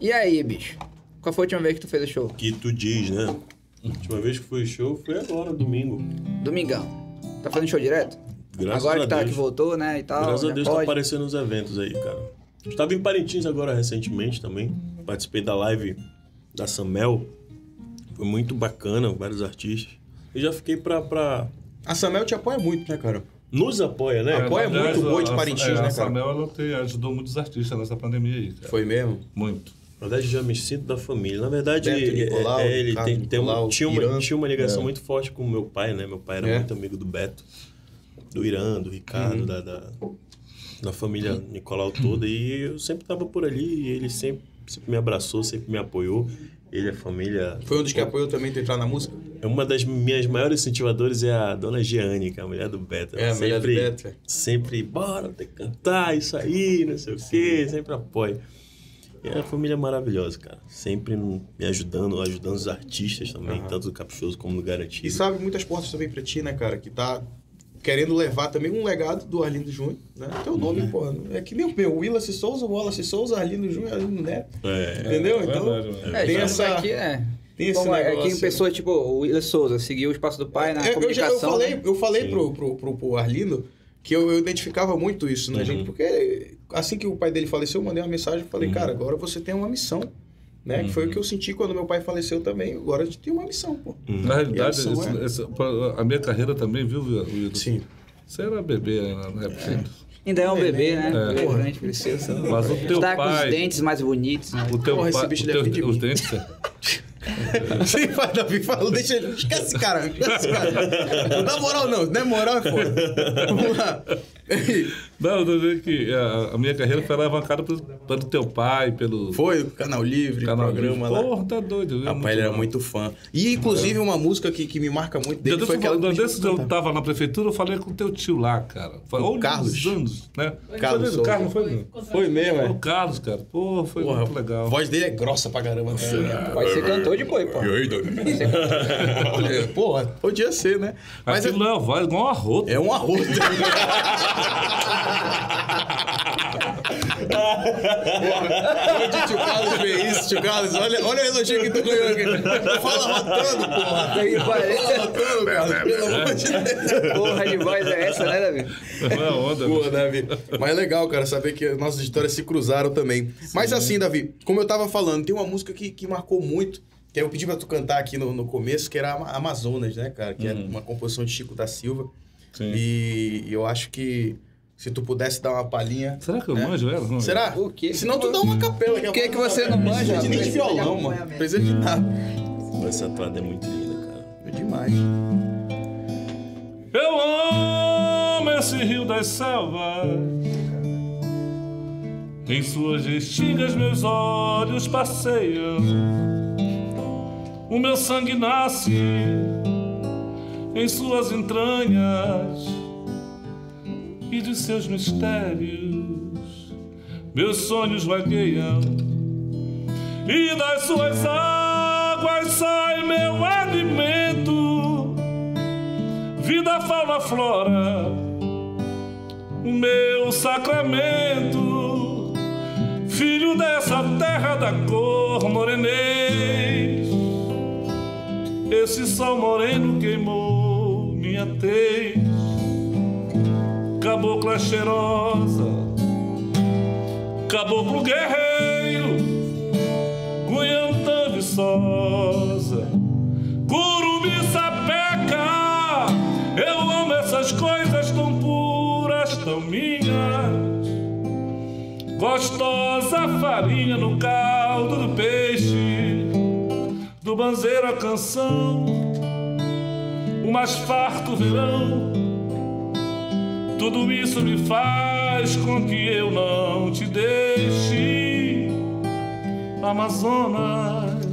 B: E aí, bicho? Qual foi a última vez que tu fez o show?
D: Que tu diz, né? A última vez que foi show foi agora, domingo.
B: Domingão. Tá fazendo show direto?
D: Graças
B: Agora
D: a
B: que, tá,
D: Deus.
B: que voltou, né, e tal.
D: Graças a
B: já
D: Deus tá
B: pode.
D: aparecendo nos eventos aí, cara. Estava em Parintins agora recentemente também. Participei da live da Samel. Foi muito bacana, vários artistas. E já fiquei pra. pra...
A: A Samuel te apoia muito, né, cara?
D: Nos apoia, né?
C: É, Na
A: Apoia
C: verdade,
A: é muito o boi de
C: a-
A: Parintins, né,
C: é, A
A: cara?
C: Samel ela tem- ajudou muitos artistas nessa pandemia aí, cara.
A: Foi mesmo?
C: Muito.
D: Na verdade, já me sinto da família. Na verdade,
A: Beto,
D: é-
A: Nicolau,
D: é, ele
A: Ricardo,
D: tem, tem um-
A: Nicolau,
D: tinha, uma,
A: Irã.
D: tinha uma ligação muito forte com o meu pai, né? Meu pai era
A: É. Uhum.
D: muito amigo do Beto, do Irã, do Ricardo, da, da, da família Nicolau toda. E eu sempre tava por ali e ele sempre, sempre me abraçou, sempre me apoiou. Ele, a família.
A: Foi um dos que apoiou também tu entrar na música?
D: É Uma das minhas maiores incentivadoras é a dona Giane, que é a mulher do Beto.
A: É, a mulher do Beto, é.
D: Sempre, bora, tem que cantar, isso aí, não sei o quê, sempre apoia. E é uma família maravilhosa, cara. Sempre me ajudando, ajudando os artistas também, tanto do Caprichoso como do Garantido.
A: E sabe muitas portas também pra ti, né, cara? Que tá querendo levar também um legado do Arlindo Júnior, né? Teu
B: Uhum.
A: nome, pô, é que nem o meu, Wallace Souza, Wallace Souza, Arlindo Júnior, Arlindo Neto,
D: É,
A: entendeu?
C: É
A: então,
C: verdade, mano.
B: É,
A: tem
B: já
A: essa...
B: tá aqui, né?
A: Tem esse
B: Como é,
A: negócio.
B: quem pessoa, tipo, o Willian Souza, seguiu o espaço do pai na
A: É, eu, já,
B: comunicação.
A: eu falei,
B: né?
A: eu falei
D: Sim.
A: pro, pro, pro, pro Arlindo que eu, eu identificava muito isso na
D: Uhum.
A: gente, porque assim que o pai dele faleceu, eu mandei uma mensagem e falei, cara, agora você tem uma missão, né? Que foi o que eu senti quando meu pai faleceu também, agora a gente tem uma missão, pô.
C: Na realidade,
A: E a missão
C: esse- esse- a minha carreira também, viu, Wildo? Você era bebê ainda na época.
B: Ainda é um bebê, né?
C: É.
B: Bebê grande, princesa.
C: Mas o teu
B: Está com os
C: pai.
B: dentes mais bonitos, né?
C: O teu
A: Porra, esse
C: pai.
A: bicho
C: o
A: deve
C: teu-
A: vir de
C: os
A: mim.
C: dentes.
A: Sim, vai, Davi falou, deixa ele. Esquece esse cara, esquece esse cara. Não dá moral, não. Não é moral, é foda. Vamos lá.
C: Não, eu tô dizendo que é, a, a minha carreira foi alavancada pelo, pelo teu pai, pelo
A: Foi o Canal Livre,
C: canal
A: programa
C: Livre.
A: lá.
C: Porra, tá doido. viu?
A: Rapaz, ele era
C: bom.
A: muito fã. E, inclusive, uma música que, que me marca muito dele
C: Dia desse
A: foi
C: eu
A: aquela...
C: falei-
A: que
C: dia desse eu tava na prefeitura, eu falei com o teu tio lá, cara. Foi
A: O
C: olha os
A: Carlos.
C: anos, né?
A: Carlos
C: Foi, o Carlos
A: Souza.
C: foi.
A: Foi mesmo,
C: Foi o
A: é.
C: Carlos, cara. Pô, foi
A: Porra,
C: muito legal.
A: A voz dele é grossa pra caramba.
B: Vai ser cantor de boi, pô.
A: E aí, doido? Olha, É, Porra, podia ser, né? Mas
C: Aquilo
A: é,
C: é uma voz igual uma rota.
A: é um arroz. Onde tio Carlos vê isso, tio Carlos? Olha, olha o elogio que tu ganhou aqui. Não fala rotando, porra.
B: Aí,
A: Fala
B: parece-
A: rotando, Carlos. Pelo amor de Deus.
B: Porra de voz é essa, né, Davi?
C: É uma onda.
A: Boa, Davi. Mas é legal, cara, saber que as nossas histórias se cruzaram também. Mas assim, Davi, como eu tava falando, tem uma música que, que marcou muito, que eu pedi pra tu cantar aqui no, no começo, que era Ama- Amazonas, né, cara? Que é uma composição de Chico da Silva.
C: Sim.
A: E eu acho que se tu pudesse dar uma palhinha.
C: Será que eu
A: né?
C: manjo ela? Não?
A: Será?
B: O quê?
A: Senão tu dá uma capela.
B: Por que que você não manja?
A: Não precisa de nem de violão, mano. Não Precisa de nada.
D: Essa entrada é muito linda, cara.
A: É demais.
C: Eu amo esse rio das selvas. Em suas restingas meus olhos passeiam. O meu sangue nasce em suas entranhas e de seus mistérios. Meus sonhos vagueiam e das suas águas sai meu alimento vida, fauna, flora, o meu sacramento, filho dessa terra da cor morenês. Esse sol moreno queimou minha tez, cabocla cheirosa, caboclo guerreiro, Guiantã viçosa. Curumbi sapeca. Eu amo essas coisas tão puras, tão minhas. Gostosa farinha no caldo. caldo do peixe, do banzeiro a canção, o mais farto verão. Tudo isso me faz com que eu não te deixe, Amazonas,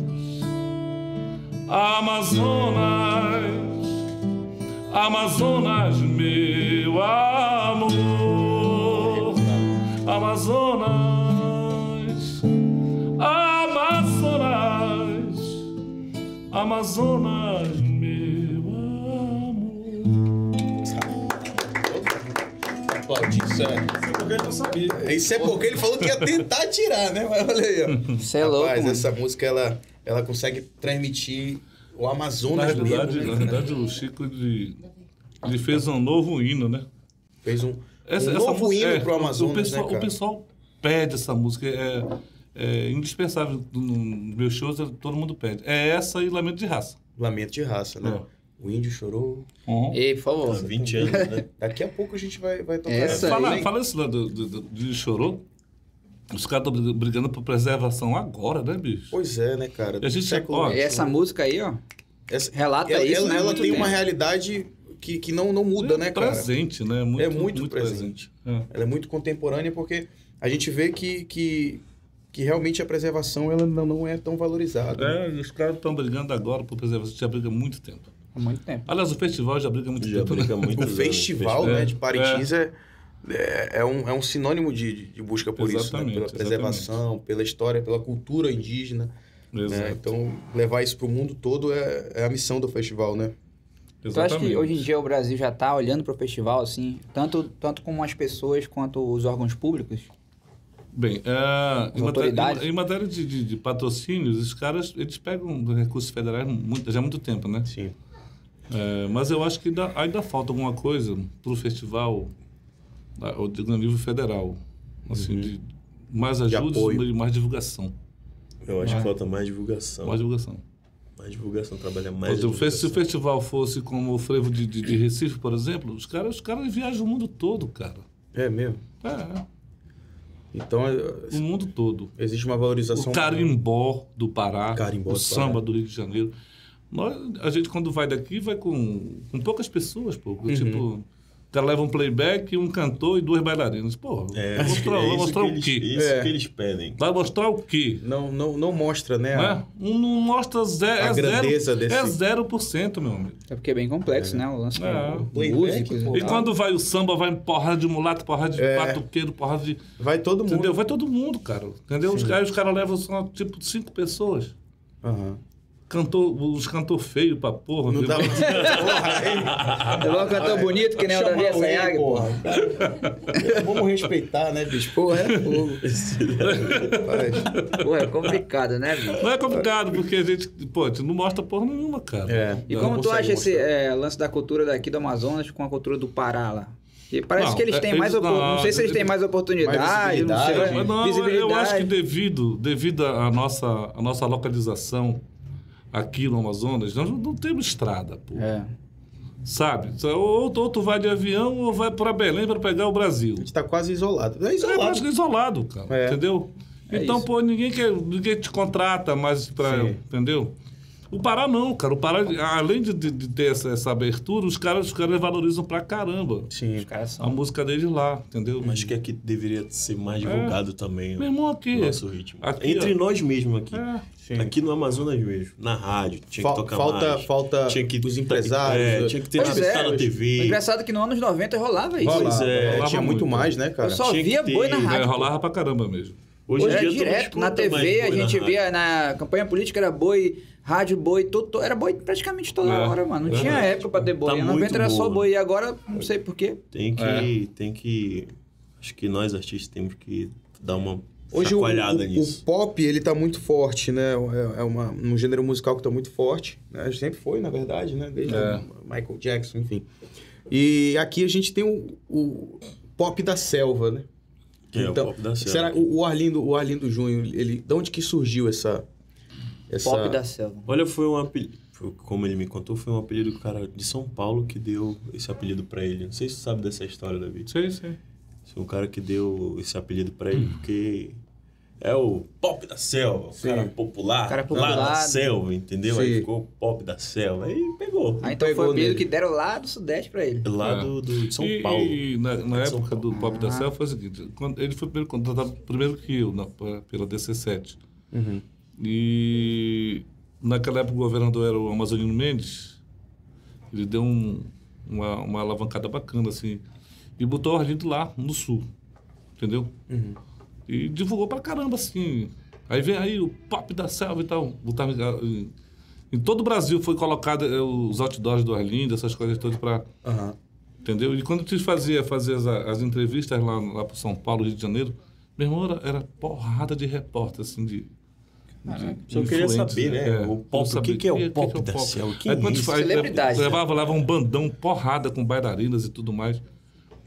C: Amazonas. Amazonas, meu amor. Amazonas, Amazonas, Amazonas, meu amor.
A: Aplaudir, isso é.
G: Isso é porque ele não sabia.
A: Isso é porque ele falou que ia tentar tirar, né? Mas olha aí, ó.
B: Você é louco,
A: Rapaz,
B: mano.
A: essa música, ela, ela consegue transmitir o
C: Na
A: Amazonas
C: realidade,
A: mesmo, né,
C: na
A: cara?
C: realidade o Chico ele, ele fez um novo hino, né?
A: Fez um,
C: Essa,
A: um
C: essa
A: novo
C: música-
A: hino
C: é,
A: pro Amazonas,
C: o pessoal,
A: né, cara?
C: O pessoal pede essa música, é, é indispensável. Nos meus shows, todo mundo pede. É essa e Lamento de Raça.
A: Lamento de raça, né?
C: É.
A: O índio chorou.
C: Uhum.
B: Ei, por
D: Há
B: favor.
D: 20 anos, né?
A: Daqui a pouco a gente vai, vai tocar.
B: Essa aí.
C: Fala,
B: hein?
C: fala isso lá do, do, do- de Chorô. Os caras estão brigando por preservação agora, né, bicho?
A: Pois é, né, cara?
C: E a gente-
A: Século
C: ó,
A: XXI.
B: Essa música aí, ó,
A: Essa-
B: relata
A: ela,
B: isso,
A: ela-
B: né?
A: ela
B: muito
A: tem uma
B: bem.
A: realidade que, que não, não muda,
C: é
A: né, cara?
C: presente, né? Muito,
A: É muito presente.
C: presente.
A: Ela é muito contemporânea porque a gente vê que, que, que realmente a preservação ela não, não é tão valorizada. né?
C: É, e os caras estão brigando agora por preservação. Já briga há muito tempo.
B: Há muito tempo.
C: Aliás, o festival já briga há muito
D: Já
C: tempo. né?
D: brinca muito.
A: O Tipo, festival
C: festival.
A: né, de Parintins é, é, é um, é um sinônimo de, de- de busca por isso, né?
C: Exatamente,
A: pela preservação, pela história, pela cultura indígena.
C: Exato,
A: Né? Então, levar isso para o mundo todo é, é a missão do festival, né?
B: Tu acha Então, que
C: exatamente.
B: hoje em dia o Brasil já tá olhando pro festival, assim, tanto, tanto como as pessoas quanto os órgãos públicos?
C: Bem, é, em,
B: autoridades.
C: matéria, em matéria de, de, de patrocínios, os caras eles pegam recursos federais muito- já há muito tempo, né?
D: Sim.
C: É, mas eu acho que ainda, ainda falta alguma coisa para o festival, ah, eu digo, no nível federal. Assim,
D: Uhum.
C: de mais ajudas
A: apoio.
C: e mais divulgação.
D: Eu acho que falta mais divulgação.
C: Mais divulgação.
D: Mais divulgação, trabalhar
C: Por
D: Então, mais.
C: exemplo, fe- se o
D: divulgação.
C: festival fosse como o Frevo de, de- de Recife, por exemplo, os caras, os caras viajam o mundo todo, cara.
A: É mesmo.
C: É, é,
A: Então, é-
C: o mundo todo.
A: existe uma
C: O
A: valorização.
C: carimbó do Pará,
A: um Carimbó
C: o
A: do
C: samba
A: Pará.
C: do Rio de Janeiro. Nós, a gente, quando vai daqui, vai com, com poucas pessoas, pô.
A: Uhum.
C: Tipo, o cara leva um playback, um cantor e duas bailarinas. Pô,
D: É,
C: vai
D: acho que
C: mostrar,
D: é
C: vai
D: isso
C: mostrar
D: que
C: o
D: eles,
C: quê?
D: Isso
A: É.
D: que eles pedem.
C: Vai mostrar o quê?
A: Não, não, não mostra, né? a-
C: Né? Um não mostra zero.
A: A
C: é
A: grandeza
C: zero,
A: desse-
C: É zero por cento, meu amigo.
B: É porque é bem complexo, né? O né, lance
C: É.
B: da
A: Playback,
B: música.
A: pô.
C: E quando vai o samba, vai porrada de mulato, porrada de batuqueiro, porrada de.
A: Vai É. todo mundo.
C: Entendeu? Vai todo mundo, cara. Entendeu? Os caras, os caras levam só, tipo, cinco pessoas.
A: Aham.
C: Cantor, os cantor feio pra porra.
A: Não
C: viu?
A: dá porra,
B: Eu vou cantar Ah, bonito, que nem o Davi Assayag, pô.
A: Vamos respeitar, né, bicho? Porra, é fogo. Rapaz.
B: Pô, é complicado, né, bicho?
C: Não é complicado, porque a gente, pô, a gente não mostra porra nenhuma, cara.
A: É,
B: E
A: não
B: como tu
A: consegue
B: acha esse
A: mostrar.
B: é, lance da cultura daqui do Amazonas com a cultura do Pará lá? Que parece
C: Não,
B: que eles
C: é,
B: têm
C: eles
B: mais... opor- Não,
C: não-
B: sei se eles têm mais oportunidade, não sei...
A: visibilidade.
C: Mas não, eu acho
B: visibilidade.
C: que devido, devido à nossa, à nossa localização aqui no Amazonas, nós não temos estrada, pô.
B: É.
C: Sabe? Então, Ou, ou tu vai de avião ou vai pra Belém pra pegar o Brasil.
A: A gente tá quase isolado. É
C: É
A: isolado.
C: quase isolado, cara.
A: É.
C: Entendeu?
B: É
C: então,
B: isso.
C: pô, ninguém, quer, ninguém te contrata mais pra.
A: Sim.
C: Entendeu? O Pará não, cara. O Pará, além de, de- de ter essa, essa abertura, os caras, os caras valorizam pra caramba
A: Sim.
B: caras
C: a música deles lá, entendeu?
D: Mas que aqui deveria ser mais divulgado
C: Hum.
D: também.
C: É. Meu
D: o
C: irmão aqui.
D: Nosso ritmo.
C: Aqui,
D: Entre
C: ó.
D: nós mesmos aqui.
C: É.
A: Sim.
D: Aqui no Amazonas mesmo. Na rádio. Tinha
A: Fal-
D: que tocar
A: falta-
D: mais.
A: falta
D: tinha que,
A: os empresários,
D: É,
A: né?
D: tinha que ter
B: Pois
D: na,
B: é,
D: tá na
B: hoje. O
D: TV.
B: engraçado é que no anos 90 rolava isso.
D: Pois é,
A: É, tinha muito
C: muito.
A: mais, né, cara?
B: eu só
D: tinha que
B: via boi
D: ter,
B: na
D: né,
C: É,
B: rádio. pô.
C: rolava pra caramba mesmo.
D: Hoje,
B: Hoje
D: em
B: era
D: dia, tu não
B: direto, na
D: escuta mais
B: TV a
D: boi na
B: gente
D: rádio.
B: via na campanha política era boi, rádio boi, todo, todo- era boi praticamente toda
C: É,
B: hora, mano. Não
C: é
B: tinha
C: verdade.
B: época pra ter boi.
D: Tá
B: Em
D: muito
B: 90 era só
D: boa.
B: boi e agora não sei porquê.
D: Tem que,
C: É.
D: tem que. Acho que nós artistas temos que dar uma
A: Hoje o,
D: chacoalhada
A: o-
D: nisso.
A: o pop, ele tá muito forte, né? É, é uma- um gênero musical que tá muito forte. Né? Sempre foi, na verdade, né? Desde
C: É.
A: o Michael Jackson, enfim. E aqui a gente tem o, o pop da selva, né?
D: É, o
A: então,
D: pop da selva.
A: Será o o Arlindo, o Arlindo Júnior, ele, de onde que surgiu essa... essa...
B: Pop da selva.
D: Olha, foi um apelido. foi- Como ele me contou, foi um apelido que o cara de São Paulo que deu esse apelido pra ele. Não sei se tu sabe dessa história, David.
C: Sei, sei. Hum.
D: Foi um cara que deu esse apelido pra ele porque É o pop da selva, o cara popular,
B: Cara popular.
D: lá na selva, entendeu? Aí
B: Sim.
D: ficou pop da selva, aí pegou.
B: Ah, então
A: Pegou
B: foi o apelido
A: nele.
B: que deram lá do Sudeste pra ele.
D: Lá
C: É.
D: do, do- de São
C: e,
D: Paulo.
C: E na, na
D: São
C: época
D: Paulo.
C: do Pop da Selva foi o seguinte: quando ele foi primeiro contratado primeiro que eu, na- pela DC7.
D: Uhum.
C: E naquela época o governador era o Amazonino Mendes. Ele deu um- uma, uma alavancada bacana, assim. E botou o Arlindo lá, no sul. Entendeu?
D: Uhum.
C: E divulgou pra caramba, assim. Aí vem aí o Pop da Selva e tal. Botava em- em, em todo o Brasil foi colocado eh, os outdoors do Arlindo, essas coisas todas pra... Entendeu? E quando tu fazia, fazia as, as entrevistas lá, lá pro São Paulo, Rio de Janeiro, meu irmão era, era porrada de repórter, assim, de. de
D: Ah, Só queria
C: influentes,
D: saber, né?
C: É,
D: O pop,
C: queria
D: o que que é o
C: saber
D: pop da Cel? Quem
C: Aí
D: é
C: quando
D: isso?
C: faz-
B: Celebridade, né?
C: Levava, levava um bandão, porrada com bailarinas e tudo mais.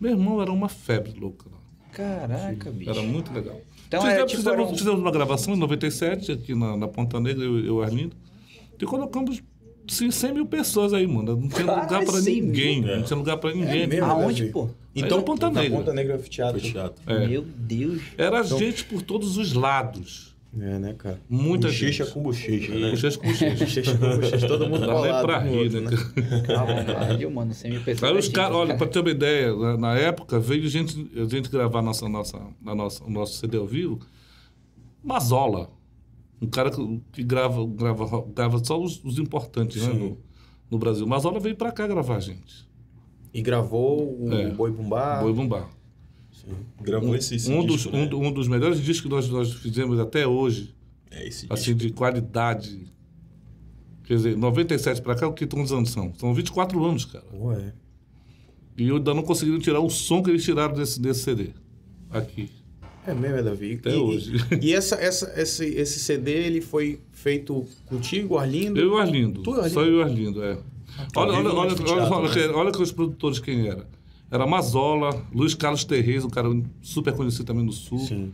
C: Meu irmão era uma febre louca. lá.
B: Caraca, bicho.
C: Era muito legal.
B: Então
C: fizemos,
D: é,
B: era tipo,
C: fizemos-
B: era um-
C: fizemos uma gravação em 97, aqui na, na Ponta Negra, eu eu e o Arlindo, e colocamos sim, 100 mil pessoas aí, mano. Não tinha
B: Cara,
C: lugar pra
B: 100 mil?
C: ninguém.
D: É.
C: Não tinha lugar pra ninguém.
A: mesmo?
B: Aonde, pô?
C: Então, Ponta
D: na
C: Negra.
A: Ponta Negra Teatro.
D: Foi teatro.
C: É.
B: Meu Deus.
C: Era
D: Então,
C: gente por todos os lados.
A: É, né, cara?
C: Muita
D: bochecha
C: gente.
D: com bochecha, né?
C: Bochecha com bochecha.
A: Bochecha com bochecha, todo
C: Não
A: mundo
C: dá nem
A: colado
C: pra
A: um no
C: rir,
A: outro,
C: né?
B: Caralho, mano, 100 mil pessoas.
C: Aí os
B: gente,
C: caras, olha, pra ter uma ideia, na, na época veio gente, gente gravar nossa, nossa, na nossa, o nosso CD ao vivo, Mazola. Um cara que, que grava, grava, grava só os, os importantes né, no, no Brasil. Mazola veio pra cá gravar, gente.
A: E gravou o
C: É.
A: Boi Bumbá.
C: Boi Bumbá.
D: Gravou Ah. esse, esse
C: Um dos,
D: disco, né?
C: um, do- um dos melhores discos que nós, nós fizemos até hoje.
D: É esse
C: assim, de qualidade. Quer dizer, 97 pra cá, o que quantos anos são? São 24 anos, cara.
A: Pô, é.
C: E eu ainda não conseguiram tirar o som que eles tiraram desse, desse CD. Aqui,
A: É mesmo, é Davi.
C: até
A: e,
C: hoje.
A: E, e essa, essa, esse, esse CD, ele foi feito contigo, Arlindo?
C: Eu e o Arlindo.
A: Tu e o Arlindo? Tá
C: Só eu e o Arlindo, é. Olha, olha,
D: vivo
C: olha,
D: no
C: olha,
D: teatro,
C: olha,
D: né?
C: que- olha que os produtores quem era. Era Mazola, Luiz Carlos Terrez, um cara super conhecido também no Sul.
D: Sim.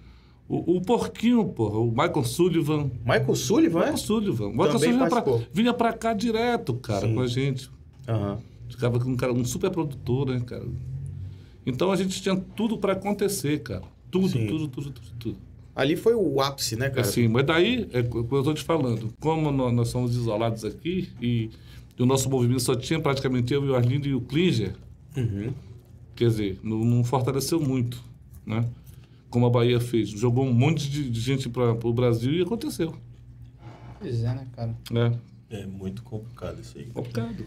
C: O, o Porquinho, porra, o Michael Sullivan.
A: Michael Sullivan, é?
C: Michael Sullivan. O Michael
A: Também
C: Sullivan vinha pra,
A: participou.
C: vinha pra cá direto, cara, com a gente.
A: Aham.
C: Ficava com um cara, um super produtor, né, cara? Então a gente tinha tudo pra acontecer, cara. Tudo,
A: Sim.
C: tudo, tudo, tudo, tudo.
A: Ali foi o ápice, né, cara?
C: Assim, mas daí, é o que eu tô te falando, como nó- nós, somos isolados aqui e, e o nosso movimento só tinha praticamente eu e o Arlindo e o Klinger,
A: Uhum.
C: quer dizer, não, não fortaleceu muito, né? Como a Bahia fez. Jogou um monte de, de gente para o Brasil e aconteceu,
B: Pois é, né, cara?
C: né?
D: É muito complicado isso aí.
C: Complicado.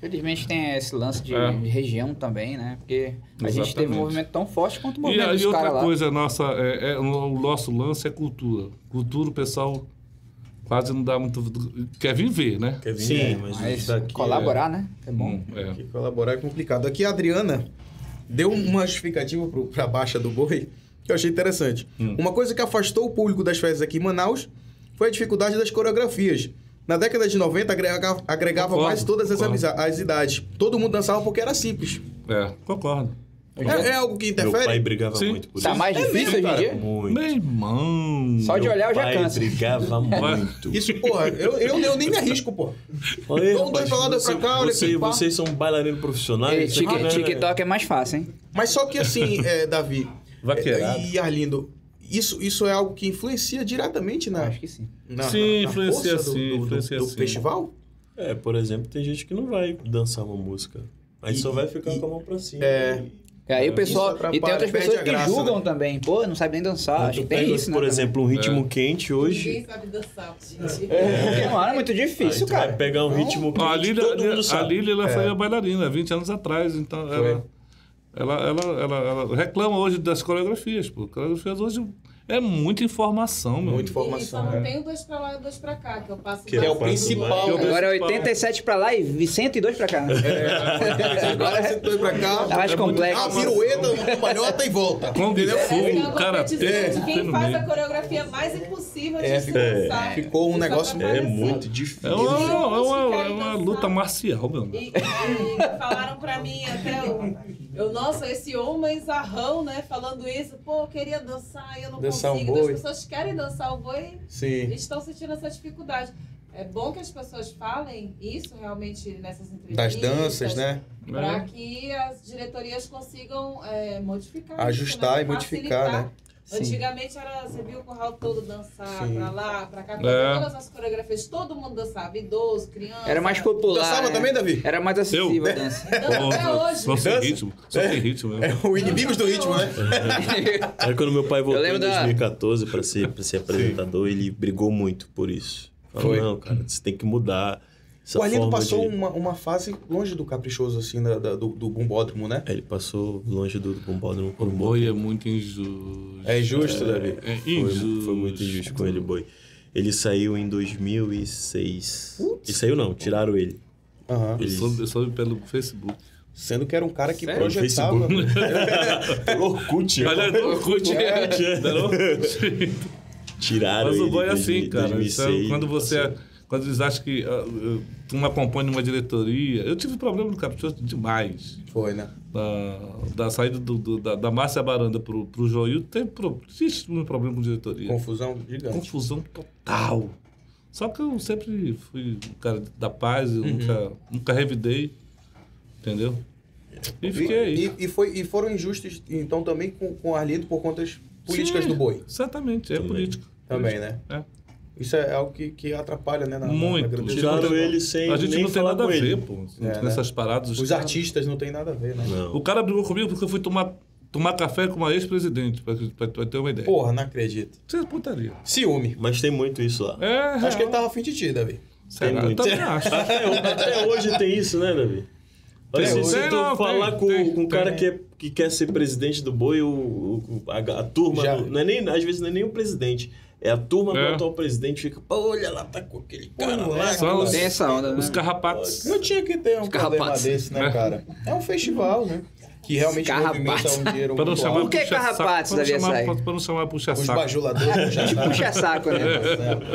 B: Felizmente tem esse lance de
C: É.
B: de região também, né? Porque a gente
C: Exatamente.
B: teve um movimento tão forte quanto o
C: E
B: movimento
C: aí
B: dos
C: outra
B: caras lá.
C: coisa nossa, é, é- o nosso lance é cultura. Cultura o pessoal quase não dá muito... Quer vir ver, né?
D: Quer vir?
A: Sim,
D: É, Hum, mas,
B: Mas
D: isso daqui
B: colaborar, né? É bom.
C: Bom, é.
A: Que colaborar é complicado. Aqui a Adriana deu uma justificativa pro, pra baixa do boi que eu achei interessante.
C: Hum.
A: Uma coisa que afastou o público das festas aqui em Manaus foi a dificuldade das coreografias. Na década de 90, agrega- agregava
C: Concordo,
A: mais todas as,
C: concordo.
A: amisa- as idades. Todo mundo dançava porque era simples.
C: É, concordo.
A: É, é algo que
D: é. Meu pai
A: interfere?
D: brigava
C: Sim.
D: muito por
B: Tá
D: isso.
B: mais
A: É
B: difícil
A: mesmo,
B: hoje em
A: cara.
B: dia?
D: Muito.
C: Meu irmão...
B: Só de
D: Meu
B: olhar eu já
D: pai
B: canso.
D: brigava muito.
A: Isso, porra, eu, eu, eu nem me arrisco, porra.
D: Olha,
A: Então, dois pra lá, dois
D: você-
A: pra cá, olha
D: você,
A: aqui, pá.
D: Vocês são bailarinos profissionais.
B: Ei,
D: isso aqui
B: tique-
D: não é-
B: TikTok é mais fácil, hein?
A: Mas só que assim, é, Davi
C: Vaqueirada.
A: é, e Arlindo, isso, isso é algo que influencia diretamente na,
B: Acho que sim.
A: na,
C: Sim,
A: na- na
C: influencia
A: força do-
C: sim,
A: do, do-
C: influencia
A: do
C: sim.
A: festival?
D: É, por exemplo, tem gente que não vai dançar uma música. Aí
A: E-
D: só vai ficar
A: e-
D: com a mão pra cima.
A: é.
B: E aí o pessoal.
A: atrapalha,
B: E tem outras
A: perde a
B: pessoas que
A: né? graça,
B: julgam também. Pô, não sabe nem dançar.
D: Aí
B: Acho
D: tu
B: que tem
D: pega,
B: isso, né?
D: por
B: também.
D: exemplo, um
A: É.
D: ritmo quente hoje.
F: Ninguém sabe dançar, gente.
B: É, Porque não era muito
D: é. Aí
B: difícil,
D: tu vai
B: cara.
D: pegar um ritmo quente.
C: A Lília,
D: todo mundo
C: a
D: sabe.
C: Lília ela foi a bailarina 20 anos atrás, então ela, ela, ela, ela, ela reclama hoje das coreografias, pô. Coreografias hoje é muita informação, meu.
A: Muita
F: E só
A: informação.
F: não
A: né?
F: tem o dois pra lá e o dois pra cá, que eu passo
D: Que é
F: mal.
D: o principal.
C: Que eu-
B: Agora é 87 pra lá e 102 pra cá.
A: É.
B: Agora
D: É.
A: Você foi pra cá,
B: tá mais complexo.
A: dá uma pirueta, uma malhota e volta.
C: Kung
F: Essa é uma
C: Fu, Karatê,
F: competição de
C: tudo
F: quem
C: no
F: faz
C: meio.
F: a coreografia mais impossível de
A: É,
F: se
A: ficou-
F: dançar.
A: ficou um
F: Só
A: negócio-
F: pra
D: É
F: aparecer.
D: muito difícil.
C: É uma, é uma- é uma- é
F: Ficar
C: uma
F: dançando.
C: luta marcial, meu.
F: E, e falaram pra mim até o. Eu, nossa, esse homem zarrão, né? Falando isso, pô, eu queria dançar e eu não
A: Dançar um
F: consigo.
A: boi.
F: As pessoas querem dançar o boi e
A: Sim.
F: estão sentindo essa dificuldade. É bom que as pessoas falem isso realmente nessas
A: Das
F: entrevistas.
A: danças, né?
F: Para
C: É.
F: que as diretorias consigam é, modificar.
A: Ajustar
F: isso, né?
A: e modificar,
F: Facilitar.
A: né?
B: Sim.
F: Antigamente era, você viu o curral todo dançar,
A: Sim.
F: pra lá, pra cá,
C: É.
F: todas as coreografias, todo mundo dançava, idoso, criança.
B: Era mais popular.
A: Dançava
B: né?
A: também, Davi?
B: Era mais acessível a dança.
F: Dança até É hoje.
C: Só sem ritmo. Só sem ritmo. né?
A: É, O Inimigos do Ritmo, né?
D: Aí quando meu pai voltou
B: Eu
D: em
B: lembro da-
D: 2014 pra ser, pra ser apresentador, ele brigou muito por isso. Falou, não, cara, você tem que mudar. Essa
A: O Arlindo
D: forma
A: passou um-
D: de...
A: uma, uma fase longe do caprichoso, assim, da, da- do, do bombódromo, né?
D: Aí Ele passou longe do bombódromo por
C: O
D: um bom
C: boi é muito injusto.
A: É injusto, Davi?
C: É
D: Foi,
C: injusto.
D: foi muito injusto com ele, o boi. Ele saiu em 2006. Ele saiu não, tiraram ele.
A: Aham.
C: Eu soube, eu soube pelo Facebook.
A: Sendo que era um cara que
B: Sério?
A: projetava...
C: né?
D: Orkut.
C: Olha, eu curti. Não é Orkut?
D: Tiraram
C: Mas
D: ele.
C: o boi é
D: em
C: assim,
D: 2000,
C: cara.
D: 2006,
C: Então, quando você.
D: passou.
C: Quando eles acham que ah, ah, tu não acompanha uma diretoria. Eu tive problema no Caprichoso demais.
A: Foi, né?
C: Da, da saída do- do- da, da Márcia Baranda pro, pro Joil, teve pro, existe um problema com diretoria.
A: Confusão gigante.
C: Confusão total. tipo, Só que eu sempre fui um cara da paz, eu nunca, nunca revidei, entendeu? E fiquei aí.
A: E, e, foi, e foram injustos, então, também com, com o Arlindo por conta das políticas
C: Sim,
A: do boi.
C: Exatamente, é
D: Também.
C: política.
A: Também, né?
C: É.
A: Isso é algo que, que atrapalha, né? na- na- na
C: Muito.
A: grandeza.
D: Tiraram ele sem
C: A gente
D: nem
C: não tem
D: falar
C: nada a
D: com ele.
C: ver, pô.
A: É,
C: nessas paradas. os
A: Os
C: caras-
A: artistas não tem nada a ver, né?
D: Não.
C: O cara brigou comigo porque eu fui tomar, tomar café com uma ex-presidente, pra, pra, pra ter uma ideia.
A: Porra, não acredito.
C: Isso é putaria.
A: Ciúme.
D: Mas tem muito isso lá.
C: É,
A: Acho que ele
C: real.
A: tava afim de ti, Davi.
C: Será? Eu
D: muito.
C: também acho.
D: Até, ho- É, até hoje tem isso, né, Davi? Olha, assim,
C: Tem
D: se
C: hoje.
D: você
C: Tem,
D: tu
C: não,
D: falar
C: tem,
D: com,
C: tem,
D: com
C: tem.
D: um cara que, é- que quer ser presidente do boi, o, o- o- a, a turma.
A: Já.
D: do- não é nem, às vezes não é nem o presidente. É a turma
C: É.
D: do atual presidente fica, "Pô, olha lá, tá com aquele cara
A: Pô,
D: lá.
A: lá,
D: aquela-
C: os-
B: Tem essa onda, né?
C: Os carrapatos.
A: Não tinha que ter um
B: Os
A: problema
B: carrapatos.
A: desse, né,
C: É.
A: cara? É um festival, né? Que realmente
B: Os
A: movimenta um dinheiro
C: Pra não
A: muito
C: chamar
A: alto.
B: Por que
C: puxa saco,
B: carrapatos,
C: pra não
B: Davi,
C: chamar-
B: essa aí?
C: Pra não chamar
A: Os
C: puxa-saco.
A: bajuladores já
B: Tipo puxa saco, né?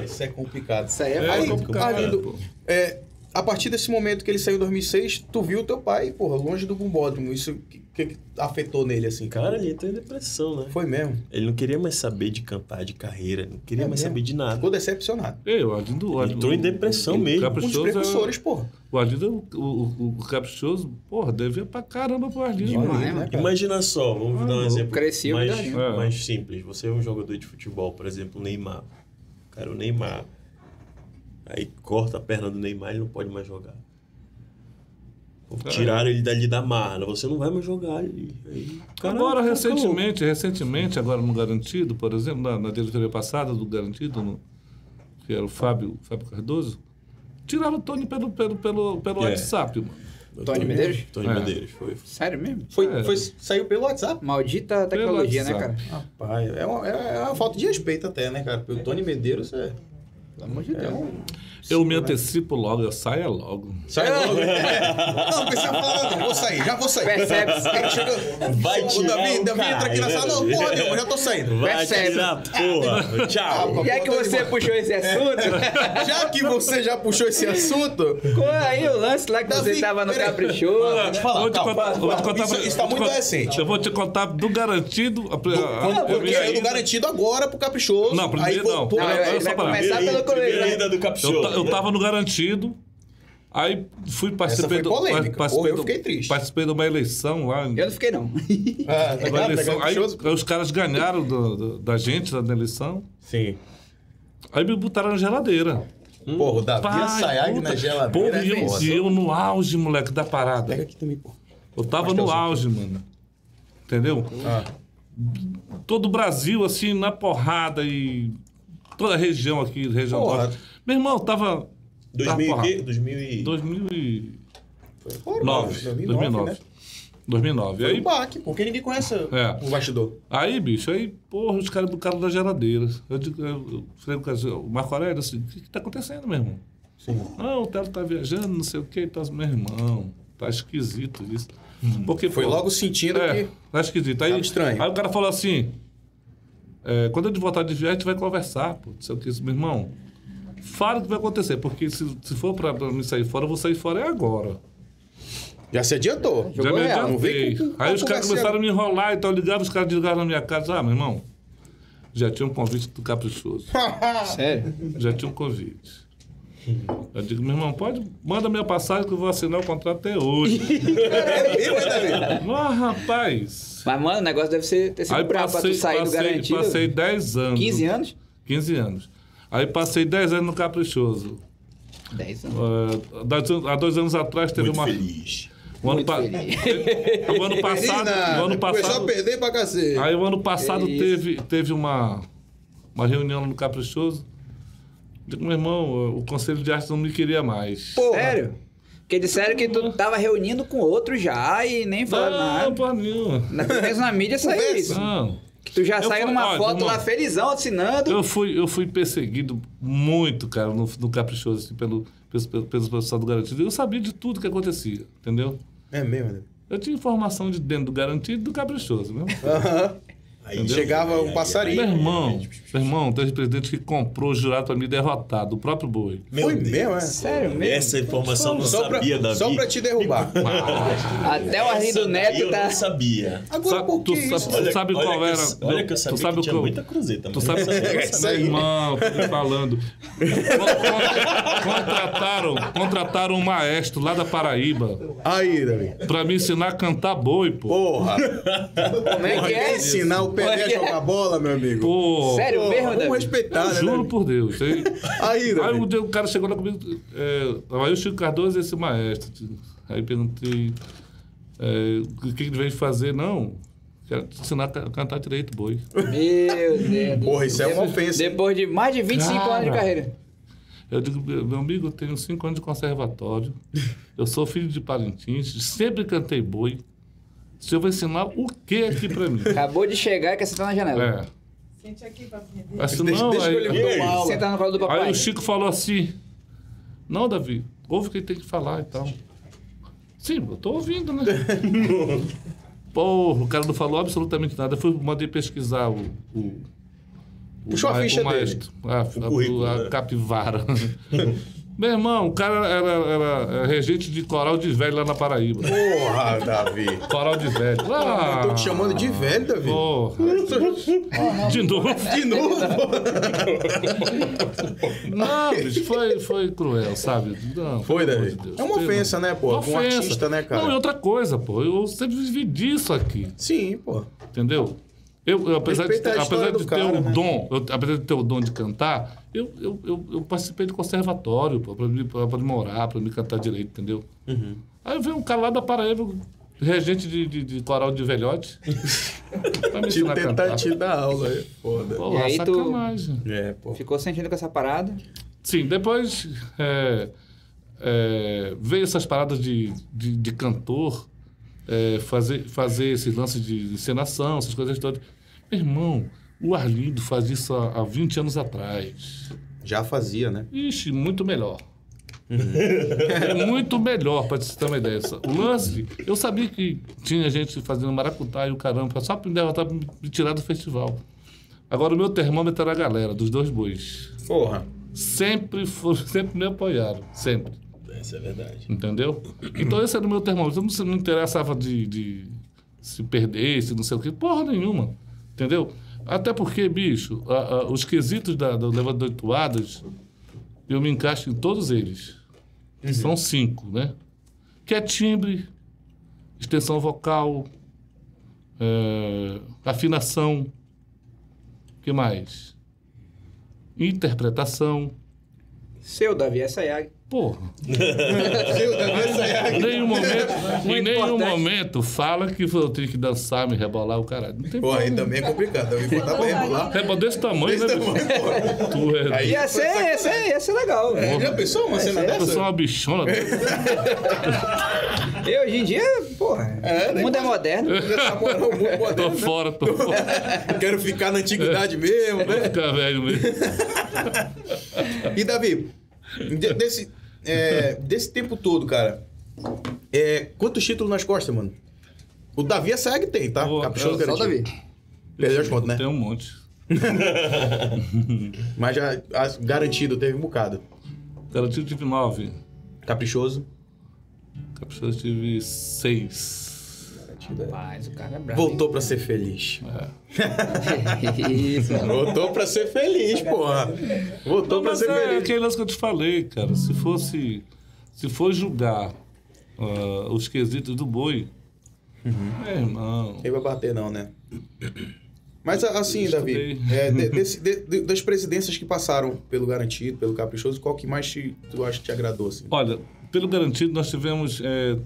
A: Isso é complicado.
B: Isso aí é
C: É,
A: Aí,
C: complicado,
A: Arlindo,
C: pô.
A: É, a partir desse momento que ele saiu em 2006, tu viu teu pai, porra, longe do bombódromo. Isso que, que que afetou nele, assim, cara?
D: Cara, ele entra em depressão, né?
A: Foi mesmo.
D: Ele não queria mais saber de cantar, de carreira, não queria
A: É
D: mais
A: mesmo?
D: saber de nada.
A: Ficou decepcionado.
C: Ei, É, o Arlindo, o Arlindo-
D: Entrou em depressão
C: o
D: mesmo.
A: Um dos
C: Caprichoso
A: precursores, porra.
C: é- O Arlindo, o, o, o Caprichoso, porra, devia pra caramba pro Arlindo.
B: Demais, né? cara? Ah,
D: Imagina só, vamos dar um exemplo
B: Crescia
D: mais,
B: muito,
C: né? É.
D: mais simples. Você é um jogador de futebol, por exemplo, o Neymar. Cara, o Neymar. Aí corta a perna do Neymar, ele não pode mais jogar. Pô,
C: É.
D: Tiraram ele dali da marra, você não vai mais jogar. Ele, aí, cara,
C: agora,
D: fica tá louco.
C: recentemente, recentemente, agora no Garantido, por exemplo, na, na diretoria passada do Garantido, no- que era o Fábio, Fábio Cardoso, tiraram o Tony pelo, pelo, pelo, pelo
D: É.
C: WhatsApp, mano.
B: Tony Medeiros?
D: Tony
C: É.
D: Medeiros, foi.
B: Sério mesmo?
A: Foi,
C: É.
A: foi- saiu pelo WhatsApp.
B: Maldita tecnologia, né, cara?
C: WhatsApp.
A: Rapaz, é uma, é uma falta de respeito até, né, cara? Porque o Tony Medeiros é...
B: Pelo amor de
A: é
B: Deus.
A: um...
C: Eu me antecipo logo, eu saia logo.
D: É.
A: Sai logo. não, precisa falar, não. Vou sair, já vou sair.
B: Percebe-se.
A: Cara, chega-
D: Vai
A: o
D: tirar
A: Davi,
D: o
A: Davi entra aqui na
D: cara,
A: sala. Não,
D: velho.
A: porra nenhuma, já tô saindo.
D: Vai
B: Percebe.
D: tirar, porra. Tchau.
B: E é que você puxou esse assunto?
A: Já que você já puxou esse assunto,
B: Qual aí o lance lá que você
A: Davi,
B: tava no
A: peraí.
B: caprichoso?
A: te falar,
C: Vou te
A: calma,
C: contar-
A: calma,
C: vou
A: calma.
C: te contar-
A: Isso- isso tá
C: vou te
A: muito
C: contar-
A: recente.
C: Eu vou te contar do garantido. a- a- a- a
A: porque
C: minha
A: eu do
C: ida.
A: garantido agora pro caprichoso.
C: Não, primeiro
A: aí
C: não.
A: voltou-
B: Não,
C: Olha
B: ele
C: ah, só
B: vai
C: pra-
B: começar pelo né?
D: Primeira
B: coleiro.
D: ida do
C: Eu, ta-
D: Capixoso.
C: eu tava no garantido, aí fui participei
A: foi
C: do-
A: polêmica. Porra,
C: participei,
A: eu
C: do-
A: fiquei triste.
C: participei de uma eleição lá.
B: Eu não fiquei, não.
A: Ah,
C: uma
A: tá
C: eleição. Aí,
A: caprichoso.
C: aí os caras ganharam do- do- da gente lá na eleição.
A: Sim.
C: Aí me botaram na geladeira.
A: Porra, o Davi
C: Hum, Pai,
A: Assayag
C: puta-
A: na geladeira. né, É.
C: Porra, e eu, e eu no auge, moleque, da parada.
A: Pega aqui também, porra.
C: Eu tava no auge, mano. Entendeu? Todo o Brasil, assim, na porrada e toda a região aqui, região
A: Porra.
C: norte. Meu irmão, eu tava.
A: Tá,
D: 2000 e
C: tava
D: quê?
C: porrada.
D: 2000 e...
C: 2009.
A: Porra,
C: 2009. 2009.
A: né? Foi um
C: Aí,
A: baque, porque ninguém conhece
C: É.
A: o bastidor.
C: aí, bicho, aí, porra, os caras do cara da geladeira. Eu, digo, eu, eu falei pro cara, o Marco Aurélio, assim, o que, que tá acontecendo, meu irmão? Não, o Telo tá viajando, não sei o quê, tá, meu irmão, tá esquisito isso. Porque,
A: Hum. Foi
C: pô,
A: logo sentindo
C: É,
A: que...
C: tá esquisito. Aí,
A: Tava estranho.
C: aí o cara falou assim: é, quando ele voltar de viagem, a gente vai conversar, pô. Não sei o que, meu irmão. Fala o que vai acontecer, porque se, se for pra, pra mim sair fora, eu vou sair fora é agora.
A: Já se adiantou.
C: Já me
A: real, não
C: adiantei.
A: vem com- com- com
C: Aí os caras
A: conversinha.
C: começaram a me enrolar e tal, ligaram, os caras desligaram na minha casa. Ah, meu irmão, já tinha um convite do caprichoso.
B: Sério?
C: Já tinha um convite. Eu digo, meu irmão, pode, manda minha passagem que eu vou assinar o contrato até hoje.
E: É mesmo, hein, Davi?
C: Mas, rapaz.
B: Mas, mano, o negócio deve ser, ter sido
C: Aí
B: brabo pra tu
C: passei,
B: sair do
C: passei,
B: garantido.
C: passei 10 anos.
B: 15 anos?
C: 15 anos. Aí passei 10 anos no Caprichoso.
B: 10 anos.
C: É, dois anos- há dois anos atrás teve
D: Muito
C: uma.
D: feliz.
C: O ano,
B: Muito
C: pa-
B: feliz.
C: o ano passado.
A: né?
E: Menina,
C: O ano
E: Começou a
C: passado
E: perder pra cacete.
C: Aí o ano passado
B: Que É isso.
C: teve, teve uma, uma reunião no Caprichoso. Digo, meu irmão, o Conselho de Arte não me queria mais.
B: Sério? Porque disseram que tu tava reunindo com outro já e nem falaram
C: não,
B: nada.
C: porra nenhuma.
B: Na, pelo menos na mídia saiu isso.
C: Não.
B: Que tu já
C: Eu
B: saiu
C: fui-
B: numa
C: olha,
B: foto
C: irmão.
B: lá felizão, assinando.
C: Eu fui, eu fui perseguido muito, cara, no, no Caprichoso, assim, pelo, pelos, pelos, pelos profissionais do Garantido. Eu sabia de tudo que acontecia, entendeu?
A: É mesmo, né?
C: Eu tinha informação de dentro do Garantido e do Caprichoso, mesmo.
A: Aham.
D: Aí
A: Chegava um passarinho.
C: Meu irmão, meu irmão, teve presidente que comprou o jurado pra me derrotar, do próprio boi.
D: Meu
A: Foi
D: Deus.
A: mesmo, é?
B: Sério mesmo?
D: Essa informação eu não
A: Só pra,
D: sabia, Davi.
A: só pra te derrubar.
B: Até É o
D: Essa
B: Arrido
D: daí
B: Neto
D: eu
B: tá.
D: não sabia.
A: Agora,
C: Sabe-
A: por que
C: tu
A: isso?
C: sabe- Tu sabe qual
D: que
C: era-
D: eu- Olha que eu
C: tu
D: sabia
C: sabe
D: que
C: o
D: tinha
C: que eu-
D: muita cruzeta.
C: Tu
D: mas
C: sabe, é
D: eu sabia que
C: meu
D: sabia.
C: irmão, tô te falando. Con- contrataram, contrataram um maestro lá da Paraíba
A: Aí, Davi.
C: pra me ensinar a cantar boi, pô.
A: Porra.
B: Como é
A: Porra,
B: que
A: quer
B: é?
A: ensinar o
B: Como
A: Pelé
B: é
A: a
B: que é?
A: jogar bola, meu amigo?
C: Pô,
A: Porra,
B: Sério mesmo,
A: vamos
B: Davi?
A: respeitar, né,
C: juro
A: Davi?
C: por Deus. hein?
A: Aí,
C: Aí um
A: Davi.
C: dia o cara chegou lá comigo, é, aí o Chico Cardoso e esse maestro. tipo, Aí perguntei, é, o que ele veio fazer? Não, quero te ensinar a ca- cantar direito boi.
B: Meu Deus. do
A: Porra, isso é
B: céu.
A: uma ofensa.
B: Depois de mais de 25 anos de
C: Cara.
B: carreira.
C: Eu digo, meu meu amigo, eu tenho cinco anos de conservatório, eu sou filho de Parintins, sempre cantei boi. O senhor vai ensinar o que aqui pra mim?
B: Acabou de chegar e quer sentar na janela.
C: É.
F: Sente aqui pra aprender.
C: Assim,
A: Deixa-
C: não,
A: deixa eu lhe
C: aí,
A: tomar aula.
B: Sentar tá no colo do
C: aí
B: papai.
C: o Chico falou assim: Não, Davi, ouve o que ele tem que falar e tal. Sim, eu tô ouvindo, né? Porra, o cara não falou absolutamente nada. Eu fui, mandei pesquisar o. o o
A: Puxou a
C: ma-
A: ficha
C: o maestro, a, a-
D: currículo,
C: a
D: né?
C: capivara. Meu irmão, o cara era, era- era regente de coral de velho lá na Paraíba.
A: Porra, Davi.
C: Coral de velho. Ah,
A: Tô Tá te chamando de velho, Davi.
C: Porra. De novo.
A: De novo?
C: Não, bicho, foi, foi cruel, sabe? Não,
A: Foi,
C: pelo amor
A: Davi.
C: de Deus.
A: É uma
C: Pelo-
A: ofensa, né, pô?
C: Uma
A: Com um
C: ofensa.
A: artista, né, cara?
C: Não, e outra coisa, pô. Eu sempre vivi disso aqui,
A: Sim, pô.
C: entendeu? Eu, eu, apesar de,
A: Respeita
C: ter-
A: a história
C: apesar de
A: do
C: ter
A: cara,
C: o
A: né?
C: dom, eu- apesar de ter o dom de cantar, eu, eu, eu, eu participei de conservatório, pô, pra, me, pra, pra me morar, pra me cantar direito, entendeu?
A: Uhum.
C: Aí veio um cara lá da Paraíba, regente de, de, de coral de velhote, pra me
A: Te
C: ensinar a
A: tentar
C: cantar.
A: te dar aula. é Foda.
C: Porra,
B: E aí tu-
C: sacanagem.
A: É, pô.
B: Ficou sentindo com essa parada.
C: Sim, depois é, é, veio essas paradas de, de, de cantor, é, fazer, fazer esses lances de encenação, essas coisas todas. Meu irmão, o Arlindo faz isso há, há 20 anos atrás.
A: Já fazia, né?
C: Ixi, muito melhor. é muito melhor, pra você ter uma ideia. O lance, eu sabia que tinha gente fazendo maracutá e o caramba, só pra me derrotar, pra me tirar do festival. Agora, o meu termômetro era a galera, dos dois bois
A: Porra.
C: sempre foram, sempre me apoiaram, sempre,
D: Essa é verdade.
C: entendeu? Então esse era o meu termômetro, não se- não interessava de, de se perder, se não sei o que, porra nenhuma, entendeu? Até porque, bicho, a- a- os quesitos da, do levador de toadas, eu me encaixo em todos eles. São cinco, né? Que é timbre, extensão vocal, é, afinação, que mais? Interpretação,
B: Seu, Davi, essa é a...
C: porra.
A: Seu Davi
C: Em
A: Sayag.
C: nenhum momento, em nenhum
B: importante.
C: momento fala que eu tenho que dançar, me rebolar o caralho. Não tem
A: Porra, aí
C: problema.
A: também é complicado. Davi foi dar pra rebolar.
C: Rebola desse tamanho,
A: Desse
C: né, bicho?
A: tamanho, porra.
C: Tu é.
A: Aí-
B: E essa é, essa é, essa é legal.
A: É, Já pensou uma cena
C: Eu sou
A: dessa?
C: uma bichona.
B: E hoje em dia, porra,
A: É,
B: o mundo é moderno.
A: Já tá morando muito
C: Tô
A: moderno.
C: fora, tô fora.
A: Quero ficar na antiguidade mesmo,
C: Vou
A: né?
C: ficar velho mesmo. É.
A: E Davi, de- desse, é, desse tempo todo, cara, é, quantos títulos nas costas, mano? O Davi é segue tem, tá?
C: Pô,
A: Caprichoso
C: eu-
B: Só o
A: garantido.
B: Davi.
A: Perdeu as contas, né?
C: é Tem um monte.
A: Mas já as- garantido, teve um bocado.
C: Garantido tive nove.
A: Caprichoso.
C: Caprichoso tive seis.
A: sentido. é.
B: Rapaz, o cara é brabo.
A: Voltou pra ser feliz.
C: É.
B: Isso.
A: Voltou pra ser feliz, porra. Voltou
C: Não,
A: pra
C: mas
A: Então ser
C: é
A: feliz.
C: aquele lance que eu te falei, cara. Se fosse. Se for julgar ah, os quesitos do boi.
A: Uhum.
C: Meu irmão.
A: Quem vai bater, não, né? Mas a- assim,
C: Eu
A: Davi,
C: estudei.
A: é, de- desse- de- de- das presidências que passaram pelo Garantido, pelo Caprichoso, qual que mais te, tu acha que te agradou? Assim?
C: Olha, pelo garantido, nós tivemos eh,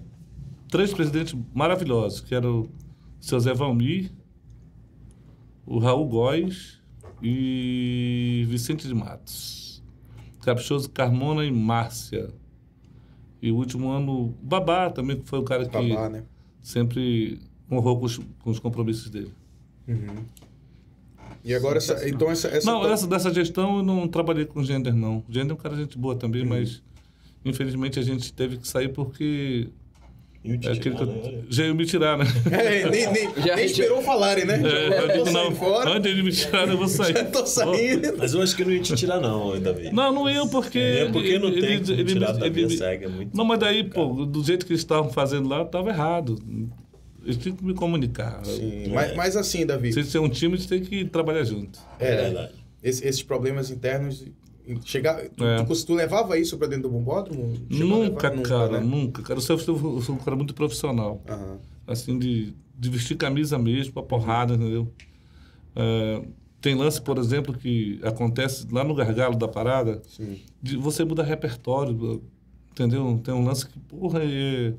C: três presidentes maravilhosos, que eram o seu Zé Valmir, o Raul Góes e Vicente de Matos. Caprichoso Carmona e Márcia. E o último ano, o Babá também, que foi o cara que
A: Babá, né?
C: sempre honrou com os, com os compromissos dele.
A: E agora, essa, então, essa... essa
C: não, essa, dessa gestão eu não trabalhei com gender, não. Gender é um cara de gente boa também,
A: Uhum.
C: mas infelizmente a gente teve que sair porque
D: E o
C: É aquele que
D: Titiara, olha.
C: eu... Já ia me tirar, né?
A: É, nem, nem,
B: Já-
A: nem esperou falarem, né?
C: É, eu
A: tô
C: digo, não,
A: saindo fora,
C: antes de me tirar, eu vou sair.
A: tô saindo.
D: Mas eu acho que não ia te tirar, não, Davi.
C: Não, não eu, porque...
D: é porque não tem como tirar da minha
C: me-
D: saga, é muito
C: Não, mas daí,
D: complicado.
C: pô, do jeito que eles estavam fazendo lá, eu tava errado. Eles tinham que me comunicar.
A: Sim, mas, mas assim, Davi,
C: Se você é um time, você tem que trabalhar junto.
D: É
A: é,
D: verdade.
A: esse- esses problemas internos... em- Chegar, tu,
C: É.
A: tu- tu levava isso pra dentro do bombódromo? Chegou a
C: nunca,
A: levar? né?
C: cara, nunca. Cara, eu sou, eu sou um cara muito profissional.
A: Aham.
C: assim, de, de vestir camisa mesmo, pra porrada, entendeu? É, tem lance, por exemplo, que acontece lá no gargalo da parada,
A: Sim.
C: de você muda repertório, entendeu? Tem um lance que, porra, é-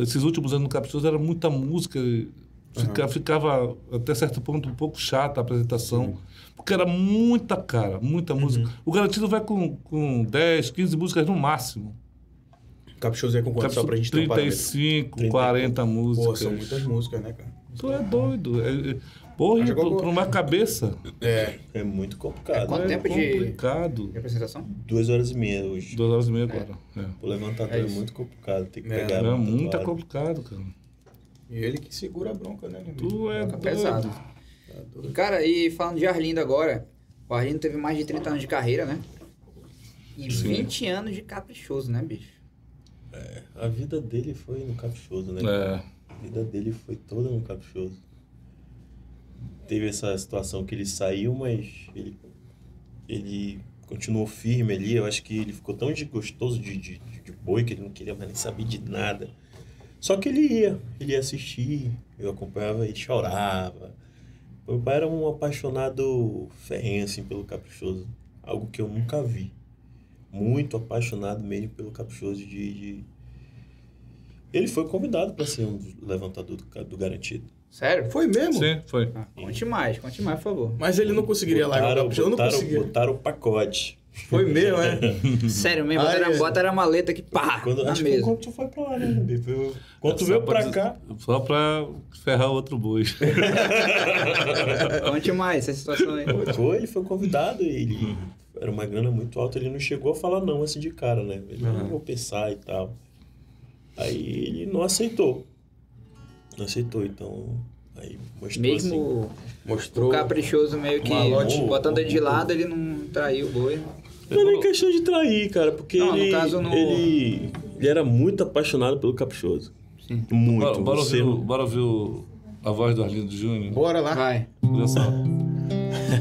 C: esses últimos anos no Caprichoso era muita música, e fica- ficava até certo ponto um pouco chata a apresentação, porque era muita cara,
A: Uhum.
C: muita música. O Garantido vai com, com 10, 15 músicas no máximo.
A: Caprichoso aí com quanto só pra gente ter um parâmetro?
C: 35, 40 músicas.
A: Pô, são muitas músicas, né, cara?
C: Tu é doido. É, é- porra,
A: Jogou
C: por,
A: boa.
C: por uma cabeça.
A: É,
D: É muito complicado.
B: Quanto
C: é
B: tempo de-
C: complicado.
B: De apresentação?
D: Duas horas e meia hoje.
C: Duas horas e meia agora. É.
D: O levantador
B: É
D: é,
B: isso.
D: muito complicado. Tem que
A: É,
D: pegar.
C: É muito
D: claro.
C: complicado, cara.
A: E ele que segura a bronca, né, meu amigo?
C: Tu é
B: Tá
C: doido.
B: pesado. E, cara, e falando de Arlindo agora, o Arlindo teve mais de 30 anos de carreira, né? E 20 anos de caprichoso, né, bicho?
D: A vida dele foi no caprichoso, né?
C: É.
D: A vida dele foi toda no caprichoso. Teve essa situação que ele saiu, mas ele, ele continuou firme ali. Eu acho que ele ficou tão desgostoso de, de, de- de boi que ele não queria mais nem saber de nada. Só que ele ia, ele ia assistir, eu acompanhava, ele chorava. Meu pai era um apaixonado ferrenho, assim, pelo caprichoso. Algo que eu nunca vi. Muito apaixonado mesmo pelo caprichoso de- de, ele foi convidado para ser um dos levantador do, ca- do garantido.
B: Sério?
A: Foi mesmo?
C: Sim, foi.
B: Ah, conte mais, conte mais, por favor.
A: Mas ele não conseguiria largar o
D: Botaram,
A: caprichoso. Eu não
D: botaram,
A: conseguia.
D: botaram o pacote.
A: Foi mesmo, é?
B: Sério mesmo, bota
A: Ai,
B: era,
A: é.
B: bota era a maleta que pá,
D: Uhum. Quando,
B: na
D: acho que foi
B: mesa.
D: quando tu foi pra lá, né? Bibi? Foi- Quando tu
C: Só
D: veio pra
C: dizer-
D: cá. É
C: Só pra ferrar outro boi.
D: né?
B: Conte mais essa situação aí.
D: Foi, ele foi convidado e ele era uma grana muito alta, ele não chegou a falar não assim de cara, né? Ele não vou pensar e tal. Aí ele não aceitou. Não aceitou, então. Aí mostrou assim.
B: Mesmo o
A: Mostrou.
B: caprichoso meio que
D: Um alote.
B: botando ele de lado, ele não traiu o boi.
D: Não é nem questão de trair, cara, porque
B: Não, no
D: ele,
B: caso, no-
D: ele. Ele era muito apaixonado pelo caprichoso. Sim. Muito.
C: Bora, bora,
D: Você
C: ouvir, o-
D: não-
C: bora ouvir o- a voz do Arlindo Júnior.
A: Bora lá. né?
B: Vai.
C: Olha só.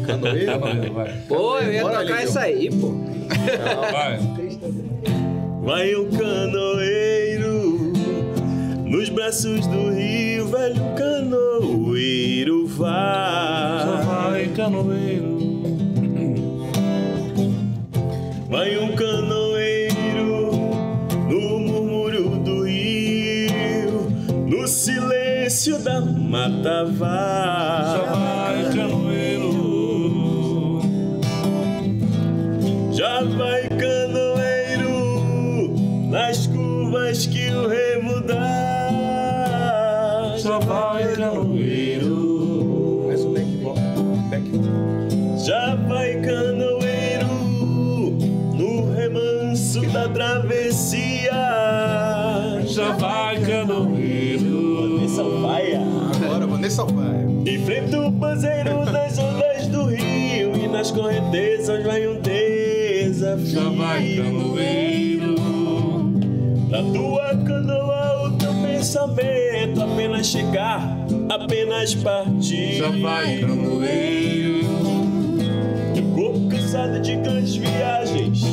A: Canoê,
C: Vai, vai.
B: Pô, eu ia
A: Bora,
B: tocar
A: Lilian.
B: isso aí, pô.
C: Vai.
D: Vai um canoeiro nos braços do rio, velho canoeiro
C: Só
D: vai.
C: vai, canoeiro.
D: Vai um canoeiro no murmúrio do rio, no silêncio da mata
C: Só vai,
D: vai.
C: canoeiro.
D: Já vai canoeiro nas curvas que o remo dá.
C: Só vai, canoeiro.
A: Faz um backball. Back.
D: Já vai canoeiro no remanso da travessia.
C: Já vai, canoeiro.
D: Vanessa vai.
A: Agora, Vanessa vai.
D: Enfrenta o banzeiro das ondas do rio e nas correntezas vai um desafio.
C: Já vai, canoeiro.
D: Na tua canoa o teu pensamento, a apenas chegar, apenas partir.
C: Já vai, canoeiro.
D: O corpo cansado de grandes viagens,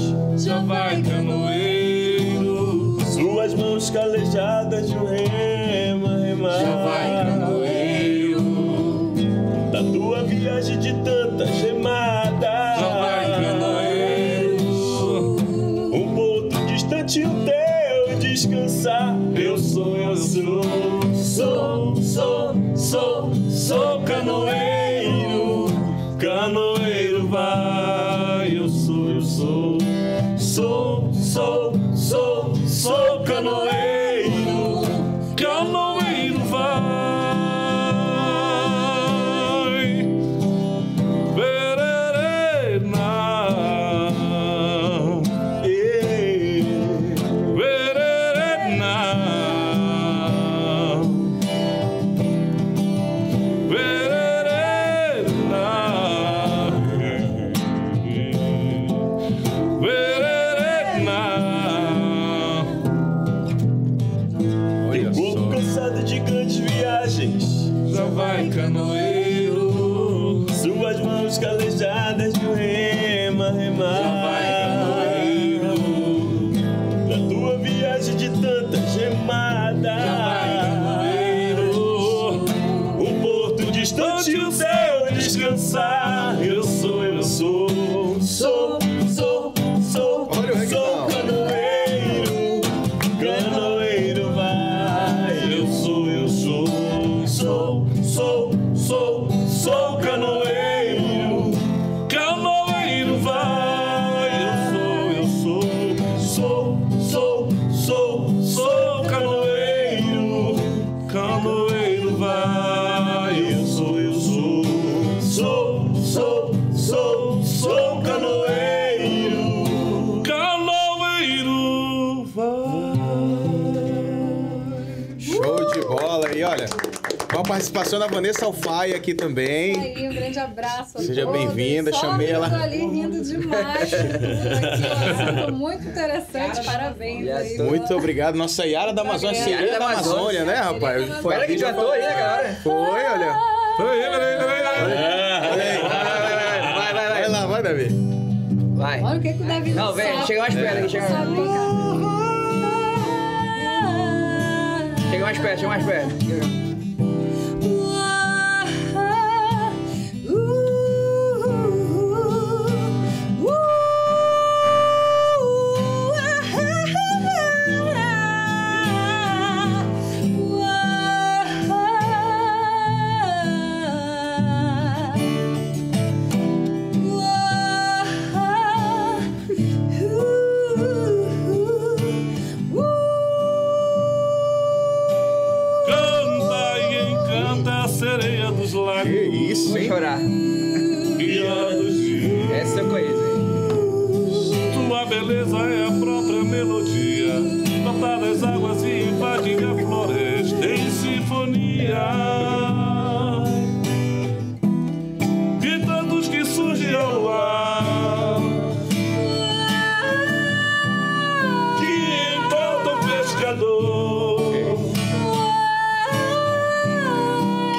C: Já vai, canoeiro.
D: suas mãos calejadas de um rema, remar.
C: Já vai, canoeiro.
D: Da tua viagem de tantas remadas.
C: Já vai, canoeiro.
D: Um ponto distante o teu descansar. é Eu sou, eu sou. Sou, sou, sou, sou canoeiro. Canoeiro vai. Eu sou, eu sou. Sou, sou, sou, sou canoeiro.
C: Canoeiro vai. Vererena.
D: Ei,
C: Vererena. Vererena. Vererena.
D: Teu corpo cansado de grandes viagens.
C: Já vai canoeiro.
D: Suas mãos calejadas de um rema, remar.
C: Já vai canoeiro.
D: Na tua viagem de tantas gemadas
C: Já vai canoeiro.
D: O Um porto distante o céu descansar Eu sou, eu sou Sou, sou, sou
A: Olha o
D: Sou
A: reggaeton.
D: canoeiro Canoeiro vai Eu sou, eu sou Sou, sou, sou Sou canoeiro Canoeiro vai, eu sou, eu sou, sou, sou, sou, sou canoeiro, canoeiro vai, eu sou, eu sou, sou, sou, sou, sou canoeiro,
C: Canoeiro vai.
E: Show de bola aí, olha. Com a participação da Vanessa Alfaia aqui
F: E
E: também.
F: aí, um grande abraço a
E: Seja
F: todos.
E: bem-vinda,
F: Só
E: chamei
F: rindo
E: ela.
F: ali rindo demais. Foi tá muito interessante, parabéns aí. pela-
E: Muito obrigado. Nossa Yara da Amazônia.
F: Obrigada.
E: Sereia da
B: Yara da
E: Amazônia,
B: Amazônia.
E: né, rapaz?
F: Sereia da
E: Foi
B: Ela que
E: vídeo-
B: cantou aí, né, galera?
E: Foi, olha.
C: Peraí, peraí, peraí.
E: Olha aí.
B: Vai, vai, vai.
E: Vai lá, vai, Davi.
B: Vai.
F: Olha o que, que o Davi
B: Não, vem,
F: sabe.
B: chega mais perto aqui, chega mais
F: Sabe tocar.
B: Chega mais perto, chega mais perto.
C: Canta e encanta a sereia dos lagos.
E: Que isso,
B: Vou
E: hein?
B: chorar.
C: E a dos rios.
B: Essa eu conheço. hein?
C: Tua beleza é a própria melodia. Brota das águas e invade a floresta em sinfonia. De tantos que surge ao luar. Que encanta o pescador.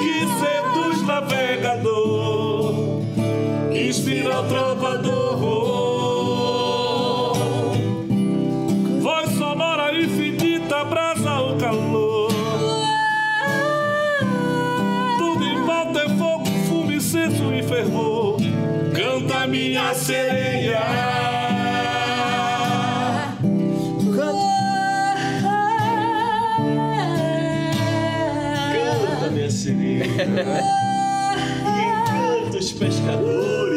C: que seduz navegador, inspira o trovador. Voz sonora infinita abraça o calor. Tudo em volta é fogo, fume, senso e fervor. Canta minha sereia.
D: canta minha sirena, encanta os pescadores.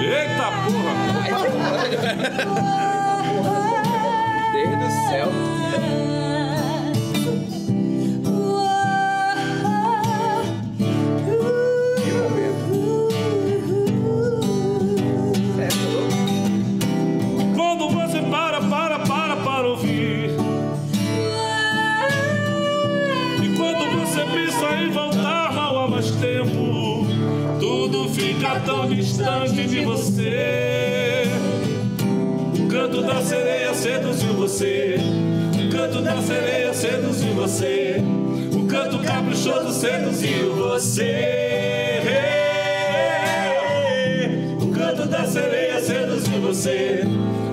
C: Eita porra!
B: Deus do céu. Essa é louca.
C: Quando você para, para, para, para ouvir. E quando você pensa em voltar, não há mais tempo. Tudo fica tão distante de você.
H: você. O canto da sereia seduziu você. O canto caprichoso seduziu você. O canto da sereia seduziu você.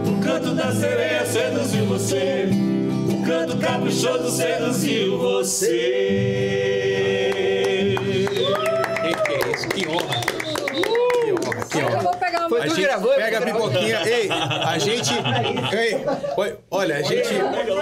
H: O canto da sereia seduziu você. O canto caprichoso seduziu você.
B: Que é isso? Que honra.
F: Olha, eu vou pegar uma
B: Foi
F: mão.
B: tu
A: A
B: que
A: gente
B: gravou,
A: pega
B: eu
A: a
B: vou gravar.
A: pipoquinha. Ei, a gente. Ei, oi, olha, a gente,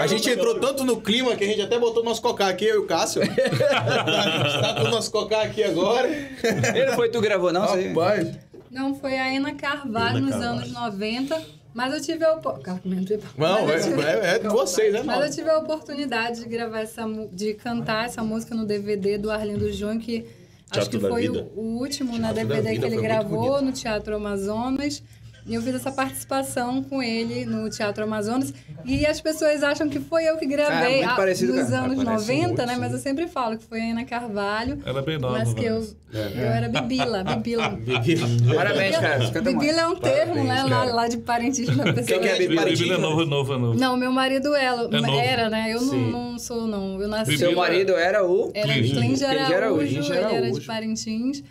A: a gente entrou tanto no clima que a gente até botou nosso cocá aqui, eu e o Cássio. Está com o nosso cocá aqui agora.
B: Ele foi tu que gravou, não? sei.
A: Rapaz.
I: Não, foi a Ana Carvalho
D: Ana
I: nos
D: Carvalho.
I: anos 90, mas eu tive a oportunidade.
A: Não, é, é, é de vocês, né,
I: Mas
A: mano?
I: eu tive a oportunidade de gravar essa mu- de cantar essa música no DVD do Arlindo Jun, que acho
D: Teatro
I: que
D: da
I: foi o,
D: Vida.
I: o último na
A: Teatro da
I: DVD que
A: Vida,
I: ele
A: foi muito
I: gravou
A: bonito.
I: no Teatro Amazonas. E eu fiz essa participação com ele no Teatro Amazonas. E as pessoas acham que foi eu que gravei
B: muito
I: ah,
B: parecido,
I: nos
B: cara.
I: anos
B: Parece
I: 90,
B: muito,
I: né?
B: sim.
I: Mas eu sempre falo que foi a Ana Carvalho.
C: Ela é bem nova.
I: Mas que eu,
B: né?
C: Vanessa.
I: eu era Bibila, Bibila.
B: Parabéns, É. cara. Você canta muito.
I: Bibila é um termo, né? Lá,
B: cara.
I: lá de parentismo da pessoa.
B: que é
C: Bibi-
B: Parece
C: Bibi é
B: muito.
C: novo, é novo, é novo.
I: Não, meu marido era,
C: É novo.
I: era né? Eu não,
B: Sim.
I: não sou, não. Eu nasci.
B: Seu
C: Bibila-
B: marido era o.
I: Era
C: Clínio.
I: Clínio de
B: Clínio de
I: Araújo,
B: Araújo, Clínio de
I: ele era de
B: Araújo.
I: Parintins.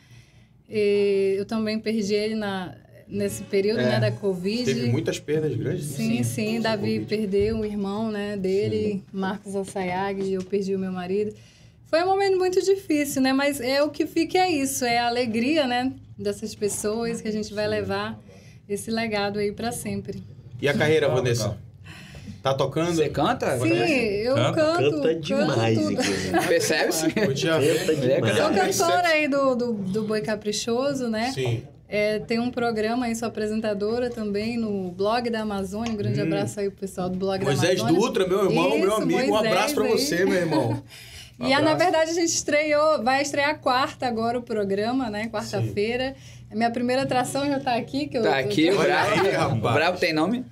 I: E eu também perdi ele na, nesse período
B: É.
I: né, da Covid.
A: Teve muitas perdas grandes.
I: Sim, sim, Davi perdeu o irmão né, dele, Marcos Assayag, e eu perdi o meu marido. Foi um momento muito difícil, né? Mas é o que fica é isso, é a alegria, né? Dessas pessoas que a gente vai levar esse legado aí para sempre.
A: E a carreira, Vanessa? Tá tocando?
B: Você canta?
I: Sim, eu
C: Canta?
I: canto.
D: Canta demais,
I: canto.
D: inclusive.
B: Percebe-se?
A: Eu já- É
B: Mulher
A: um
D: demais.
I: Sou
B: né? canta-
I: cantora é aí do, do, do Boi Caprichoso, né?
A: Sim.
I: É, tem um programa aí, sou apresentadora também no blog da Amazônia. Um grande abraço aí pro pessoal do blog
A: Hum. Moisés
I: da Amazônia.
A: Dutra, meu irmão, meu
I: Tá Isso,
A: amigo. Um
I: Moisés
A: abraço pra
I: aí.
A: você, meu irmão.
I: E ah, na verdade a gente estreou, vai estrear quarta agora o programa, né? Quarta-feira. A Minha primeira atração já tá aqui, que eu
B: Tá
I: eu
B: aqui, o
I: tô-
A: aí,
B: Bravo.
A: rapaz.
B: O Bravo tem nome?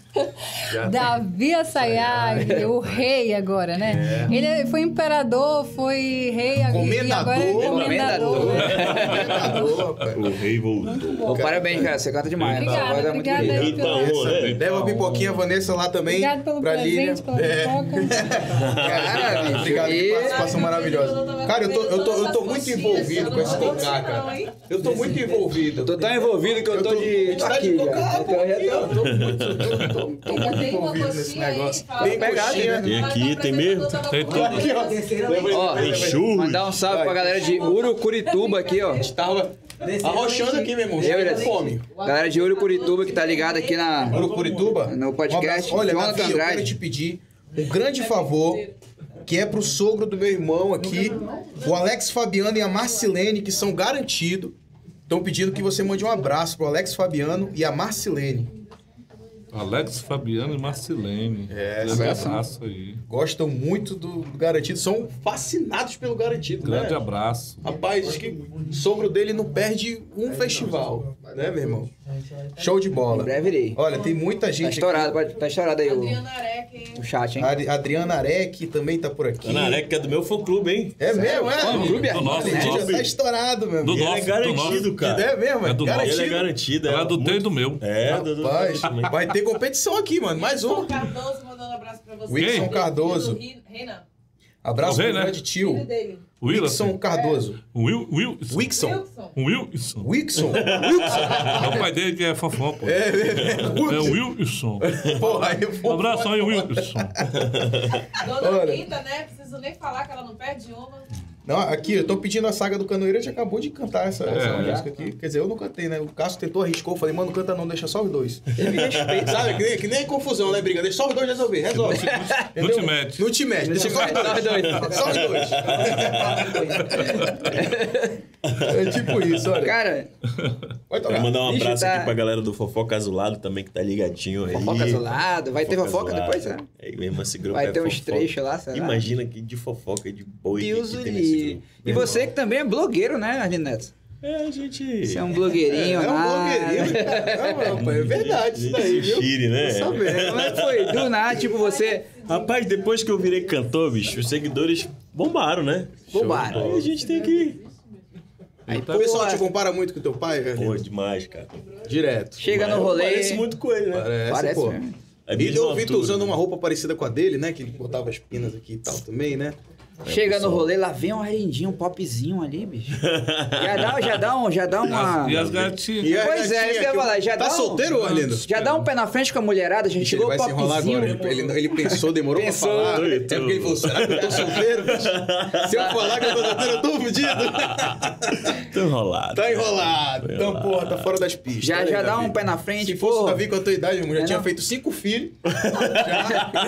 I: Davi Assayag, o rei agora, né? Ele foi imperador, foi rei agora. e agora é
A: É. Comendador.
I: comendador. né?
A: Comendador, rapaz.
D: O rei voltou.
B: Pô, parabéns, cara. Você canta demais.
I: Obrigada,
B: Sua voz é muito
I: obrigada
B: bonita.
I: aí pela-
D: Então, né?
A: Leva a pipoquinha, Vanessa, lá também.
I: Obrigado pelo
A: pra Lília.
I: presente, pela pipoca.
A: Cara,
B: bicho,
A: obrigado, que
B: e-
A: participação maravilhosa. é Cara, eu tô, eu tô, eu tô muito envolvido com esse cocá, cara. Eu tô muito envolvido.
B: Eu tô tão envolvido que eu tô de.
A: Tá de
B: já.
A: cocá,
B: Eu
A: pô,
B: tô- já
A: aqui,
B: tô-
A: ó. Eu tô muito, eu tô- tô muito
F: Tem uma
A: envolvido nesse
F: coxinha aí,
A: negócio.
F: fala.
A: Tem
B: Pegada,
A: coxinha.
D: Tem aqui, tem mesmo?
C: Tem tudo.
A: Aqui, ó.
B: Ó,
D: Tem churros.
B: mandar um salve pra galera de Urucurituba aqui, ó.
A: Tava arrochando aqui, meu irmão.
B: Eu assim.
A: Cheio
B: e
A: de fome.
B: Galera de Urucurituba que tá ligada aqui na.
A: Urucurituba?
B: No podcast,
A: Um abraço. Olha,
B: Jonathan
A: Davi, eu
B: Andrade.
A: quero te pedir um grande favor, que é pro sogro do meu irmão aqui, o Alex Fabiano e a Marcilene, que são garantidos. Estão pedindo que você mande um abraço pro Alex Fabiano e a Marcilene.
C: Alex, Fabiano e Marcelene.
A: É,
C: Grande
A: certo.
C: abraço aí.
A: Gostam muito do garantido, são fascinados pelo garantido, né?
C: Grande abraço.
A: Rapaz, diz que o sogro dele não perde um festival, né, meu irmão? Show de
B: Em
A: bola.
B: breve irei.
A: Olha, tem muita
B: Tá
A: gente aqui.
B: estourado, pode- tá estourado aí o,
F: Adriana Areca, hein?
B: o chat, hein?
A: Adri- Adriana Arec também tá por aqui.
D: Ana Areca é do meu fã-clube, hein?
A: É mesmo, é?
B: Fã clube
A: Do
C: nosso,
A: Ele
C: nosso.
A: já tá estourado, meu
C: Do
A: amigo.
D: Ele é
C: nosso,
D: garantido,
C: nosso.
D: cara.
A: É mesmo,
C: É
A: é
C: do nosso.
D: Ele é
A: garantido.
D: garantido.
C: Ela é do teu e do meu.
D: É, do
A: Rapaz, vai ter competição aqui, mano. Mais
C: Tá
F: São
A: um.
F: Cardoso mandando um abraço pra você.
A: Wilson
F: Do-
A: Cardoso.
F: do Ri- Renan,
A: Abraço
C: Tá
A: pro
C: vendo, né?
A: grande
F: filho
A: tio.
F: dele.
A: Wilson
C: Wilson.
A: Cardoso.
C: Will, Will,
A: Wilson.
F: Wilson.
C: Wilson.
A: Wilson.
C: É o pai dele que é fofão, pô. É, o Wilson.
A: Porra, aí eu
C: Um
A: vou-
C: abraço aí, Wilson.
F: Dona
A: Olha.
F: Rita, né? Preciso nem falar que ela não perde uma.
A: Não, aqui, eu tô pedindo a saga do Canoeiro, a gente acabou de cantar essa, essa
C: É.
A: música aqui. Quer dizer, eu não cantei, né? O Cássio tentou, arriscou, falei, mano, não canta não, deixa só os dois. Me respeita, sabe? Que nem, que nem confusão, né, briga? Deixa só os dois resolver, resolve.
C: Não te mete.
A: Não te mete, deixa só os dois. Só os dois. É tipo isso, olha.
B: Cara,
A: Vai
D: Quero
A: tocar.
D: mandar um
B: Bicho,
D: abraço
B: tá-
D: aqui pra galera do Fofoca Azulado também, que tá ligadinho aí.
B: fofoca azulado. Vai ter fofoca
D: Azulado.
B: depois, né?
D: É mesmo, esse grupo
B: Vai
D: é
B: ter uns
D: fofoca.
B: trechos lá, será?
D: Imagina que de fofoca, de boi que-
B: Deus
D: que
B: o
D: tem nesse
B: livre.
D: grupo.
B: E você que também é blogueiro, né, Arlindo Neto?
D: É, a gente...
B: Você é um
A: É
B: blogueirinho,
A: um
B: nada.
A: blogueirinho, cara. Não, rapaz, é verdade isso daí, viu?
D: Chile, né?
B: Tô sabendo. Como é que foi? Do nada, tipo, você
D: Rapaz, depois que eu virei cantor, bicho, os seguidores bombaram, né?
B: bobaram.
D: Aí a gente tem que...
B: Aí,
A: O pessoal te
B: pô,
A: compara muito com teu pai, velho?
D: Pô, demais, cara.
A: Direto.
B: chega no
D: Eu
B: rolê.
D: pareço muito com ele, né?
A: Parece,
B: Parece
A: pô.
B: mesmo.
D: É
A: e
D: mesmo
A: eu vi tu
D: altura,
A: usando
D: né?
A: uma roupa parecida com a dele, né? Que ele botava as pinas aqui e tal também, né?
B: Chega no rolê, lá vem um arendinho, um popzinho ali, bicho. Já dá, já dá um, já dá uma...
C: E as gatinhas.
A: E a
B: Pois é,
A: gatinha
B: isso que eu ia
A: aqui,
B: falar. Já
A: tá
B: dá um-
A: solteiro, Arlindo?
B: Já dá um pé na frente com a mulherada, já
A: Ixi,
B: chegou o
A: ele vai se enrolar
B: popzinho.
A: agora. Ele, ele- ele pensou, demorou
B: Pensou.
A: pra falar.
D: Doido.
A: É porque ele falou, será que eu tô solteiro? bicho? Se eu falar que eu tô solteiro, eu tô fudido.
D: Tô enrolado.
A: Tá enrolado. Então, porra, tá fora das pistas.
B: Já,
A: Olha aí,
B: já dá
A: Davi.
B: um pé na frente,
A: Se fosse o
B: porra.
A: Davi com a tua idade, meu irmão, já
B: É,
A: tinha
B: não?
A: feito cinco filhos. já.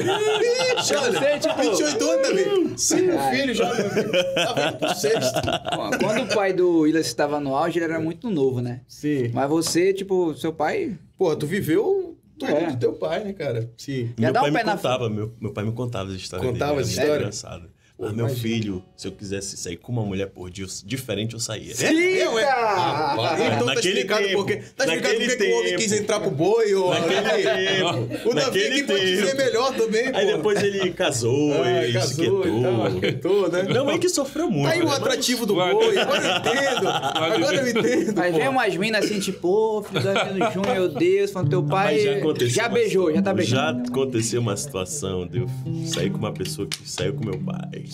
A: Ixi, olha,
B: Sei, tipo-
A: 28 anos, Davi. Cinco filhos já, meu amigo. Tava indo pro sexto.
B: Pô, Quando o pai do Ilha estava no auge, ele era muito novo, né?
A: Sim.
B: Mas você, tipo, seu pai.
A: Porra, tu viveu tudo
B: É.
A: do teu pai, né, cara? Sim.
B: Já
D: Meu
B: dá um
D: pai, me
B: pé na
D: contava, meu, meu pai me contava as histórias
A: Contava
D: dele,
A: as
D: era muito
A: histórias?
D: engraçado. Ah, meu filho, se eu quisesse sair com uma mulher por dia eu- diferente, eu saía. Né?
A: Eu, é. Ah, então tá
D: Naquele
A: explicado
D: tempo.
A: por quê. Tá explicado
D: Naquele
A: por que o homem
D: tempo.
A: quis entrar pro boi, ô. Davi.
D: tempo.
A: O Davi
D: Naquele
A: que pode dizer
D: tempo.
A: melhor também,
D: Aí
A: pô.
D: depois ele casou,
A: Ah,
D: ele se
A: casou e tal,
D: quietou.
A: arquitetou, né?
D: Não é que sofreu muito.
A: Tá aí o
D: né?
A: atrativo do
C: Mas-
A: boi. Agora eu entendo. Agora eu entendo.
B: Aí vem umas minas assim, tipo, ô, filho do Arlindo Júnior, meu Deus, falando teu pai.
D: Mas já aconteceu. uma
B: beijou, já tá
D: situação-
B: beijando.
D: Já aconteceu uma situação de eu sair com uma pessoa que saiu com meu pai.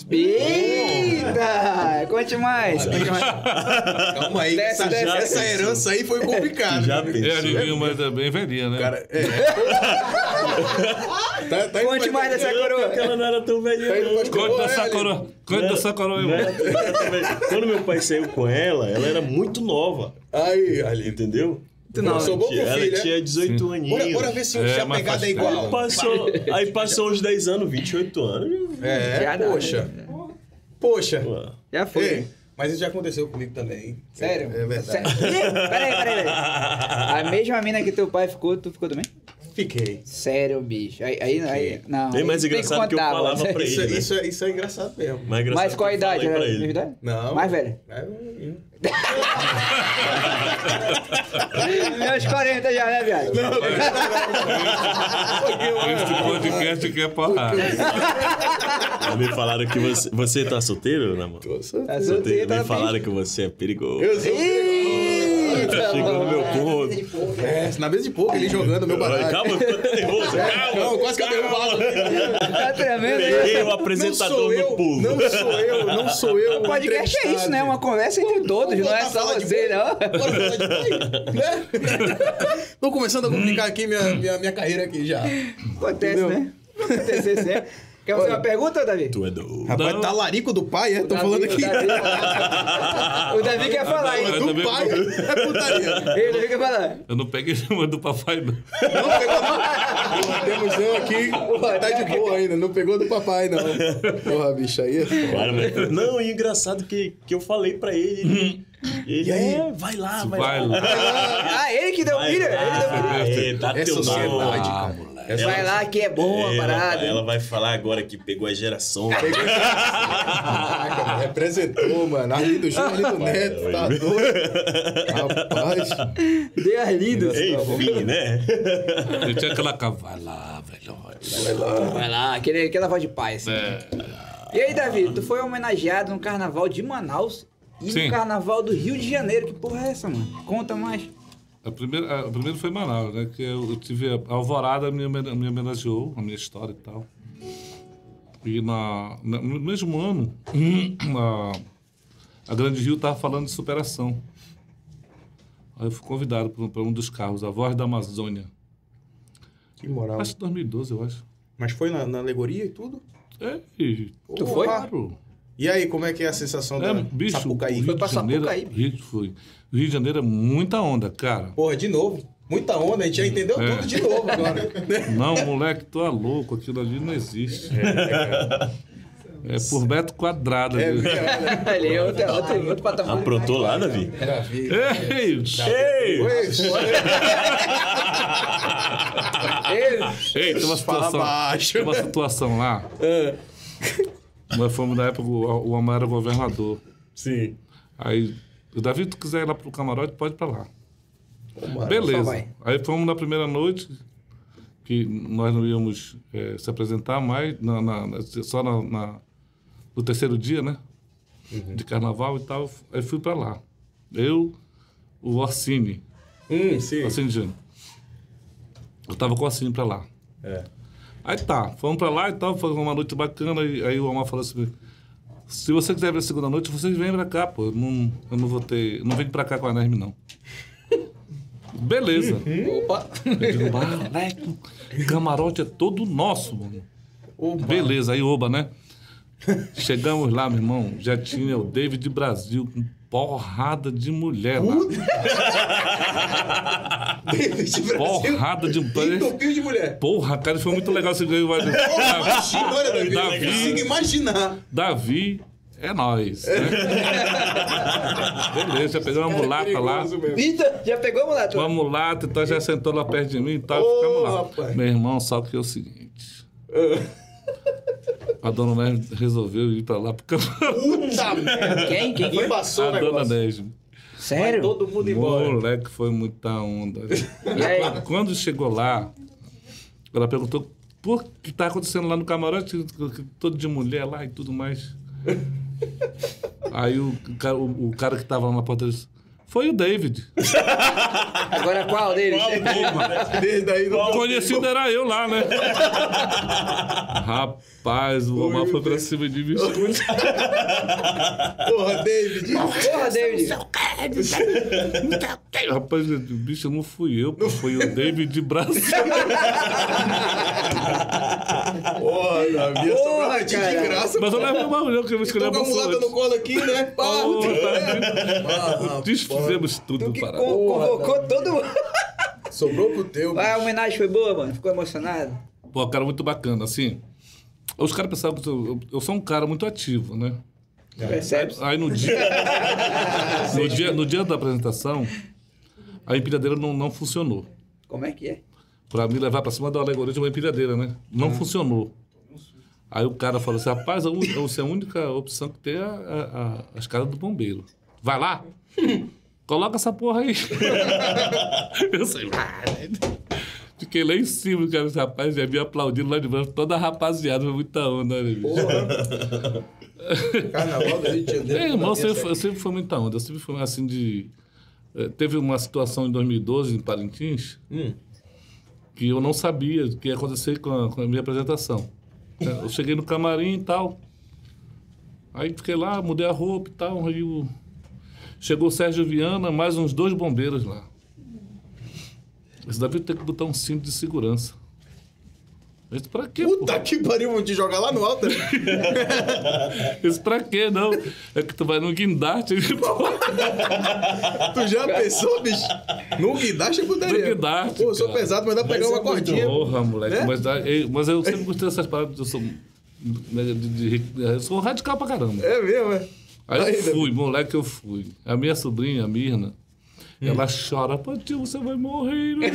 B: Eita! Conte mais, conte mais.
A: Calma aí,
B: Desce,
A: essa,
B: desce,
A: essa
D: desce.
A: herança aí foi complicada.
B: Ah,
D: né? Já
A: né?
D: pensou?
C: É, Livinho, mas também velhinha, né?
A: Cara, é. tá, tá indo
B: Conte
A: pra-
B: mais dessa
D: Porque
B: coroa.
D: ela não era tão
A: Tá
D: velha,
A: indo
D: não.
A: pra-
C: Conta
A: Ô,
C: dessa
A: Hélio,
C: coroa. Conta dessa coroa,
D: Não
A: é
C: irmão.
D: era tão velha. Quando meu pai saiu com ela, ela era muito nova,
A: Aí, ali.
D: entendeu?
A: Não, sou bom com
D: Ela
A: filho, né?
D: tinha 18 aninhos.
A: Bora, bora ver se
C: É,
A: se a
C: mas
A: pegada é
C: faz
A: igual.
D: Aí passou, aí passou uns 10 anos, 28 anos.
A: É,
B: Já dá,
A: poxa. Poxa.
D: Pô,
B: Já foi.
A: Ei, mas isso já aconteceu comigo também. hein?
B: Sério?
A: É verdade.
B: Sério? Ih, Peraí, peraí, peraí. A mesma mina que teu pai ficou, tu ficou também?
A: Fiquei.
B: Sério, bicho. Aí, aí, aí não.
D: Bem mais
B: Tem
D: engraçado que eu
B: contar,
D: falava
B: mas-
D: pra ele.
A: Isso,
D: né?
A: isso, é, isso é engraçado mesmo.
D: Mas, é engraçado
B: Mas qual a
D: que eu falei
B: idade?
A: né?
B: Era
D: pra ele.
B: mesma idade?
A: Não.
B: Mais velha?
A: É um-
B: É uns 40 já, né, viado?
C: Este podcast é quer porrada.
D: Aí Me falaram que você, você tá solteiro, namor?
B: Tá
D: Solteiro.
B: solteiro, tá
D: Me
B: bem.
D: falaram que você é perigoso.
A: Eu sou-
B: Eita,
D: Chegou no Tá meu
B: mano.
D: ponto.
A: É, na mesa de pouco, ele jogando meu baralho.
D: Calma, ficou até nervoso. Calma.
A: É, Não, quase que eu derrubava.
B: Tá tremendo, né?
D: Peguei o
A: Não
D: apresentador
A: sou eu,
D: no pulo.
A: não sou eu, não sou eu.
B: O podcast é isso, né? Uma conversa entre todos, não é
A: Vamos
B: só
A: falar de
B: você,
A: boi?
B: não.
A: Bora falar de boi, né? Tô começando a complicar aqui minha, minha, minha carreira aqui já.
B: Acontece, né? Acontece sempre. Quer fazer uma pergunta, Davi?
D: Tu é doido.
A: Rapaz,
C: Não.
A: tá larico do pai, é? Tô
B: Davi-
A: falando aqui.
B: O Davi, o Davi quer falar, hein?
C: Eu
A: Do
C: também-
A: pai é putaria.
B: Ei, O Davi quer falar.
C: Eu não peguei nenhuma do papai, não.
A: Não pegou do Porra, Temos um aqui, tá de boa ainda. Não pegou do papai, não. Porra, bicho, aí é foda.
D: Claro, mas- Não, e engraçado que, que eu falei pra ele. Ele, ele
A: Hum. aí?
D: é, vai lá, vai,
C: Vai
D: lá.
C: lá.
B: Ah, ele que deu
D: Vai
B: filho? Ele deu filho.
D: lá, é, dá
A: É
D: teu nome.
A: sociedade,
D: Ah,
A: cara.
D: moleque.
A: É
B: Vai lá que é bom a
D: Ela-
B: parada.
D: Ela vai falar agora que pegou a geração.
A: Caraca, mano, representou, mano. Ali do Júnior, ali do Neto, tá doido. Rapaz.
B: Deus lindo.
D: Enfim, né?
C: Eu tinha aquela cava- vai lá, velho. É. vai lá.
B: Vai lá, aquele, aquela voz de pai, assim. E aí, Davi, tu foi homenageado no carnaval de Manaus e
C: Sim.
B: no carnaval do Rio de Janeiro. Que porra é essa, mano? Conta mais.
C: A primeira, a primeira foi Manaus, né? Que eu, eu tive a Alvorada me, homen- me homenageou, a minha história e tal. E na, na- no mesmo ano, a, a Grande Rio estava falando de superação. Aí eu fui convidado para um dos carros, a Voz da Amazônia.
A: Que moral.
C: Acho que 2012, eu acho.
A: Mas foi na, na alegoria e tudo?
C: É, e-
A: Tu foi?
C: Claro.
A: E aí, como é que é a sensação da
C: É, bicho, o
A: Sapucaí?
C: Rio
B: Foi pra
C: de Janeiro, é
B: Sapucaí,
C: Rio, foi. O Rio de Janeiro é muita onda, cara.
A: Porra, de novo. Muita onda, a gente já entendeu
C: É.
A: tudo de novo agora. né?
C: Não, moleque, tu é louco, aquilo ali não existe. É por metro quadrado.
A: É,
C: ali.
A: verdade.
B: Ali, é outro, outro, outro patamar.
D: Aprontou lá, Davi?
A: Já vi.
C: Ei,
D: Ei!
A: Ué,
B: Ele-
C: ei, tem
A: Fala
C: uma situação.
A: baixo. Ah.
C: Tem uma situação lá. Nós fomos na época, o o Amaro era governador.
A: Sim.
C: Aí, o Davi, tu quiser ir lá pro camarote, pode ir pra lá.
A: Vambora.
B: só
C: Beleza.
B: vai.
C: Aí fomos na primeira noite, que nós não íamos eh, se apresentar mais, na- na- na- só na, na- no terceiro dia, né? De carnaval e tal. Aí fui pra lá. Eu, o Orsini,
A: Hum, sim.
C: Orsini Júnior. Eu tava com o Orsini pra lá. Aí tá, fomos pra lá e tal, foi uma noite bacana. E aí o Omar falou assim: se você quiser ver a segunda noite, vocês vêm pra cá, pô. Eu não, eu não vou ter. Não vem pra cá com a Nerme, não. Beleza.
B: Opa!
C: Eu digo, "Ah, moleque, camarote é todo nosso, mano. Beleza, aí oba, né? Chegamos lá, meu irmão, já tinha o David Brasil com porrada de mulher lá. porrada de um mulher.
A: Entupiu de mulher.
C: Porra, cara, foi muito legal esse ganho. Davi,
A: Imagina, olha, Davi, eu não consigo
C: Davi,
A: imaginar.
C: Davi é nós. né? Beleza, já pegou uma mulata lá.
B: Eita, já pegou, moleque?
C: Uma mulata, então já sentou lá perto de mim e tal, e ficamos lá. Meu irmão, só que é o seguinte. A dona Nerd resolveu ir pra lá pro camarote.
B: Tá,
A: Puta merda.
B: Quem? Quem foi?
A: Embaçou
C: A
A: o
C: dona
A: negócio.
C: Nerd.
B: Sério?
A: Todo mundo embora.
C: Moleque, foi muita onda.
B: aí?
C: Quando- Quando chegou lá, ela perguntou "Pô, o que tá acontecendo lá no camarote, todo de mulher lá e tudo mais. Aí o cara, o, o cara que tava lá na porta disse, foi o David.
B: Agora qual deles?
D: né?
A: Desde aí não...
C: Conhecido era eu lá, né? Rapaz, o Omar foi pra cima de mim.
A: Porra, David.
B: Porra, David.
C: Rapaz, eu digo, bicho, não fui eu, pô, foi o David Brasil.
A: Porra, Davi. É só pra
B: Porra,
A: pedir de
B: cara.
A: graça.
C: Mas eu levei uma mulher que eu vou escolher
A: Tô com
C: a
A: a mulata no
C: pessoa.
A: colo aqui, né? Pá.
C: Pô, tá vendo? Desfizemos tudo
B: Que
C: do Pará.
B: con- convocou todo mundo.
A: Sobrou pro teu.
C: Ah, é
B: Vai, Ah, a homenagem foi boa, mano. Ficou emocionado.
C: Pô, cara, muito bacana, assim. Os caras pensavam que eu, eu sou um cara muito ativo, né?
B: Percebe?
C: Aí no dia. no, dia no dia da apresentação, a empilhadeira não, não funcionou.
B: Como é que é?
C: Pra me levar pra cima da alegoria de uma empilhadeira, né? Não funcionou. Aí o cara falou assim: rapaz, a un- você é a única opção que tem é a, a, a escada do bombeiro. Vai lá! Coloca essa porra aí. eu sei, "Ah, né?" Fiquei lá em cima, cara, esse rapaz já me aplaudindo lá de baixo, toda a rapaziada, foi muita onda, né, bicho?
A: Carnaval do Rio de Janeiro.
C: É, irmão, eu
A: Davi,
C: sempre, eu sempre fui muita onda. Eu sempre fui assim de. eh, Teve uma situação em 2012 em Parintins que eu não sabia o que ia acontecer com a, com a minha apresentação. Eh, Eu cheguei no camarim e tal. Aí fiquei lá, mudei a roupa e tal. Aí o... chegou o Sérgio Viana, mais uns dois bombeiros lá. Esse Davi tem que botar um cinto de segurança. Eu disse, pra quê? pô?
A: Puta que pariu, vão te jogar lá no alto. né?
C: Isso pra quê, não? É que tu vai no guindaste.
A: Tu já pensou, bicho? No guindaste eu poderia.
C: No guindaste,
A: Pô, sou
C: cara.
A: pesado, mas dá pra pegar uma cordinha.
C: Porra, moleque.
A: Né?
C: Mas, dá- eu- mas eu sempre gostei dessas paradas. Eu sou, né, de- de- de- eu sou um radical pra caramba.
A: É mesmo, é.
C: Aí
A: Aí,
C: eu fui, moleque, eu fui. A minha sobrinha, a Mirna,
A: Hum.
C: ela chora. Pô, tio, você vai morrer. né?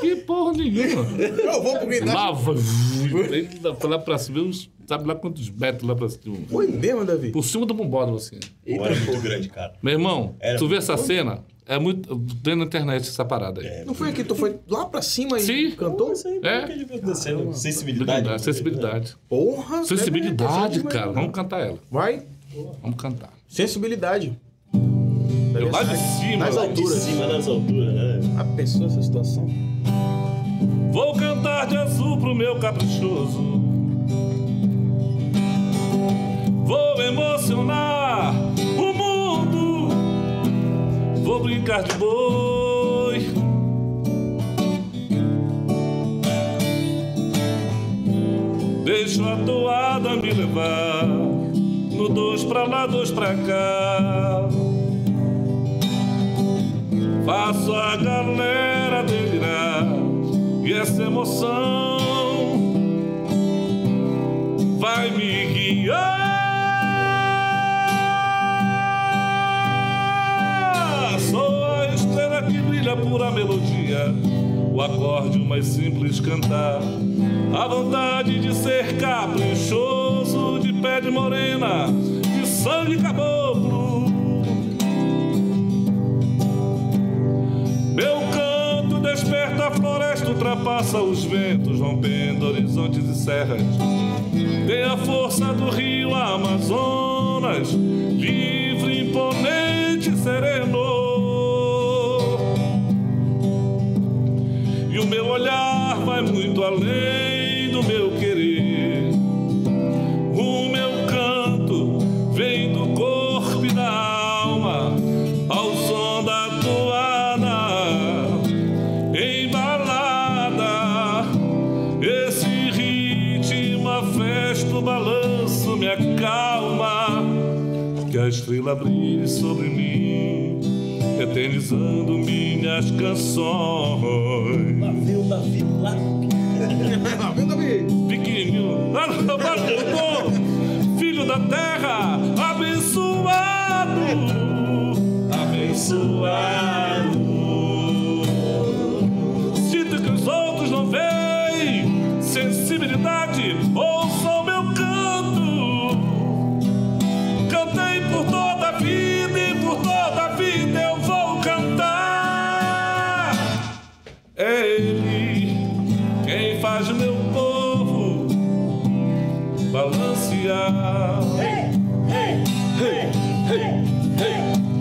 C: que porra nenhuma.
A: Eu vou pro guindaste.
C: Lá vai. Foi lá pra cima, uns- sabe lá quantos metros lá pra cima.
A: Foi mesmo, Davi?
C: Por cima do bombódromo, assim.
D: Pô, era é muito grande, cara.
C: Meu irmão,
D: Era
C: tu vê essa cena, é muito... Tem na internet essa parada aí.
A: Não foi aqui, tu foi lá pra cima e
C: Sim.
A: cantou?
D: Isso aí,
C: É.
D: é. que devia ser, né?
C: Sensibilidade.
D: Sensibilidade.
C: Sensibilidade,
A: Porra.
C: sensibilidade
A: né?
C: cara. Vamos cantar ela.
A: Vai.
C: Vamos cantar.
A: Sensibilidade.
C: Eu lá de
A: Nas
C: cima.
D: De
A: alturas.
D: cima nas alturas, né?
A: A pessoa, essa situação.
C: Vou cantar de azul pro meu caprichoso. Vou emocionar o mundo. Vou brincar de boi. Deixo a toada me levar. No dois pra lá, dois pra cá. Faço a galera delirar E essa emoção Vai me guiar Sou a estrela que brilha por a melodia O acorde mais simples cantar A vontade de ser caprichoso De pele morena, de sangue caboclo Meu canto desperta a floresta, ultrapassa os ventos, rompendo horizontes e serras. Tem a força do rio Amazonas, livre, imponente e sereno. E
H: E o meu olhar vai muito além do meu querer. O meu canto vem do corpo e da alma, ao som da toada embalada. Esse ritmo afesta o balanço, me acalma. Que a estrela brilhe sobre mim, eternizando minhas canções. Pequenino, filho da terra, abençoado,
D: É
H: abençoado. Sinto que os outros não veem sensibilidade, ouçam meu canto. Cantei por toda a vida e por toda a vida eu vou cantar. É Ele quem faz meu povo balancear. É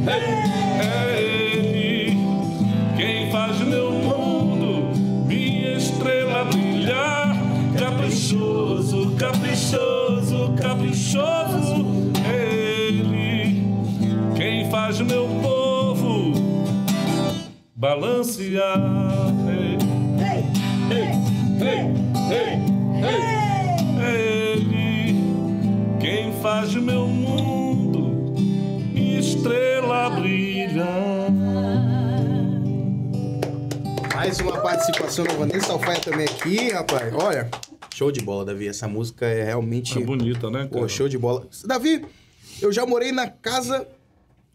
H: Ele quem faz meu mundo, minha estrela brilhar. Caprichoso, caprichoso, caprichoso. É Ele quem faz meu povo balancear. É Ele quem faz meu mundo minha estrela brilhar.
A: Mais uma participação da Vanessa Alfaia também aqui, rapaz. Olha, show de bola, Davi. Essa música é realmente.
C: É bonita, né, cara?
A: Pô, show de bola. Davi, eu já morei na casa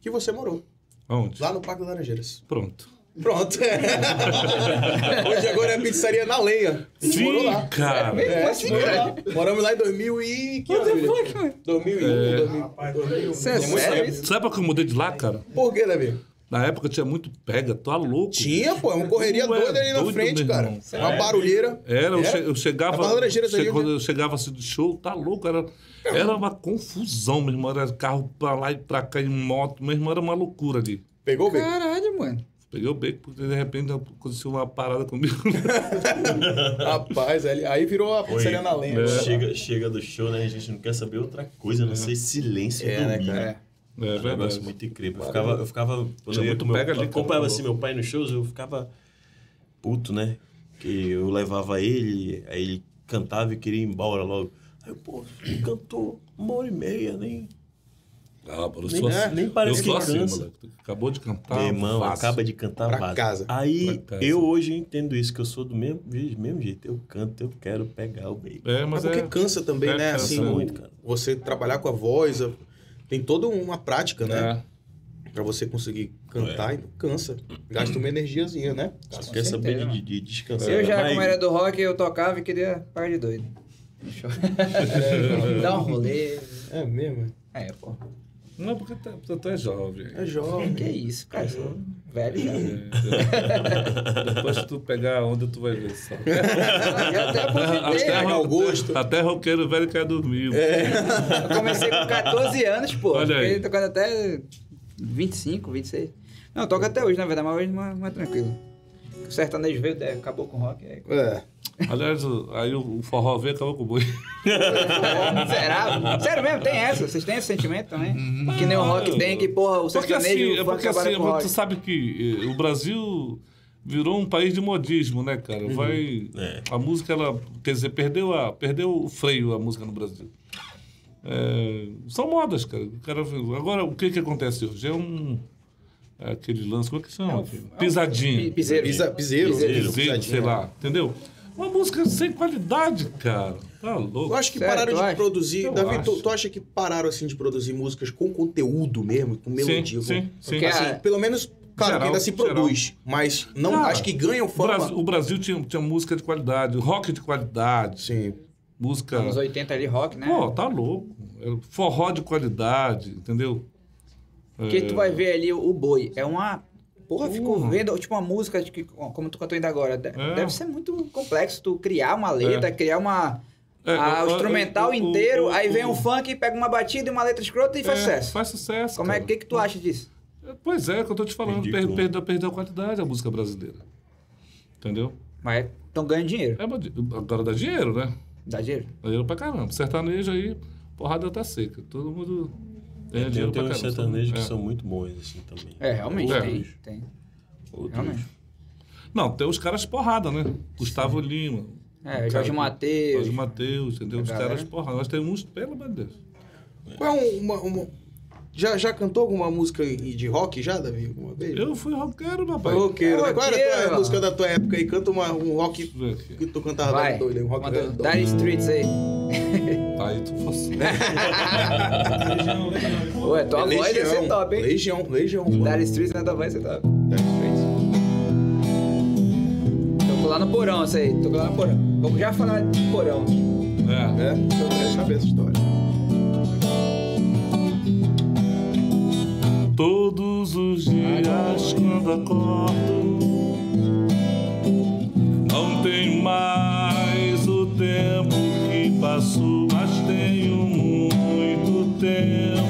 A: que você morou,
C: Aonde?
A: lá no Parque Laranjeiras.
C: Pronto.
A: Pronto. Hoje agora é a pizzaria na Leia. A gente morou lá.
C: Sim, cara.
A: É, a gente morou lá. Moramos lá em 2015. What the fuck, mano? 2001,
C: É.
A: 2000.
G: Rapaz, tô meio-
B: Você é sério isso?
C: Sabe pra que eu mudei de lá, cara?
A: um. Por que, Davi?
C: Na época tinha muito pega, tá louco.
A: Tinha, pô, uma correria
C: Tu é
A: doida ali na
C: doido,
A: frente,
C: meu
A: cara.
C: irmão. É.
A: Uma barulheira.
C: Era, eu,
A: Era?
C: che eu
A: A
C: chegava.
A: Barra Laranjeiras
C: che-
A: ali,
C: quando
A: né?
C: eu chegava assim do show, tá louco? Era, era uma confusão, meu irmão. Era carro pra lá e pra cá, em moto. Meu irmão era uma loucura ali.
A: Pegou bem?
B: Caralho, mano.
C: Peguei o beco, porque de repente aconteceu uma parada comigo. É
A: Rapaz, ali- aí virou é a pizzaria na Leia.
C: É.
D: Chega, chega do show, né? A gente não quer saber outra coisa, a não ser silêncio
A: É,
D: e
A: né,
D: dormir.
A: cara?
C: é
D: É um
C: verdade.
D: negócio muito incrível. Eu ficava, eu ficava quando eu
C: Tinha
D: ia
C: muito
D: com meu,
C: pega ali, cara,
D: acompanhava assim
C: tá
D: meu pai nos shows, eu ficava puto, né? Que eu levava ele, aí ele cantava e queria ir embora logo. Aí eu, pô, ele cantou uma hora e meia, nem.
C: Ah, mano, eu
D: Nem-
C: sou
D: é,
C: assim.
D: nem parece
C: eu sou
D: que
C: assim,
D: cansa.
C: moleque. Acabou de cantar.
D: Meu irmão,
C: Tá fácil.
D: acaba de cantar
A: Pra
D: vaza.
A: casa.
D: Aí
C: Pra casa.
D: eu hoje entendo isso, que eu sou do mesmo, do mesmo jeito. Eu canto, eu quero pegar o meio.
C: É,
A: Mas
C: mas
A: porque
C: é.
A: cansa também,
C: É,
A: né?
C: cansa
A: assim,
D: muito,
A: o-
D: cara.
A: você trabalhar com a voz, a- tem toda uma prática, né?
C: É.
A: Pra você conseguir cantar, e cansa. Gasta uma energiazinha, né?
D: Só quer saber de, de descansar.
B: Eu já,
D: É, Mas-
B: como era do rock, eu tocava e queria par de doido. Deixa eu- Dá um rolê.
A: É mesmo.
B: É, pô.
C: Não, porque tá- tu tu é jovem.
A: É jovem.
B: Que isso, cara. eu sou Velho já.
C: É. Depois que tu pegar a onda, tu vai ver só.
B: Eu até aposentei,
C: Até,
B: né?
A: Pegar o gosto.
C: até roqueiro velho quer dormir.
B: Eu comecei com 14 anos, pô.
C: Olha aí.
B: Fiquei tocando até 25, 26. Não, toca até hoje, na verdade, mas hoje não é, não é tranquilo. O sertanejo veio, é, acabou com o rock. É...
A: É.
C: Aliás, o- aí o o forró veio e acabou com o boi.
B: Será? Sério mesmo, tem essa. Vocês têm esse sentimento também? Que nem o rock tem, que porra, o
C: Porque
B: sertanejo
C: assim,
B: e
C: é
B: o funk
C: porque
B: acabaram
C: assim,
B: com o rock.
C: tu sabe que eh, o Brasil virou um país de modismo, né, cara?
B: Uhum.
C: Vai
D: É.
C: a música ela, quer dizer, perdeu a perdeu o freio a música no Brasil. É, são modas, cara. O cara. Agora o que que acontece hoje? É um é aquele lance, como é que
B: um
C: chama? Pisadinha.
B: Piseiro.
C: é
A: Pisa, piseiro.
B: Piseiro,
C: Piseiro, sei
A: pisadinha.
C: lá, entendeu? Uma música sem qualidade, cara. Tá
A: Eu
C: louco.
A: acho que
B: Sério,
A: pararam
B: tu
A: de
B: acha?
A: produzir.
C: Eu
A: Davi, tu,
C: acho.
A: tu acha que pararam assim de produzir músicas com conteúdo mesmo, com melodia? com-
C: sim, sim.
B: Porque
A: Assim,
B: a-
A: pelo menos, claro, que
C: Geral,
A: ainda se produz, mas não
C: Cara,
A: acho que ganham
C: O
A: fama.
C: Brasil, o Brasil tinha, tinha música de qualidade, rock de qualidade,
A: Sim.
C: música.
B: Anos 80 ali, rock, né?
C: Pô, tá louco. É Forró de qualidade, entendeu?
B: Porque tu vai ver ali o boi. É uma. Porra, ficou
C: é. Porra.
B: vendo a última música, de que, como tu cantou ainda agora. de-
C: É.
B: Deve ser muito complexo tu criar uma letra, criar uma.
C: É,
B: a-
C: o-
B: o
C: o-
B: Ah, instrumental
C: o- o-
B: inteiro,
C: o-
B: aí vem
C: o-
B: um funk, pega uma batida e uma letra escrota e faz
C: É,
B: sucesso.
C: Faz sucesso.
B: Como é
C: cara.
B: que, que tu acha disso?
C: Pois é, é o que eu tô te falando, per-
D: Ridículo.
C: perdeu, perdeu a qualidade a música brasileira. Entendeu?
B: Mas estão ganhando dinheiro.
C: É, mas agora dá dinheiro, né?
B: Dá dinheiro?
C: Dá dinheiro pra caramba. Sertanejo aí, porrada tá seca. Todo mundo ganha
D: É, Tem,
C: dinheiro
D: tem
C: pra
D: uns
C: caramba.
D: sertanejos que
C: É.
D: são muito bons, assim, também.
B: É, realmente,
C: É.
B: tem. tem.
D: Outros.
B: Realmente.
C: Não, tem os caras porrada, né? Gustavo Lima.
B: É, Jorge
C: Cara,
B: Mateus.
C: Jorge Mateus, entendeu? Os
B: Galera.
C: caras porrada. Nós temos uns, pelo amor de Deus.
A: Qual é uma. uma- Já, já cantou alguma música em- de rock já, Davi? Alguma vez?
C: Eu fui roqueiro, papai.
A: Roqueiro, né? Qual era a tua
B: Roqueiro.
A: música da tua época aí? Canta uma, um rock
C: Vê aqui.
A: que tu cantava
B: Vai.
A: doido, aí, um rock
B: Manda-
A: velho doido.
B: Dire Streets aí.
C: Tá aí tu fosse.
B: É.
G: Legião, Legião.
B: Ué, tua voz ia ser top, hein?
A: Legião, Legião.
B: Dire Streets na tua voz ia ser top. Tocou lá no porão, isso aí. Tocou lá no porão. Vamos já falar de porão.
C: É.
A: É, eu quero saber essa história.
C: Todos os dias quando acordo Não tenho mais o tempo que passou Mas tenho muito tempo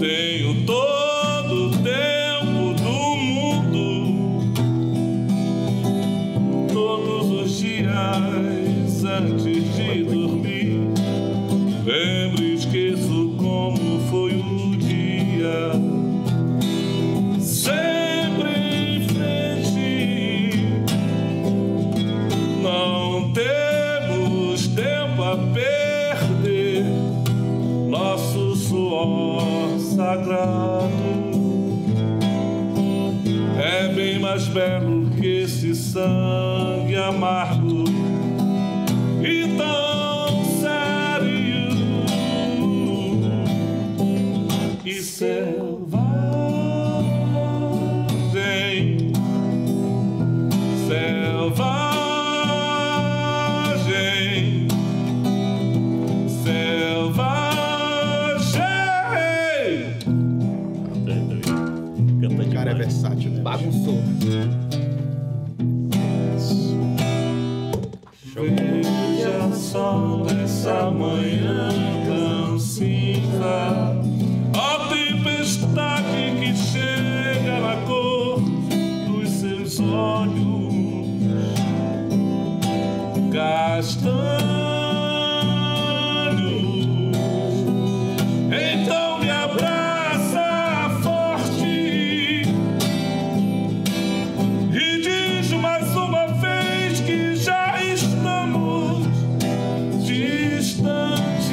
C: Tenho todo o tempo do mundo Todos os dias antes de dormir Lembro e esqueço como foi o dia. Sempre em frente. Não temos tempo a perder. Nosso suor sagrado é bem mais belo que esse sangue amargo e tão sério e selvagem, selvagem, selvagem.
D: Canta
A: O cara é
D: demais.
A: versátil, né?
B: Bagunçou.
C: Veja só dessa manhã tão cinza A tempestade que chega na cor dos seus olhos Castanhos Então me abraça forte e diz mais uma vez que já estamos distantes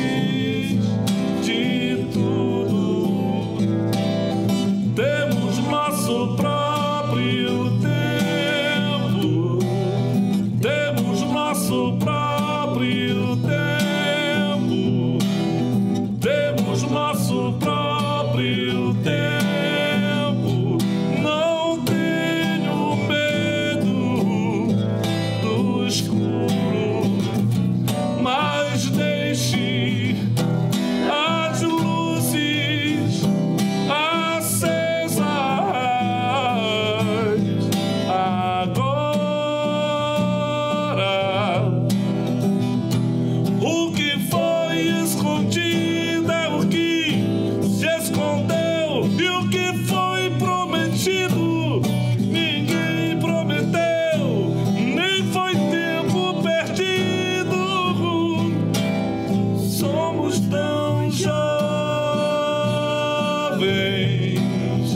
C: de tudo. Temos nosso próprio tempo. Temos nosso próprio tempo. Temos nosso próprio tempo. Não tenho medo do escuro, mas deixe as luzes acesas agora. O que foi escondido é o que se escondeu e o que foi prometido ninguém prometeu, nem foi tempo perdido. Somos tão jovens,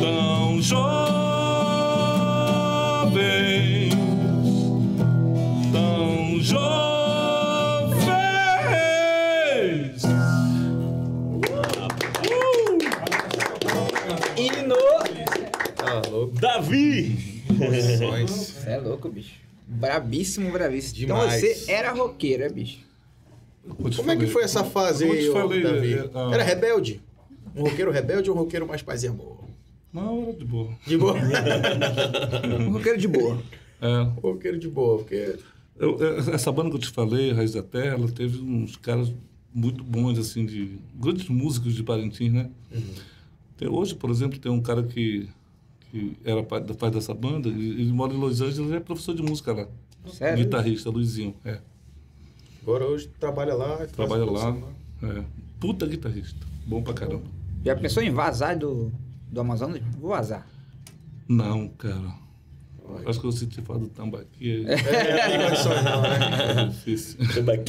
C: tão jovens tão jovens.
B: Ino!
D: Davi!
B: Você é louco, bicho. Brabíssimo, bravíssimo.
A: Demais.
B: Então você era roqueiro, é, bicho?
A: Como é que foi essa fase
C: Como eu te
A: aí, ô,
C: falei,
A: Davi?
C: é, ah.
A: Era rebelde? Um roqueiro rebelde ou um roqueiro mais paz e amor?
C: Não, era de boa.
A: De boa.
B: Um roqueiro de boa.
C: É,
A: Um roqueiro de boa, porque...
C: eu- é, essa banda que eu te falei, Raiz da Terra, ela teve uns caras muito bons, assim, de grandes músicos de Parintins, né?
A: Uhum.
C: Tem- hoje, por exemplo, tem um cara que, que era pai, da- pai dessa banda, ele, ele mora em Los Angeles, ele é professor de música lá.
B: Sério?
C: Guitarrista, Luizinho. É,
A: Agora hoje trabalha lá. faz
C: trabalha lá.
A: produção
C: É, puta guitarrista. Bom pra caramba.
B: Já pensou em vazar do, do Amazonas? Vou vazar.
C: Não, cara. Acho que eu senti falta do tambaqui.
A: é,
C: É difícil.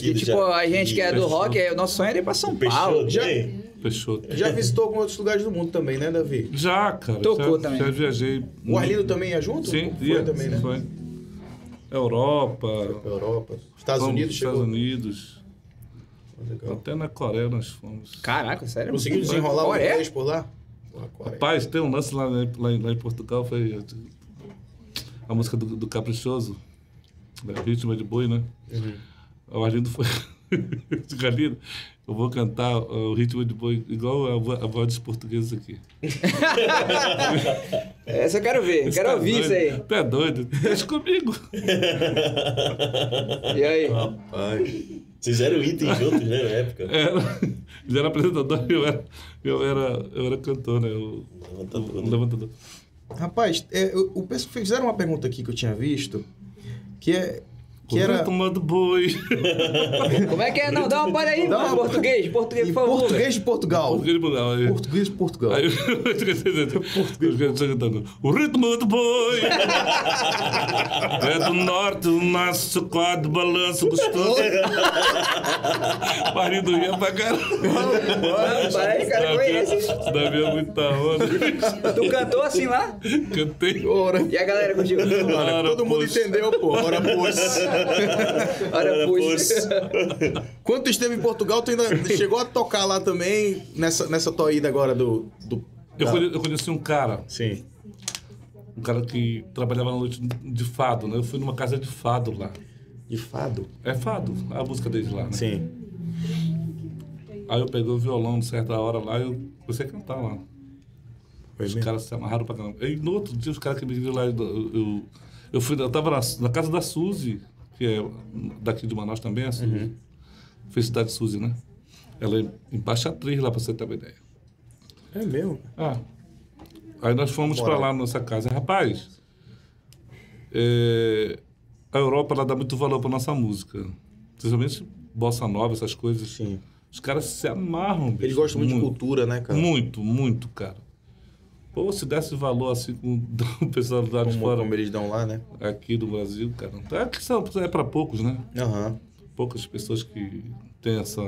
B: E, tipo, a gente que é do rock, é- o nosso sonho era ir pra São Paulo.
D: Peixoto,
A: Já-
D: né?
C: Peixoto.
A: Já visitou alguns outros lugares do mundo também, né, Davi?
C: Já, cara.
B: Tocou
C: já,
B: também.
C: Já viajei.
A: né? O Arlindo também ia junto?
C: Sim,
A: Foi
C: ia,
A: também, né?
C: Foi. Europa.
A: Europa, Estados
C: fomos
A: Unidos
C: nos
A: chegou. é
C: Estados Unidos.
A: Legal.
C: Até na Coreia nós fomos.
B: Caraca, sério?
A: Conseguiu desenrolar o
B: Olha, é?
A: inglês por lá? Porra, Coreia.
C: Rapaz, tem um lance lá, né, lá, em, lá em Portugal, foi a música do, do Caprichoso, da Vítima de Boi, né?
B: Uhum.
C: O Arlindo foi... Digo, Arlindo, eu vou cantar uh, o Ritmo de Boi igual a, vo- a voz dos portugueses aqui.
B: Essa eu quero ver,
C: Esse
B: quero
C: tá
B: ouvir
C: doido,
B: isso aí.
C: Tu é doido? Deixa comigo.
B: E aí?
A: Ah,
D: Rapaz. Vocês eram itens juntos, né, na época?
C: Era, ele era apresentador e eu era, eu era, eu era cantor, né? O,
D: Levantador,
C: o
D: né?
C: levantador.
A: Rapaz, é, o, o pessoal fizeram uma pergunta aqui que eu tinha visto, que é que era
C: Tomando boi.
B: Como é que é? Não, dá uma palha aí,
A: Dá
B: mano.
A: uma-
B: Português, português,
A: em
B: por favor.
A: português de Portugal.
C: né? Português de Portugal, aí-
A: Português de Portugal.
C: Aí eu esqueci de dizer. O ritmo do boi é do norte, do nosso quadro, balanço gostoso. Marido ria pra caramba.
B: Rapaz, cara, é conhece.
C: Davi é muita onda.
B: Tu cantou assim lá?
C: Cantei.
A: Ora,
B: E a galera contigo?
C: Ora,
A: todo mundo
C: pois.
A: entendeu, pô. Ora, pois.
B: Ora, pois.
A: é. Quando tu esteve em Portugal, tu ainda chegou a tocar lá também, nessa, nessa tua ida agora do... do
C: Eu
A: da-
C: conhe- eu conheci um cara,
A: Sim.
C: um cara que trabalhava na noite de fado, né? Eu fui numa casa de fado lá.
A: De fado?
C: É fado, a música deles lá, né?
A: Sim.
C: Aí eu peguei o violão de certa hora lá e eu comecei a cantar lá.
A: Foi
C: os
A: mesmo?
C: caras se amarraram pra caramba. E no outro dia, os caras que me viram lá, eu, eu, eu fui, eu tava na, na casa da Suzy, que é daqui de Manaus também, a Suzy.
A: Uhum.
C: Felicidade Suzy, né? Ela é embaixatriz lá, pra você ter uma ideia.
A: É mesmo?
C: Ah. Aí nós fomos pra lá, nossa casa. Rapaz, é, a Europa ela dá muito valor pra nossa música. Principalmente bossa nova, essas coisas.
A: Sim.
C: Os caras se amarram.
A: Eles
C: bicho,
A: gostam muito, de cultura, né, cara?
C: muito, muito, cara. Pô, se desse valor assim com o pessoal lá de
A: Como,
C: fora,
A: como eles dão lá, né?
C: aqui do Brasil, cara. É que são- é pra poucos, né?
A: Aham.
C: Poucas pessoas que têm essa,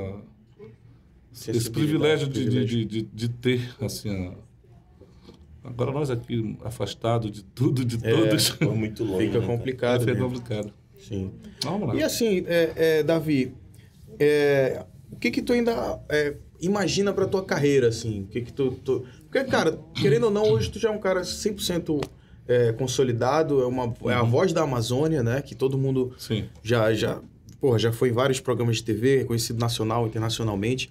C: esse
A: Sensibilidade,
C: privilégio
A: né?
C: de, de, de, de- de ter, assim. a- Agora nós aqui, afastados de tudo, de todos,
D: Foi muito longe.
A: Fica
D: né, cara?
C: vai
A: É, complicado.
C: ser
A: mesmo.
C: complicado.
A: Sim.
C: Vamos lá.
A: E assim, é, é, Davi, é, o que que tu ainda é, imagina pra tua carreira, assim? O que que tu, tu- Porque, cara, querendo ou não, hoje tu já é um cara 100% é, consolidado, é, uma, é a
C: Uhum.
A: voz da Amazônia, né? Que todo mundo
C: Sim.
A: já, já, porra, já foi em vários programas de TV, reconhecido nacional, internacionalmente.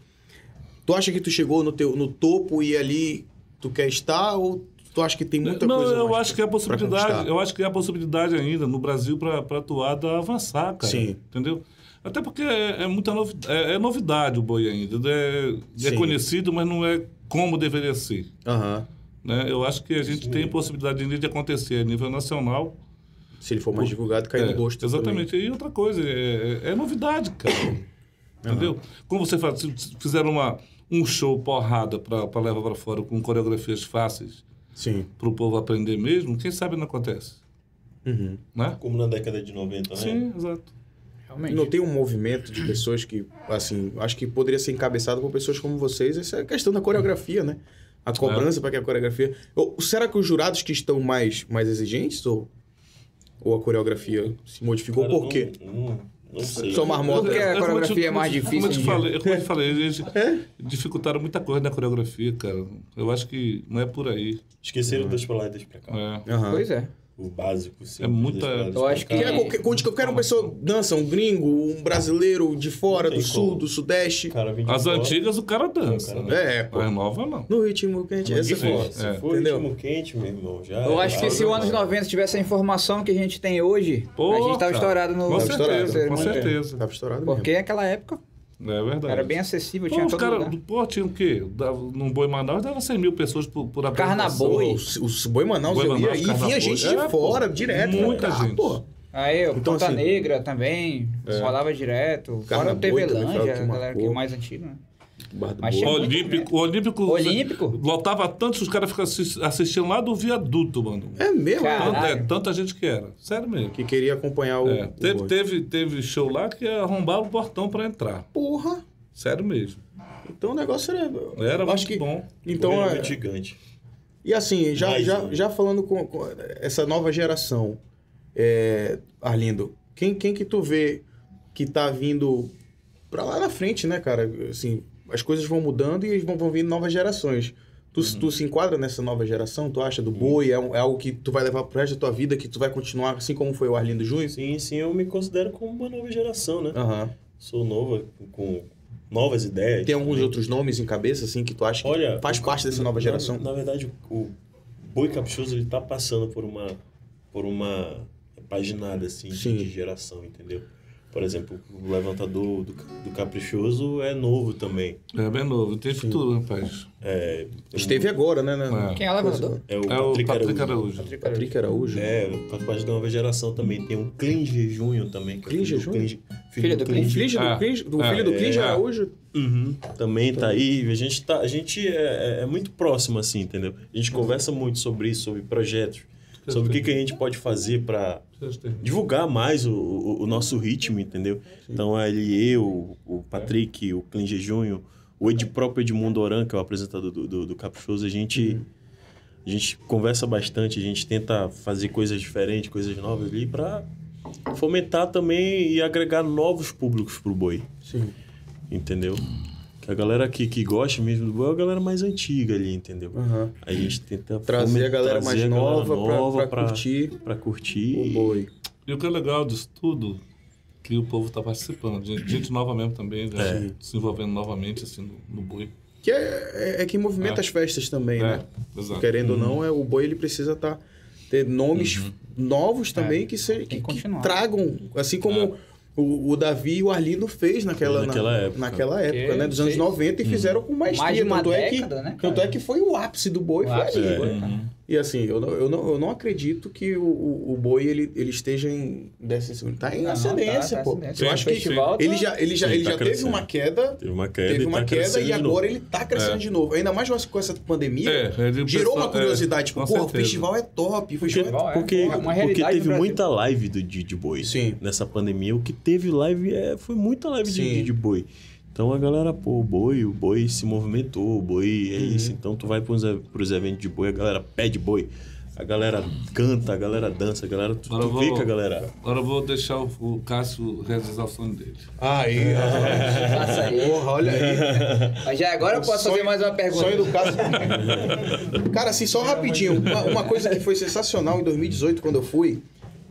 A: Tu acha que tu chegou no, teu, no topo e ali tu quer estar ou tu acha que tem muita
C: Não,
A: coisa
C: eu
A: mais
C: acho que é a
A: pra conquistar?
C: possibilidade, eu acho que é a possibilidade ainda no Brasil para atuada avançar, cara.
A: Sim.
C: Entendeu? Até porque é, é muita novi- é, é novidade o boi ainda. É, é
A: Sim.
C: conhecido, mas não é como deveria ser.
A: Aham.
C: Né? Eu acho que a gente tem possibilidade ainda de acontecer a nível nacional.
A: Se ele for mais divulgado, cai
C: É,
A: no gosto também.
C: Exatamente. E outra coisa, é, é- é novidade, cara. Entendeu? Como você faz, se se fizeram uma, um show porrada para levar para fora com coreografias fáceis
A: Sim.
C: para o povo aprender mesmo, quem sabe não acontece.
A: Uhum.
C: Né?
D: Como na década de
B: É.
D: 90, né?
C: Sim, exato.
A: E
B: Realmente.
A: não tem um movimento de pessoas que, assim, acho que poderia ser encabeçado por pessoas como vocês. Essa é a questão da coreografia, né? A cobrança para que a coreografia. Ou, será que os jurados que estão mais, mais exigentes ou, ou a coreografia se modificou?
D: Cara,
A: por quê?
D: Não, não, não sei.
A: Só marmota.
B: Porque a
C: Eu- eu-
B: coreografia
C: como eu te-
B: é mais
C: como eu te-
B: difícil É? hoje em
C: Como eu te falei, como eu te falei eles dificultaram muita coisa na coreografia, cara. Eu acho que não é por aí.
A: Hum.
D: Esqueceram das palavras pra cá.
C: É.
A: Aham.
B: Pois é.
D: O básico, sim.
C: É muita-
B: Eu acho
A: Que é qualquer, quando qualquer uma pessoa dança, um gringo, um brasileiro de fora,
D: Não
A: do
D: tem
A: sul,
D: como.
A: do sudeste.
D: Cara, vem de
C: As
D: fora.
C: antigas o cara dança.
D: Não,
C: né?
A: É, pô.
C: As novas não.
A: No ritmo que a gente. Essa
D: Se
A: é
D: for,
A: foda.
D: se
C: É.
D: for
A: Entendeu?
D: ritmo quente, meu irmão, já
B: Eu
D: é
B: acho que se
D: básico.
B: o anos 90 tivesse a informação que a gente tem hoje, a gente tava
C: cara.
B: estourado no...
C: Com
A: Tava
C: certeza,
A: Tá estourado.
C: com
B: Muito bem.
C: certeza.
A: Tava estourado mesmo.
B: é, né? Porque naquela época
C: É verdade.
B: era bem acessível,
C: Pô,
B: tinha
C: os
B: todo
C: caras
B: lugar.
C: do Pô, tinha o quê? Dava, num Boi Manaus dava 100 mil pessoas por, por apresentação.
B: Carnaboy.
A: Pô, o- O Boi Manaus,
C: Boi
A: eu ia
C: Manaus,
A: aí,
C: Carnaval.
A: vinha gente
C: É,
A: de
C: pô.
A: fora, direto.
C: Muita
A: Ah,
C: gente.
A: pô.
B: Aí, o
A: Então,
B: Ponta
A: assim, é.
B: Negra também, falava direto. Fora o
A: Carnaboy
B: TV
A: também foi
B: Lândia,
A: algo que
B: a galera que é
A: marcou.
B: mais antiga, né?
A: Barra do
B: Mas
A: Boi.
B: chegou-
C: Olímpico, Olímpico.
B: Olímpico?
C: Lotava tanto que os caras ficavam assis- assistindo lá do viaduto, mano.
A: É mesmo?
B: Cara.
C: Tanta,
B: Caralho.
C: é, tanta gente que era. Sério mesmo.
A: Que queria acompanhar o.
C: É,
A: o
C: teve,
A: Boi.
C: teve, teve show lá que arrombaram o portão pra entrar.
A: Porra!
C: Sério mesmo.
A: Então o negócio era.
C: Era
A: eu
C: muito
A: acho que.
C: bom.
A: Então,
D: Era
A: é-
D: muito gigante.
A: E assim, já,
D: Mais
A: já,
D: um.
A: já falando com, com essa nova geração, é, Arlindo, quem, quem que tu vê que tá vindo pra lá na frente, né, cara? Assim, as coisas vão mudando e vão, vão vindo novas gerações. Tu,
D: Uhum.
A: tu se enquadra nessa nova geração? Tu acha do boi? É, um- é algo que tu vai levar pro resto da tua vida, que tu vai continuar assim como foi o Arlindo Júnior?
D: Sim, sim, eu me considero como uma nova geração, né?
A: Aham.
D: Sou nova, com novas ideias. né?
A: Tem alguns
D: também.
A: outros nomes em cabeça, assim, que tu acha que
D: Olha,
A: faz parte dessa nova
D: Na-
A: geração?
D: Na, verdade, o, o Boi Caprichoso ele tá passando por uma por uma paginada assim de-
A: Sim.
D: de geração, entendeu? Por exemplo, o levantador do, do Caprichoso é novo também.
C: É bem novo. Tem futuro, rapaz.
D: É,
A: Esteve agora, né? né?
C: É.
B: Quem é o levantador?
D: é o
C: É o
D: Patrick
C: Patrick
D: Araújo.
C: Araújo.
A: Patrick Araújo.
D: É, faz parte da nova geração também. Tem um Clinge Júnior também. que é
A: Clinge
D: filho do
A: Júnior?
D: Clinge-
B: Filho do
A: O
B: Clinge.
A: filho do
C: Ah,
A: Cris, o
C: ah,
A: filho do
C: é.
A: Cris Araújo
D: Uhum, também tá aí. A gente, tá, a gente é, é- é muito próximo, assim, entendeu? A
A: Uhum.
D: gente conversa muito sobre isso, sobre projetos, sobre o que, que a gente pode fazer para divulgar mais o, o- o nosso ritmo, entendeu? Então, ali eu, o Patrick, o Clinge Júnior, o Ed próprio Edmundo Oran, que é o apresentador do, do, do Caprichoso, a gente, a gente conversa bastante, a gente tenta fazer coisas diferentes, coisas novas ali para fomentar também e agregar novos públicos pro boi.
A: Sim.
D: Entendeu? Que a galera que, que gosta mesmo do boi é a galera mais antiga ali, entendeu? A gente tenta
A: Trazer a
D: fomentar-
A: galera
D: trazer
A: mais
D: a galera
A: nova, pra- pra,
D: pra-
A: curtir
D: pra curtir
A: o
D: e-
A: boi.
C: E o que é legal disso tudo, que o povo está participando. Gente, gente nova mesmo também, já
A: É.
C: se envolvendo novamente assim, no, no boi.
A: Que é, é, é que movimenta
C: É.
A: as festas também, né?
C: É, exato.
A: Querendo
B: Uhum.
A: ou não, é, o boi ele precisa tá, ter nomes novos também que, se, que,
B: É, que continuar.
A: tragam, assim como o, o Davi e o Arlindo fez naquela, na-
D: Naquela época.
A: naquela época,
B: Que
A: né? Dos anos
B: fez-
A: 90 e fizeram com maestria.
B: Mais de uma
A: tanto é
B: década,
A: que,
B: né,
A: Tanto
B: cara?
A: é que foi o ápice do boi,
B: O
A: foi
B: ápice
A: ali.
B: do boi.
C: Uhum.
A: E assim, eu não, eu não, eu não acredito que o, o, o boi ele, ele esteja em décimo segundo. Tá em
B: Não,
A: ascendência,
B: tá- tá
A: pô.
B: ascendência.
A: Eu
C: Sim,
A: acho que
C: sim.
B: Festival tá-
A: ele já, ele já,
D: Ele
A: ele
D: tá
A: já teve
D: crescendo.
A: uma queda,
D: Teve uma queda,
A: teve
D: e
A: uma
D: tá
A: queda
D: crescendo
A: e
D: de novo.
A: agora ele tá crescendo de novo. Ainda mais com essa pandemia,
C: É,
A: gerou
C: ele pensou-
A: uma curiosidade. tipo,
C: com
A: porra, o
C: certeza.
A: festival é top, o festival
B: Festival
A: é...
B: é
D: Porque,
B: uma
D: porque
B: realidade
D: teve
B: no Brasil.
D: muita live do, de, de boi.
A: Sim.
D: Nessa pandemia, o que teve live é, foi muita live de,
A: Sim.
D: de, de boi. Então a galera, pô, o boi, o boi se movimentou, o boi é
A: Uhum.
D: isso. Então tu vai pros, e- pros eventos de boi, a galera pede boi, a galera canta, a galera dança, a galera. Tu,
C: Agora eu
D: tu
C: vou-
D: vê que a galera.
C: Agora eu vou deixar o, o Cássio realizar o sonho dele.
A: Aí,
B: Passa aí.
A: porra, olha aí.
B: né? Mas já agora eu posso
A: Sonho-
B: fazer mais uma pergunta.
A: Sonho do caso. Cara, assim, só rapidinho. Uma, uma coisa que foi sensacional em 2018, quando eu fui,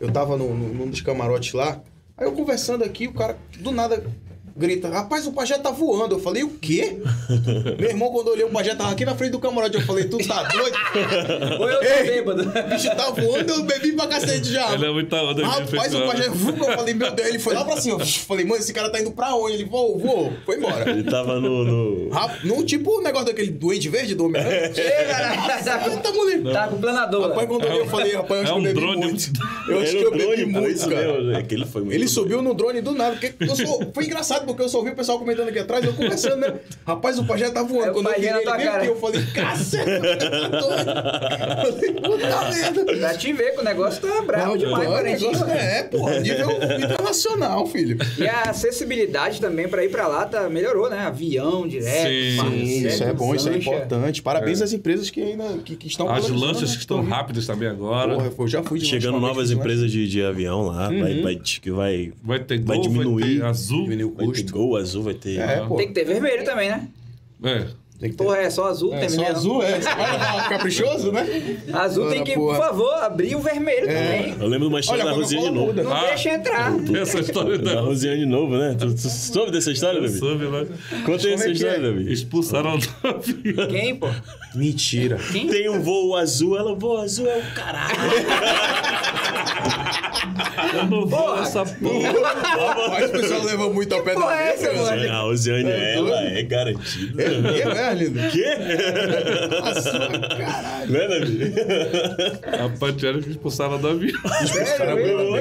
A: eu tava no, no- num dos camarotes lá. Aí eu conversando aqui, o cara do nada grita: Rapaz, o pajé tá voando. Eu falei: O quê? Meu irmão, quando eu olhei, o pajé tava aqui na frente do camarote. Eu falei: Tu tá doido?
B: Ou eu
A: Ei!
B: tô bêbado.
A: O bicho tá voando, eu bebi pra cacete já.
C: Ele é muito onda de
A: Ah, Rapaz, o
C: festival,
A: pajé
C: né?
A: voou. Eu falei: Meu Deus, ele foi lá pra cima. Eu falei: Mano, esse cara tá indo pra onde? Ele voou, voou. Foi embora.
D: Ele tava no. no-
A: Rap- Não, tipo o negócio daquele doente verde do
C: É.
A: Homem-Aranha.
B: Chega, tá com-
A: Puta, moleque.
B: Tá com planador.
A: Rapaz, quando eu olhei, eu falei, rapaz, eu acho que eu
C: É um
A: bebi
C: drone. um
A: muito. Eu acho
D: Era
A: que eu
D: o drone,
A: bebi
D: pô,
A: muito,
D: isso
A: cara.
D: mesmo, né? Aquele foi muito
A: Ele
D: doido.
A: subiu no drone do nada. Porque eu sou... Foi engraçado, porque eu só ouvi o pessoal comentando aqui atrás, eu conversando, né? Rapaz, o pajé tá voando.
B: É, o
A: Quando eu virei
B: pajé na
A: ele
B: tua
A: veio aqui,
B: cara.
A: eu falei, cacete, tá doido. Eu falei, puta merda.
B: Pra te ver que o negócio tá bravo demais,
A: Agora o
B: Parintins.
A: negócio é, pô, nível internacional, filho.
B: E a acessibilidade também pra ir pra lá tá, melhorou, né? Avião direto.
C: Sim,
B: barco
A: Sim,
B: direto,
A: isso é bom, isso é
B: lancha.
A: importante. Parabéns
B: É.
A: às empresas que ainda que, que estão
C: As
A: planejando,
C: lanchas
A: né?
C: que estão rápidas também agora.
A: Porra, eu já fui de lancha
D: Chegando
A: uma vez,
D: novas
A: mas-
D: empresas de, de avião lá, vai, vai, diz que vai.
C: Vai ter
D: Vai
C: gol, vai
D: diminuir.
C: ter azul.
A: Diminuiu o
D: Vai ter
A: custo.
D: gol azul, vai ter.
A: É, pô.
B: Tem que ter vermelho também, né?
C: É.
A: Tem que ter.
B: Porra, é só azul,
A: É,
B: tem
A: só
B: vermelho. não?
A: azul, é. Você vai levar um caprichoso, né?
B: Azul tem
A: Agora,
B: que,
A: porra. É.
B: por favor, abrir o vermelho também.
D: Eu lembro de uma história
A: Olha,
D: da
A: a
D: Rosinha de
A: Coca-Cola
D: novo.
A: muda.
B: Não
C: Ah.
B: deixa entrar.
C: Essa história
D: Da
C: da
D: Rosiane de novo, né? Tu, tu soube dessa história, Davi?
C: soube lá.
D: Conta aí essa
A: é que
D: história,
A: é?
D: Davi.
C: Expulsaram o Davi.
B: Quem, pô?
A: Mentira.
D: Tem um voo azul, ela, o voo azul é o caralho.
C: Eu não vou nessa porra.
A: Mas o pessoal leva muito a pé
B: Porra, é
A: da
B: essa,
A: letra.
B: mano?
D: A Rosiane, ela é garantida.
A: É, né, lindo?
D: Quê?
A: Caralho.
D: Não é, Davi?
C: Rapaz, tiveram que expulsaram o Davi.
B: Sério,
A: Meu
B: eu-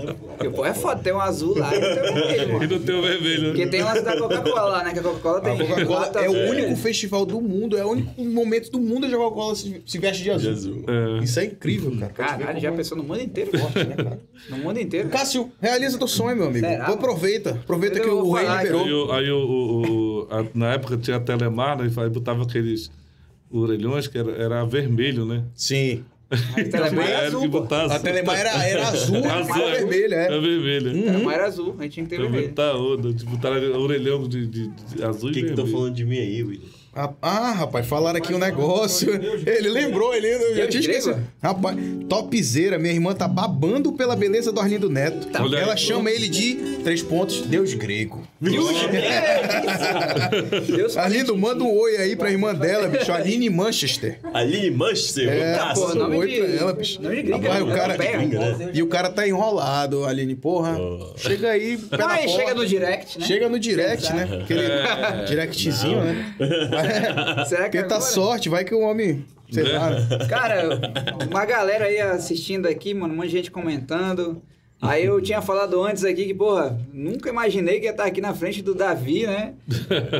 A: Deus.
B: Porque, pô, é foda, tem um azul lá e tem um vermelho,
C: E
B: mano.
C: não tem o vermelho. né?
B: Porque tem o lance da Coca-Cola lá, né? Que a Coca-Cola tem.
A: A Coca-Cola é o
B: Exatamente.
A: único festival do mundo, é o único momento do mundo onde a Coca-Cola se, se veste de azul. Isso é incrível, cara. Pra te ver
B: Caralho,
A: como
B: já
A: é
B: pensou no mundo inteiro?
A: forte, né, cara?
B: No mundo inteiro?
A: Cássio, realiza teu sonho, meu amigo.
B: Será?
A: Aproveita. Aproveita
B: Eu
A: que o
B: vou
A: rei
B: falar,
A: liberou.
C: Aí, o- aí o, o- o- a- na época tinha a Telemar, né? Aí botava aqueles orelhões que era, era vermelho, né?
A: Sim.
B: A Telemar
A: é
C: Era
B: era
C: que
B: é azul, pô.
C: botava
A: A
C: azul.
A: Telemar era, era azul,
C: Azul,
A: azul.
C: é.
A: vermelha, é.
C: Era vermelha.
B: A Telemar era azul, a gente tinha que ter
C: Então,
B: Hum, vermelho.
C: tá onda, tipo, botaram orelhão de, de- de azul
D: O que
C: e
D: que estão
C: vermelho.
D: falando de mim aí, William?
A: Ah, ah, rapaz, falaram aqui um negócio. Ele lembrou, ele eu já tinha
B: grego?
A: esquecido. Rapaz, topzeira, minha irmã tá babando pela beleza do Arlindo Neto.
B: Tá.
C: Olha
A: Ela
C: aí.
A: chama ele de três pontos, Deus grego.
B: Deus
A: Arlindo, manda um oi aí pra irmã dela, bicho. Aline Manchester.
D: Ali em Manchester,
A: É,
D: Cássio.
B: pô, nome
A: oi
B: de-
A: pra ela, bicho.
B: nome de gringa,
A: Rapaz, o
B: né?
A: cara,
B: Europeu,
A: e o cara tá enrolado, Aline, porra. Chega aí, pé na
B: Mas
A: porta.
B: chega no direct, né?
A: Chega no direct, né? Aquele
B: É.
A: directzinho, né?
B: Será que
A: Tenta a
B: agora?
A: sorte, vai que o homem. Sei lá. né?
B: Cara, uma galera aí assistindo aqui, mano, um monte de gente comentando. Aí eu tinha falado antes aqui que, porra, nunca imaginei que ia estar aqui na frente do Davi, né?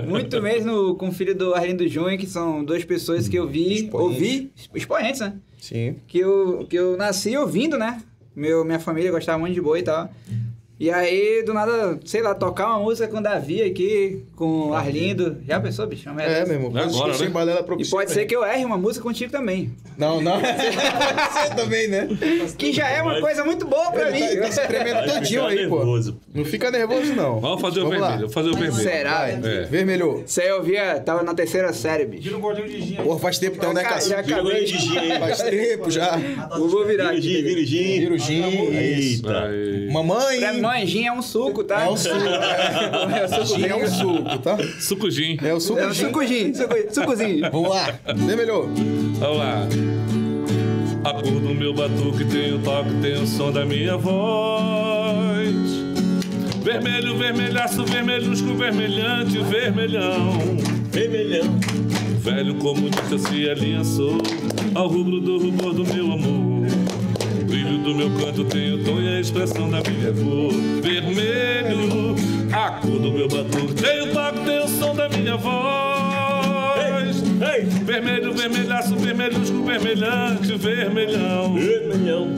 B: Muito mesmo com o filho do Arlindo Júnior, que são duas pessoas que eu vi, ouvi, expoentes, né?
A: Sim.
B: que eu, que eu nasci ouvindo, né? Meu, minha família gostava muito de boi e tal. E aí, do nada, sei lá, tocar uma música com o Davi aqui, com o Arlindo. Já pensou, bicho? Uma merda
A: É,
B: dessa.
A: meu irmão.
C: Agora,
A: Agora,
C: né?
A: balela pra
B: E pode ser que eu erre uma música contigo também.
A: Não, não. pode ser também, né?
B: Que já é uma coisa muito boa pra mim.
A: Ele tá, ele tá se tremendo todinho
D: Ficar
A: aí, pô.
D: nervoso.
A: Não fica nervoso, não.
C: Vamos fazer o
A: Vamos lá.
C: vermelho, vou fazer o vermelho.
B: Será?
A: Vai,
B: velho?
C: É.
A: vermelho.
B: Isso aí eu via, tava na terceira série, bicho.
G: Vira um gordinho de gin. aí.
A: Porra, faz tempo então, né,
B: Já
A: Cássio?
B: ca- já
D: Vira o
B: acabei.
D: gin, gin, hein?
A: Faz tempo já.
B: Eu vou virar
D: Vira o gin,
B: aqui.
D: vira o gin.
A: Vira o gin, isso.
D: Eita.
C: Aí,
A: Mamãe.
B: Pra mãe, gin é um suco, tá?
A: É o suco.
B: É o suco.
A: Gin é um suco, tá?
C: sucujim.
A: É o suco.
B: É o
A: de gin.
B: suco gin, suco- sucozinho.
A: Vamos lá. Vermelho.
C: Vamos lá. A cor do meu batuque tem o toque, tem o som da minha voz. Vermelho, vermelhaço, vermelhusco, vermelhante, vermelhão.
D: Vermelhão.
C: Velho comunista se aliançou ao rubro do rubor do meu amor. O brilho do meu canto tem o tom e a expressão da minha cor. Vermelho, a cor do meu batuque tem o toque, tem o som da minha voz.
D: Ei,
C: Vermelho, vermelhaço, vermelhusco, vermelhante, vermelhão.
D: vermelhão.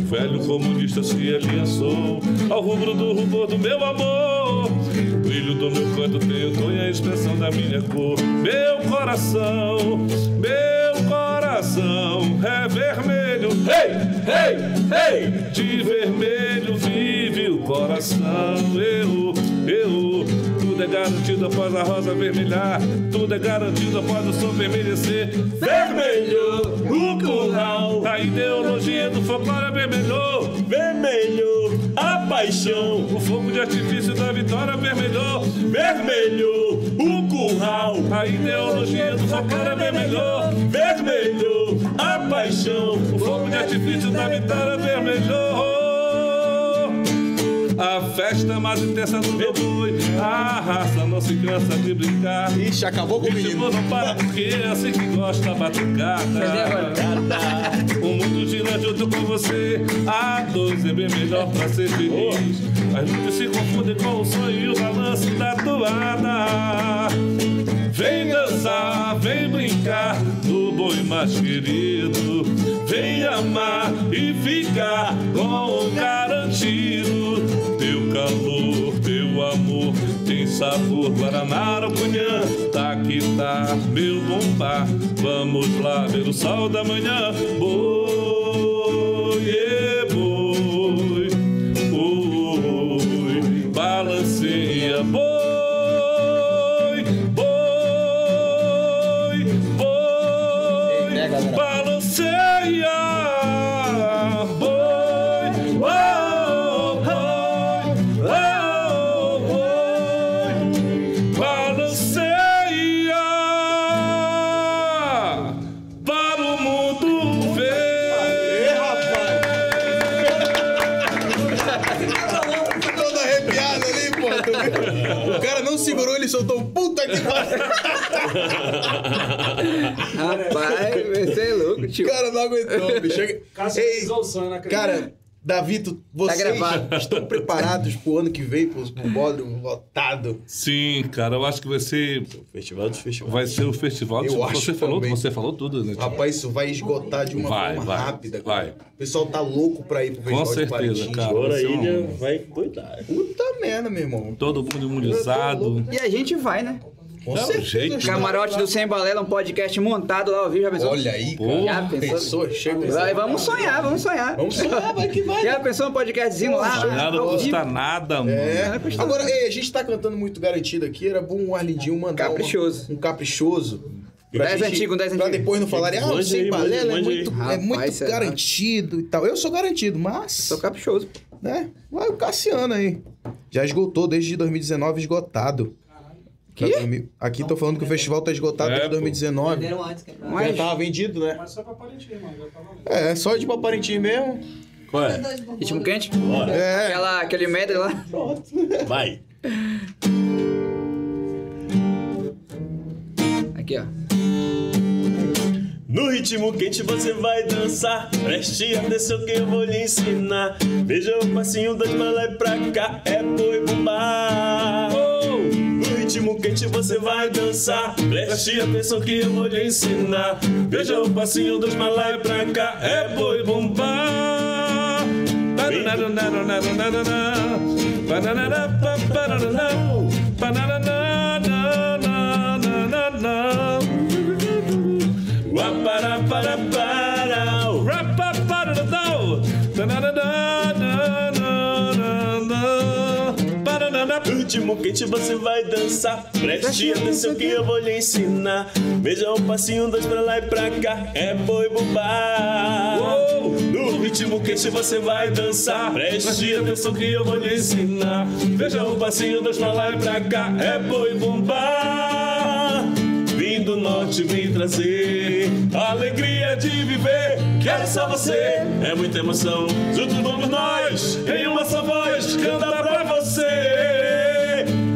C: O velho comunista se aliançou ao rubro do rubor do meu amor. O brilho do meu canto tem o tom e a expressão da minha cor. Meu coração, meu coração é vermelho. Ei, ei, ei! De vermelho vive o coração. Eu, eu. Tudo é garantido após a rosa vermelhar. Tudo é garantido após o sol vermelhecer. Vermelho, o curral. A ideologia do folclore é avermelhou.
D: Vermelho, a paixão.
C: O fogo de artifício da vitória é avermelhou.
D: Vermelho, o curral.
C: A ideologia do folclore é avermelhou.
D: Vermelho, a paixão.
C: O fogo de artifício da vitória é avermelhou. A festa mais intensa do meu boi. A raça não se cansa de brincar.
A: Ixi, acabou com o menino.
C: Ritmo não para porque eu sei que gosta
B: é,
C: batucada. O mundo gira junto com você. A dois é bem melhor pra ser feliz. As luzes se confundem com o sonho e o balanço da toada. Vem dançar, vem brincar do boi mais querido. Vem amar e ficar com o garantido. Teu calor, teu amor tem sabor para maracunhã. Tá que tá, meu bom par. Vamos lá ver o sol da manhã. Boi, é boi, boi, balanceia, boi, boi,
A: né,
C: boi, balanceia, boi, oh, boi, oh, boi, balanceia para o mundo ver.
A: Todo arrepiado ali, pô. Tu viu? O cara não segurou, ele soltou um puta que pariu.
B: Rapaz, você é louco,
A: O
B: tio. é
A: cara não aguentou, bicho.
G: Cássio
A: Ei,
G: Zolsana, acredita?
A: cara, Davi,
C: Tá
A: tu, vocês
B: gravado.
A: estão preparados pro ano que vem, pro, pro bódromo lotado?
C: Sim, cara, eu acho que vai ser,
D: O Festival dos Festivais.
C: vai ser o festival.
A: Eu
C: você
A: acho
C: falou,
A: também.
C: você falou tudo, né? Tiago?
A: Rapaz, isso vai esgotar de uma
C: Vai,
A: forma
C: vai,
A: rápida.
C: vai.
A: O pessoal tá louco pra ir pro
C: Com
A: Festival
C: certeza,
A: de Parintins.
C: cara.
D: Agora a
C: Vai ser um-
D: ilha vai cuidar.
A: Puta merda, meu irmão.
C: Todo mundo
A: Eu tô
C: imunizado.
B: E a gente vai, né?
A: Com
C: Dá um jeito, né?
B: Camarote do Sem Balela, um podcast montado lá ao vivo, já pensou?
A: Olha aí,
C: Porra.
A: cara. Pensou, chega.
B: Vai, vamos sonhar, vamos sonhar.
A: Vamos sonhar, vai que vai.
B: Já pensou um podcastzinho lá?
C: Nada
B: ao vivo?
C: custa nada, mano.
A: Ah, É.
B: Não é questão.
A: Agora, é, a gente tá cantando muito garantido aqui. Era bom o Arlindinho mandar uma-
B: Caprichoso.
A: um caprichoso. pra
B: Dez
A: gente-
B: antigo, dez
A: Pra
B: antigo.
A: depois não falarem, ah, o
D: Mande
A: sem
D: aí, mande,
A: balela é
D: mande
A: muito,
B: aí.
A: é muito
B: Rapaz, né? será?
A: garantido e tal. Eu sou garantido, mas.
B: Sou caprichoso.
A: Né? Vai o Cassiano aí. Já esgotou desde 2019, esgotado. Pra dormir- Aqui tô falando que o festival tá esgotado
C: É,
A: desde
C: pô.
A: 2019.
F: Venderam antes que
A: Porque
B: Mas,
A: tava vendido, né?
G: Mas só pra Parintins, mano. Já tá valendo.
A: É, só de Paparintins mesmo.
D: Qual é?
B: ritmo quente?
D: Bora.
A: É.
B: Aquela, aquele medley lá.
D: Vai.
B: Aqui, ó.
D: No ritmo quente você vai dançar. Preste atenção que eu vou lhe ensinar. Veja o passinho das malas pra cá. É boi bumbá. No ritmo quente você vai dançar. Preste atenção que eu vou lhe ensinar. Veja o passinho dos malai pra cá. É boi bumbá. Para para para. No ritmo quente você vai dançar. Preste atenção que eu vou lhe ensinar. Veja o passinho, dois pra lá e pra cá. É boi bubá. No ritmo quente você vai dançar. Preste atenção que eu vou lhe ensinar. Veja o passinho, dois pra lá e pra cá. É boi bubá. Vim do norte, vim trazer a alegria de viver. Quero só você, é muita emoção. Juntos vamos nós, em uma só voz, cantar pra você.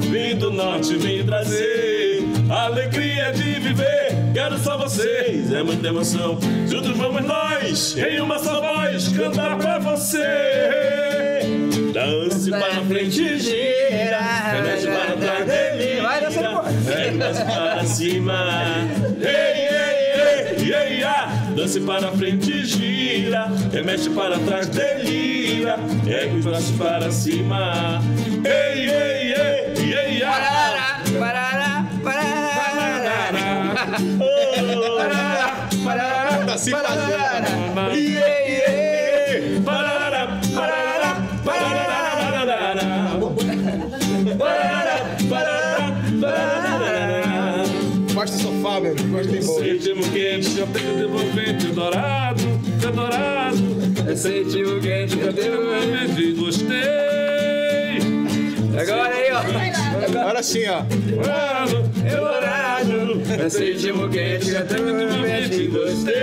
D: Vim do norte, vim trazer a alegria de viver. Quero só vocês, é muita emoção. Juntos vamos nós, em uma só voz, cantar pra você. Dance para frente, gira. Dance para trás, delira.
B: Vai, dança depois.
D: Pernas para cima. Ei, ei, ei, ei, ah. Dance para frente, gira. Remexe para trás, delira. Ergue os braços para cima. Ei, ei, ei, ei, ah.
B: Parará, parará, parará.
D: Oh.
A: Tá se fazendo.
D: Iê, iê, iê. Parará, parará, parará, parará, parará, parará.
A: Gosta do sofá, meu amigo. Gosta de bola.
C: Ritmo quente, cabelo devolvente dourado, é dourado. É
B: Senti o quente, eu
C: Cabelo
B: tenho...
C: devolvente, gostei.
B: Agora aí, ó.
A: Agora sim, ó.
C: Dourado, é dourado. É
B: Sentimos quente, já
C: Cabelo devolvente, gostei.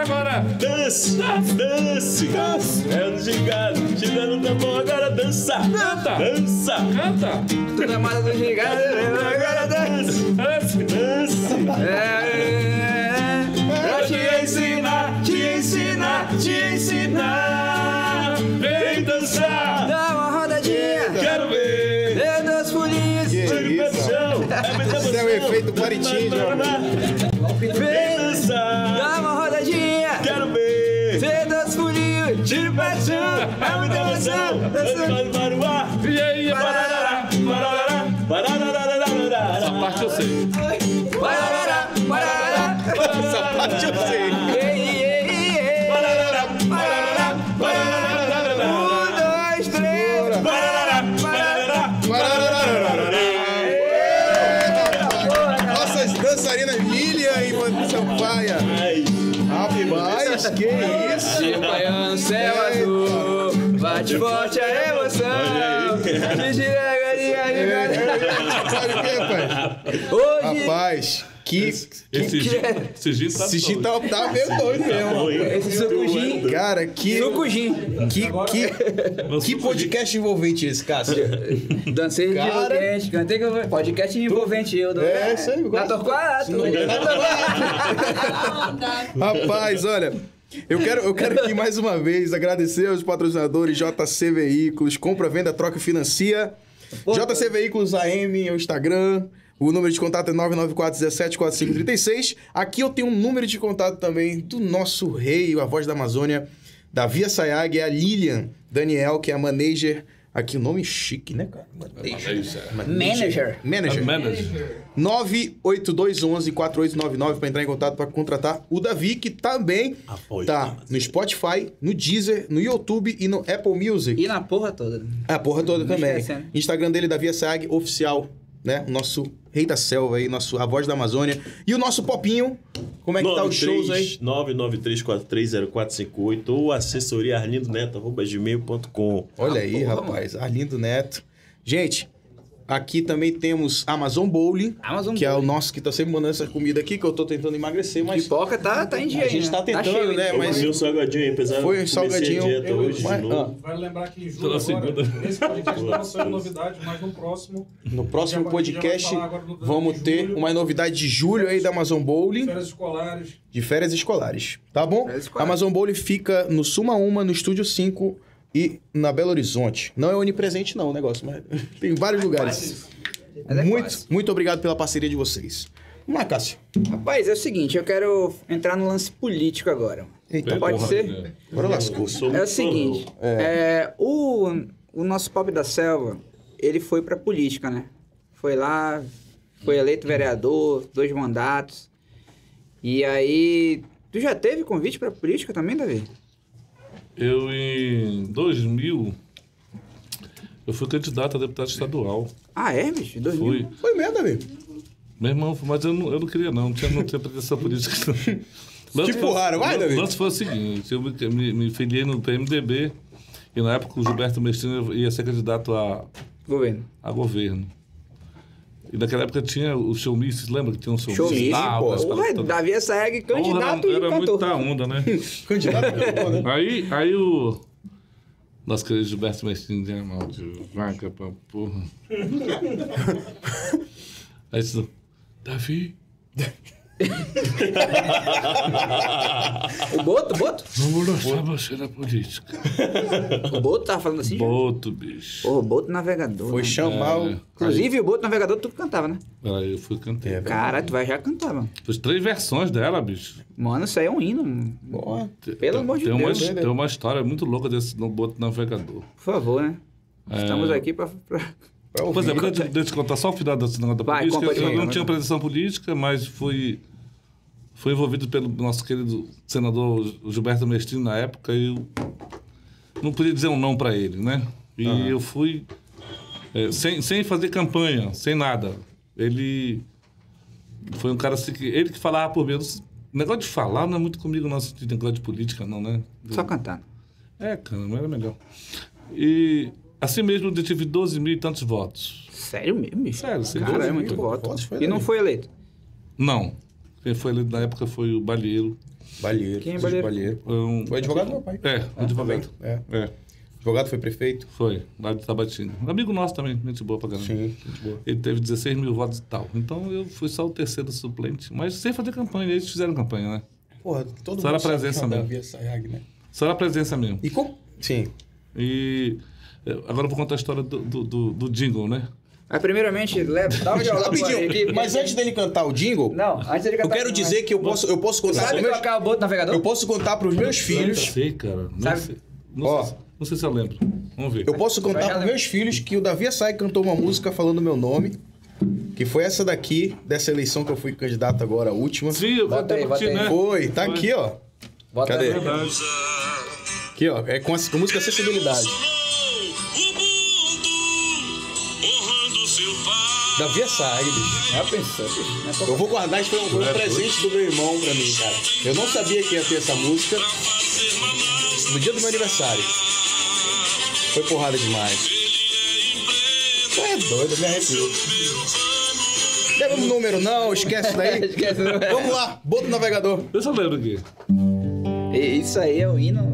C: Agora,
D: Dance, dance, dance. É o gigado, tirando o tambor, agora dança.
C: Canta.
D: Dança,
C: canta.
B: Tudo amado tá do gigante, agora dança.
C: Antes,
D: dança.
B: É. Pra te ensinar, te ensinar, te ensinar.
C: vem dançar.
B: Dá uma rodadinha,
C: Quero ver.
B: dê dois pulinhos.
A: Que
D: Jogue pra
A: isso, ó.
D: chão, é muita
A: Esse é o
D: emoção.
A: efeito Parintins, meu amigo.
D: Vem
B: Vem,
D: dançar,
B: dá uma rodadinha,
D: quero ver.
B: dê dois pulinhos. Tira o pé do chão, é muita emoção. Dança.
D: Dançando para o ar.
C: E aí, parará.
D: Parará, parará,
C: Parte eu sei.
B: Parará, parará.
A: Essa parte eu sei.
B: Ei, ei, ei, ei. Parará, parará. Um, dois, três. Parará, parará.
A: Nossas dançarinas Lilian e Mano Sampaia. Ah, Rapaz, que isso?
B: Tipo baiano, céu azul, bate forte a emoção. Te gira a galinha
A: Sabe o que, rapaz?
B: de Hoje,
A: Rapaz, que...
C: Esse gin- esse gin tá
A: Esse
C: todo.
A: gin tá, tá meio doido mesmo.
B: esse sucujim,
A: Cara, que...
B: sucujim.
A: Que, que, que podcast envolvente esse, Cássio?
B: Dancei de
A: Cara.
B: envolvente, cantei que eu vou. Podcast envolvente, eu dou.
A: É, isso aí, eu
B: Na
A: gosto.
B: Torquato.
A: Rapaz, olha, Eu quero, eu quero aqui mais uma vez agradecer aos patrocinadores JC Veículos, compra, venda, troca e financia. JC Veículos AM é o Instagram. O número de contato é 994174536. Aqui eu tenho um número de contato também do nosso rei, a voz da Amazônia, da Via Sayag, é a Lilian Daniel, que é a manager. Aqui o nome é chique, né, cara? Manager.
B: Manager.
A: Manager.
C: Manager.
A: 98211-4899 para entrar em contato para contratar o Davi, que também
D: Apoio.
A: tá no Spotify, no Deezer, no YouTube e no Apple Music.
B: E na porra toda.
A: É a porra toda
B: Não
A: também.
B: esquece, né?
A: Instagram dele, Davi Assag, oficial, né? O nosso rei da selva aí, nosso, a voz da Amazônia. E o nosso Popinho, como é que tá os shows aí?
D: 993430458 ou assessoria arlindoneto.gmail.com.
A: Olha aí,
B: porra,
A: rapaz. Arlindo Neto. Gente, aqui também temos Amazon Bowling,
B: Amazon
A: que é o nosso que tá sempre mandando essa comida aqui, que eu tô tentando emagrecer, mas...
B: Pipoca tá, tá em dia.
A: A
B: aí,
A: gente
B: né?
A: tá tentando,
B: cheio,
A: né,
B: hein?
D: Eu
A: mas-
D: comi um salgadinho aí, apesar de
A: Foi um
D: comecei a
A: salgadinho,
D: dieta
A: eu-
D: hoje
A: mas- ah,
D: de novo.
G: Vale lembrar que em julho
C: Toda
G: agora,
C: segunda.
G: nesse podcast
D: Boa.
G: não saiu novidade, mas no próximo,
A: No
G: Já
A: próximo
G: vai- já vai
A: podcast
G: falar agora do- do-
A: vamos
G: de
A: ter
G: julho.
A: uma novidade de julho aí da Amazon Bowling.
G: férias escolares,
A: de férias escolares, tá bom?
B: Férias escolares.
A: Amazon Bowl fica no Suma Uma, no Estúdio 5 e na Belo Horizonte. Não é onipresente não o negócio, mas tem vários lugares.
B: Mas é
A: muito,
B: quase.
A: muito obrigado pela parceria de vocês. Vamos lá, Cássio.
B: Rapaz, é o seguinte, eu quero entrar no lance político agora.
A: Eita,
B: Pode
C: Porra,
B: ser?
C: né?
A: agora lascou.
D: Sou
B: É o
D: muito
B: seguinte,
D: novo.
B: é, o, o nosso Pop da Selva, ele foi pra política, né? Foi lá, foi eleito vereador, dois mandatos. E aí, tu já teve convite pra política também, Davi?
C: Eu, em 2000, eu fui candidato a deputado estadual.
B: Ah, é, bicho? Em 2000?
C: Fui.
A: Foi mesmo, Davi.
C: Meu irmão, mas eu não, eu não queria, não. Não tinha, não tinha pretensão política. não.
A: Te empurraram, vai, Davi.
C: O lance foi o seguinte: eu me, me, me filiei no PMDB e na época o Gilberto Mestrino ia ser candidato a,
B: Governo.
C: a governo. E naquela época tinha o showmice, lembra que tinha um showmice?
B: Show mesmo,
C: Ah,
A: pô.
C: mas-
B: Porra, Davi Saeg, candidato
C: Porra,
B: e
C: Então, Era
B: cantor.
C: muita onda, né?
A: Candidato campeão, né?
C: Aí, aí o. Nosso querido Gilberto Mestrinho de Amaldi, vaca pra porra. Aí disse, Davi,
B: O Boto, Boto?
C: vamos lançar você na política.
B: O Boto tava falando assim? já?
C: Boto, bicho.
B: Porra, o Boto Navegador.
A: Foi
B: né?
A: chamar o...
B: Inclusive, o Boto Navegador tu cantava, né?
C: Aí eu fui cantei.
B: Caralho, tu vai já cantar, mano.
C: Fiz três versões dela, bicho.
B: Mano, isso aí é um hino.
A: Boa.
B: Pelo amor de
C: tem uma,
B: Deus, né,
C: his- Tem uma história muito louca desse no Boto Navegador.
B: Por favor, né?
A: É.
B: Estamos aqui pra. pra...
A: Pra ouvir.
C: Pois é, mas deixa, deixa eu contar só o final desse negócio da
B: Vai,
C: política.
B: conta aí,
C: eu
B: vai,
C: não
B: vai.
C: tinha pretensão política, mas fui, fui envolvido pelo nosso querido senador Gilberto Mestino na época e eu não podia dizer um não para ele, né? E eu fui é, sem, sem fazer campanha, sem nada. Ele foi um cara assim que. Ele que falava por mim. eu não sei- Negócio de falar não é muito comigo, não, esse negócio de política, não, né?
B: Só cantando.
C: É, cara, mas era melhor. E assim mesmo eu tive 12 mil e tantos votos.
B: Sério mesmo, bicho?
C: Sério, você
B: Cara,
C: viu?
B: é muito
C: Muito
B: voto.
A: voto, foi
B: E não
A: daí.
B: foi eleito.
C: Não. Quem foi eleito na época foi o Balheiro.
A: Balheiro.
B: Quem é Balheiro?
A: Balheiro.
C: Foi um-
A: Foi advogado do meu pai.
C: É, um advogado.
A: É.
C: É,
A: Advogado foi prefeito.
C: foi, lá de Tabatinga. Um Amigo nosso também, gente boa pra caramba.
A: Sim, gente boa.
C: Ele teve 16 mil votos e tal. Então eu fui só o terceiro suplente, mas sem fazer campanha. Eles fizeram campanha, né?
A: Porra, todo
C: Só
A: mundo
C: era
A: sabe
C: presença
A: que é o
C: mesmo.
A: Davi Assayag, né?
C: Só era presença mesmo.
A: E como... Sim.
C: E eh, agora eu vou contar a história do, do, do- do jingle, né?
B: Mas primeiramente, leva. Dá um diálogo aí,
A: Rapidinho.
B: que-
A: Mas antes dele cantar o jingle...
B: Não, antes ele
A: Eu
B: cantar.
A: quero dizer que eu posso, eu posso contar
B: Sabe
A: pros meus-
B: tocar o Boto Navegador?
A: Eu posso contar pros meus
C: Eu
A: filhos.
C: sei, cara. Não,
B: Sabe-
C: sei, não,
A: Ó.
C: sei, se- não sei se eu lembro. Vamos ver.
A: Eu posso contar pros meus filhos que o Davi Assai cantou uma música falando meu nome. Que foi essa daqui, dessa eleição que eu fui candidato agora, a última.
C: Sim, eu vou
B: Bota aí,
C: até
B: bota
C: curtir,
B: aí.
C: né?
A: Foi, tá aqui, ó.
B: Bota
A: Cadê?
B: aí.
C: Verdade.
A: Aqui, ó. É com a, com a música Acessibilidade. Davi Assai, bicho.
B: Já pensou, Tá bicho? Não é pouco-
A: Eu vou guardar, isso foi um, foi um presente do meu irmão pra mim, cara. Eu não sabia que ia ter essa música. No dia do meu aniversário. Foi porrada demais. Tu é doido, me arrepio. Quer um número, não, esquece daí.
B: Esquece, não é?
A: Vamos lá, bota o navegador.
C: Deixa eu lembro aqui.
B: E Isso aí é o hino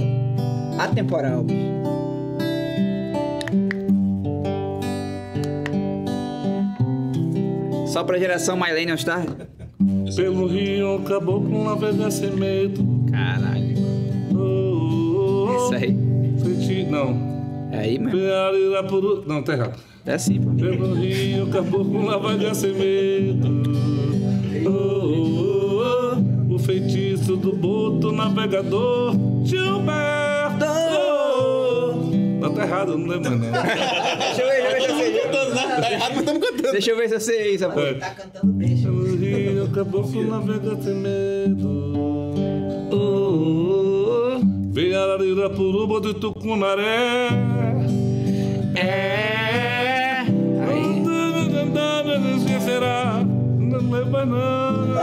B: atemporal, bicho. Só pra geração tá? Millennium Star?
C: Pelo rio acabou com a vez sem medo.
B: Caralho. É aí mesmo.
C: Piara, Irapuru... Não, tá errado.
B: É assim, pô.
C: Pelo rio, caboclo, um lavaga sem medo. Oh, oh, oh, O feitiço do boto navegador Gilberto. Oh, Não, tá errado, não lembro mais não.
B: Deixa eu ver, deixa eu ver.
A: Tá errado, mas estamos cantando.
B: Deixa eu ver se eu sei isso, pô.
C: É.
F: Tá cantando beijo.
C: Pelo rio, caboclo, navega sem medo. Oh, oh, oh. Vem Ararirapuruba de Tucunaré. É. Não esquecerá. Não leva não.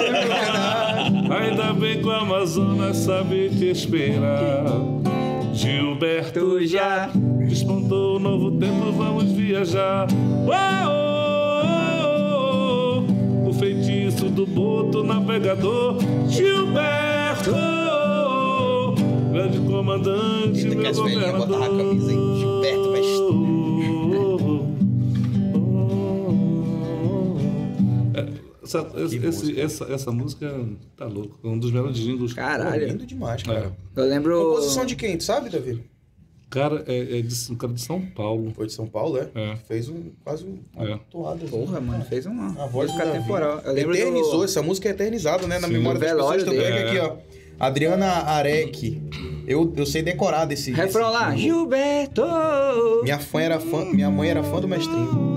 C: Ainda bem que o Amazonas sabe te esperar. Gilberto
B: Tu já.
C: Despontou o novo tempo, vamos viajar. Uau! O feitiço do boto navegador Gilberto, grande comandante,
A: Eita, que
C: meu
A: as velhinhas
C: governador.
A: botavam a camisa, hein? Gilberto, mas-
C: É, Essa, esse- esse- essa, essa música tá louco, é um dos melhores jingles.
B: Caralho. É.
A: Lindo demais, cara.
B: Eu lembro.
A: Composição de quem? Tu sabe, Davi?
C: Cara, é, é de, um cara de São Paulo.
A: Foi de São Paulo, é?
C: É.
A: Fez um, quase um,
C: É.
A: uma toada.
B: Porra, mano, fez uma.
A: A voz do
B: música
A: Davi.
B: temporal. Eu lembro
A: Eternizou,
B: do...
A: essa música é eternizada, né? Na
C: Sim.
A: memória das
B: Velório
A: pessoas. Tanto é
C: dele.
A: que aqui, ó. Adriana Arec. Eu, eu sei decorar desse...
B: Refrão
A: desse-
B: lá. Gilberto!
A: Minha, fã era fã, minha mãe era fã do mestrinho.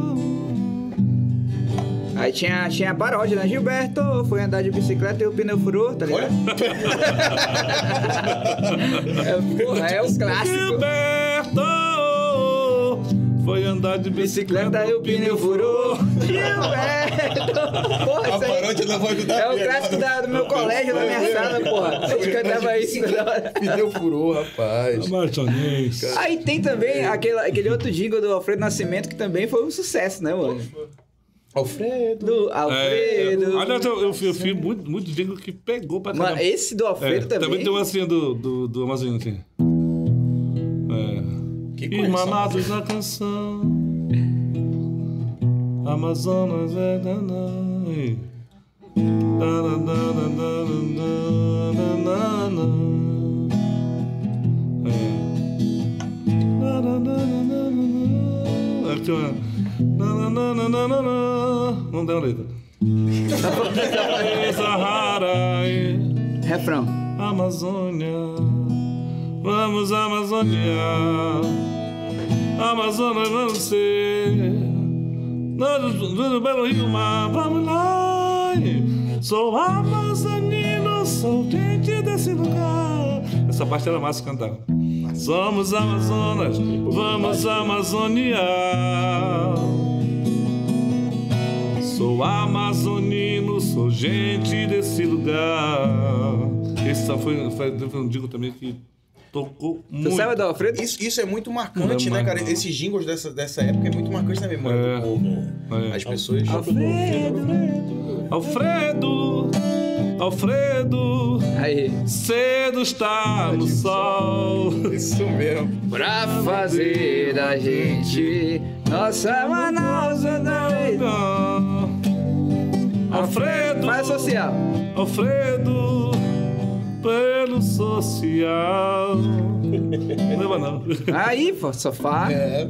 B: Aí tinha, tinha a paródia, né? Gilberto foi andar de bicicleta e o pneu furou, tá ligado? é, porra, é o clássico.
C: Gilberto foi andar de bicicleta,
B: Bicicleta e o pneu furou. Gilberto! Porra, isso aí
A: não vai ajudar. É.
B: é o clássico da- do meu colégio, da minha sala, porra. Eu cantava isso toda hora.
A: Pneu furou, rapaz.
C: Martinez.
B: Aí tem também aquele, aquele outro jingle do Alfredo Nascimento que também foi um sucesso, né, mano?
A: Alfredo.
B: Do Alfredo.
C: É, aliás, eu, eu, eu fiz muito, muito jingle que pegou pra
B: Mano,
C: caramba.
B: esse do
C: É,
B: Alfredo também.
C: também tem uma assim do, do, do Amazônia aqui. É.
A: Que
C: Irmanados na canção. Amazonas é danai. Tarananananananana. É. Tarananananana. É, Aqui, ó. Nananananana. Não deu a letra. Sahara. é.
B: Refrão.
C: Amazônia, vamos Amazônia, Amazônia vamos ser, nós do belo rio mar, vamos lá. Sou amazonino, sou gente desse lugar. Essa parte era massa cantar. Somos Amazonas, vamos Amazônia. Sou amazonino, sou gente desse lugar. Esse só foi, foi, foi um digo também que tocou
B: Tu
C: muito.
B: sabe do Alfredo?
A: Isso, isso é muito marcante,
C: Não é
A: né, cara?
C: mais não.
A: Esses jingles dessa, dessa época é muito marcante na memória
C: É.
A: do povo.
C: É.
A: As pessoas.
C: Alfredo, Alfredo,
B: Aí.
C: cedo está no sol.
A: Isso mesmo.
B: Pra fazer da gente nossa Manaus andar.
C: Alfredo,
B: Faz social.
C: Alfredo, pelo social. Não leva não.
B: Aí, pô, sofá.
A: É.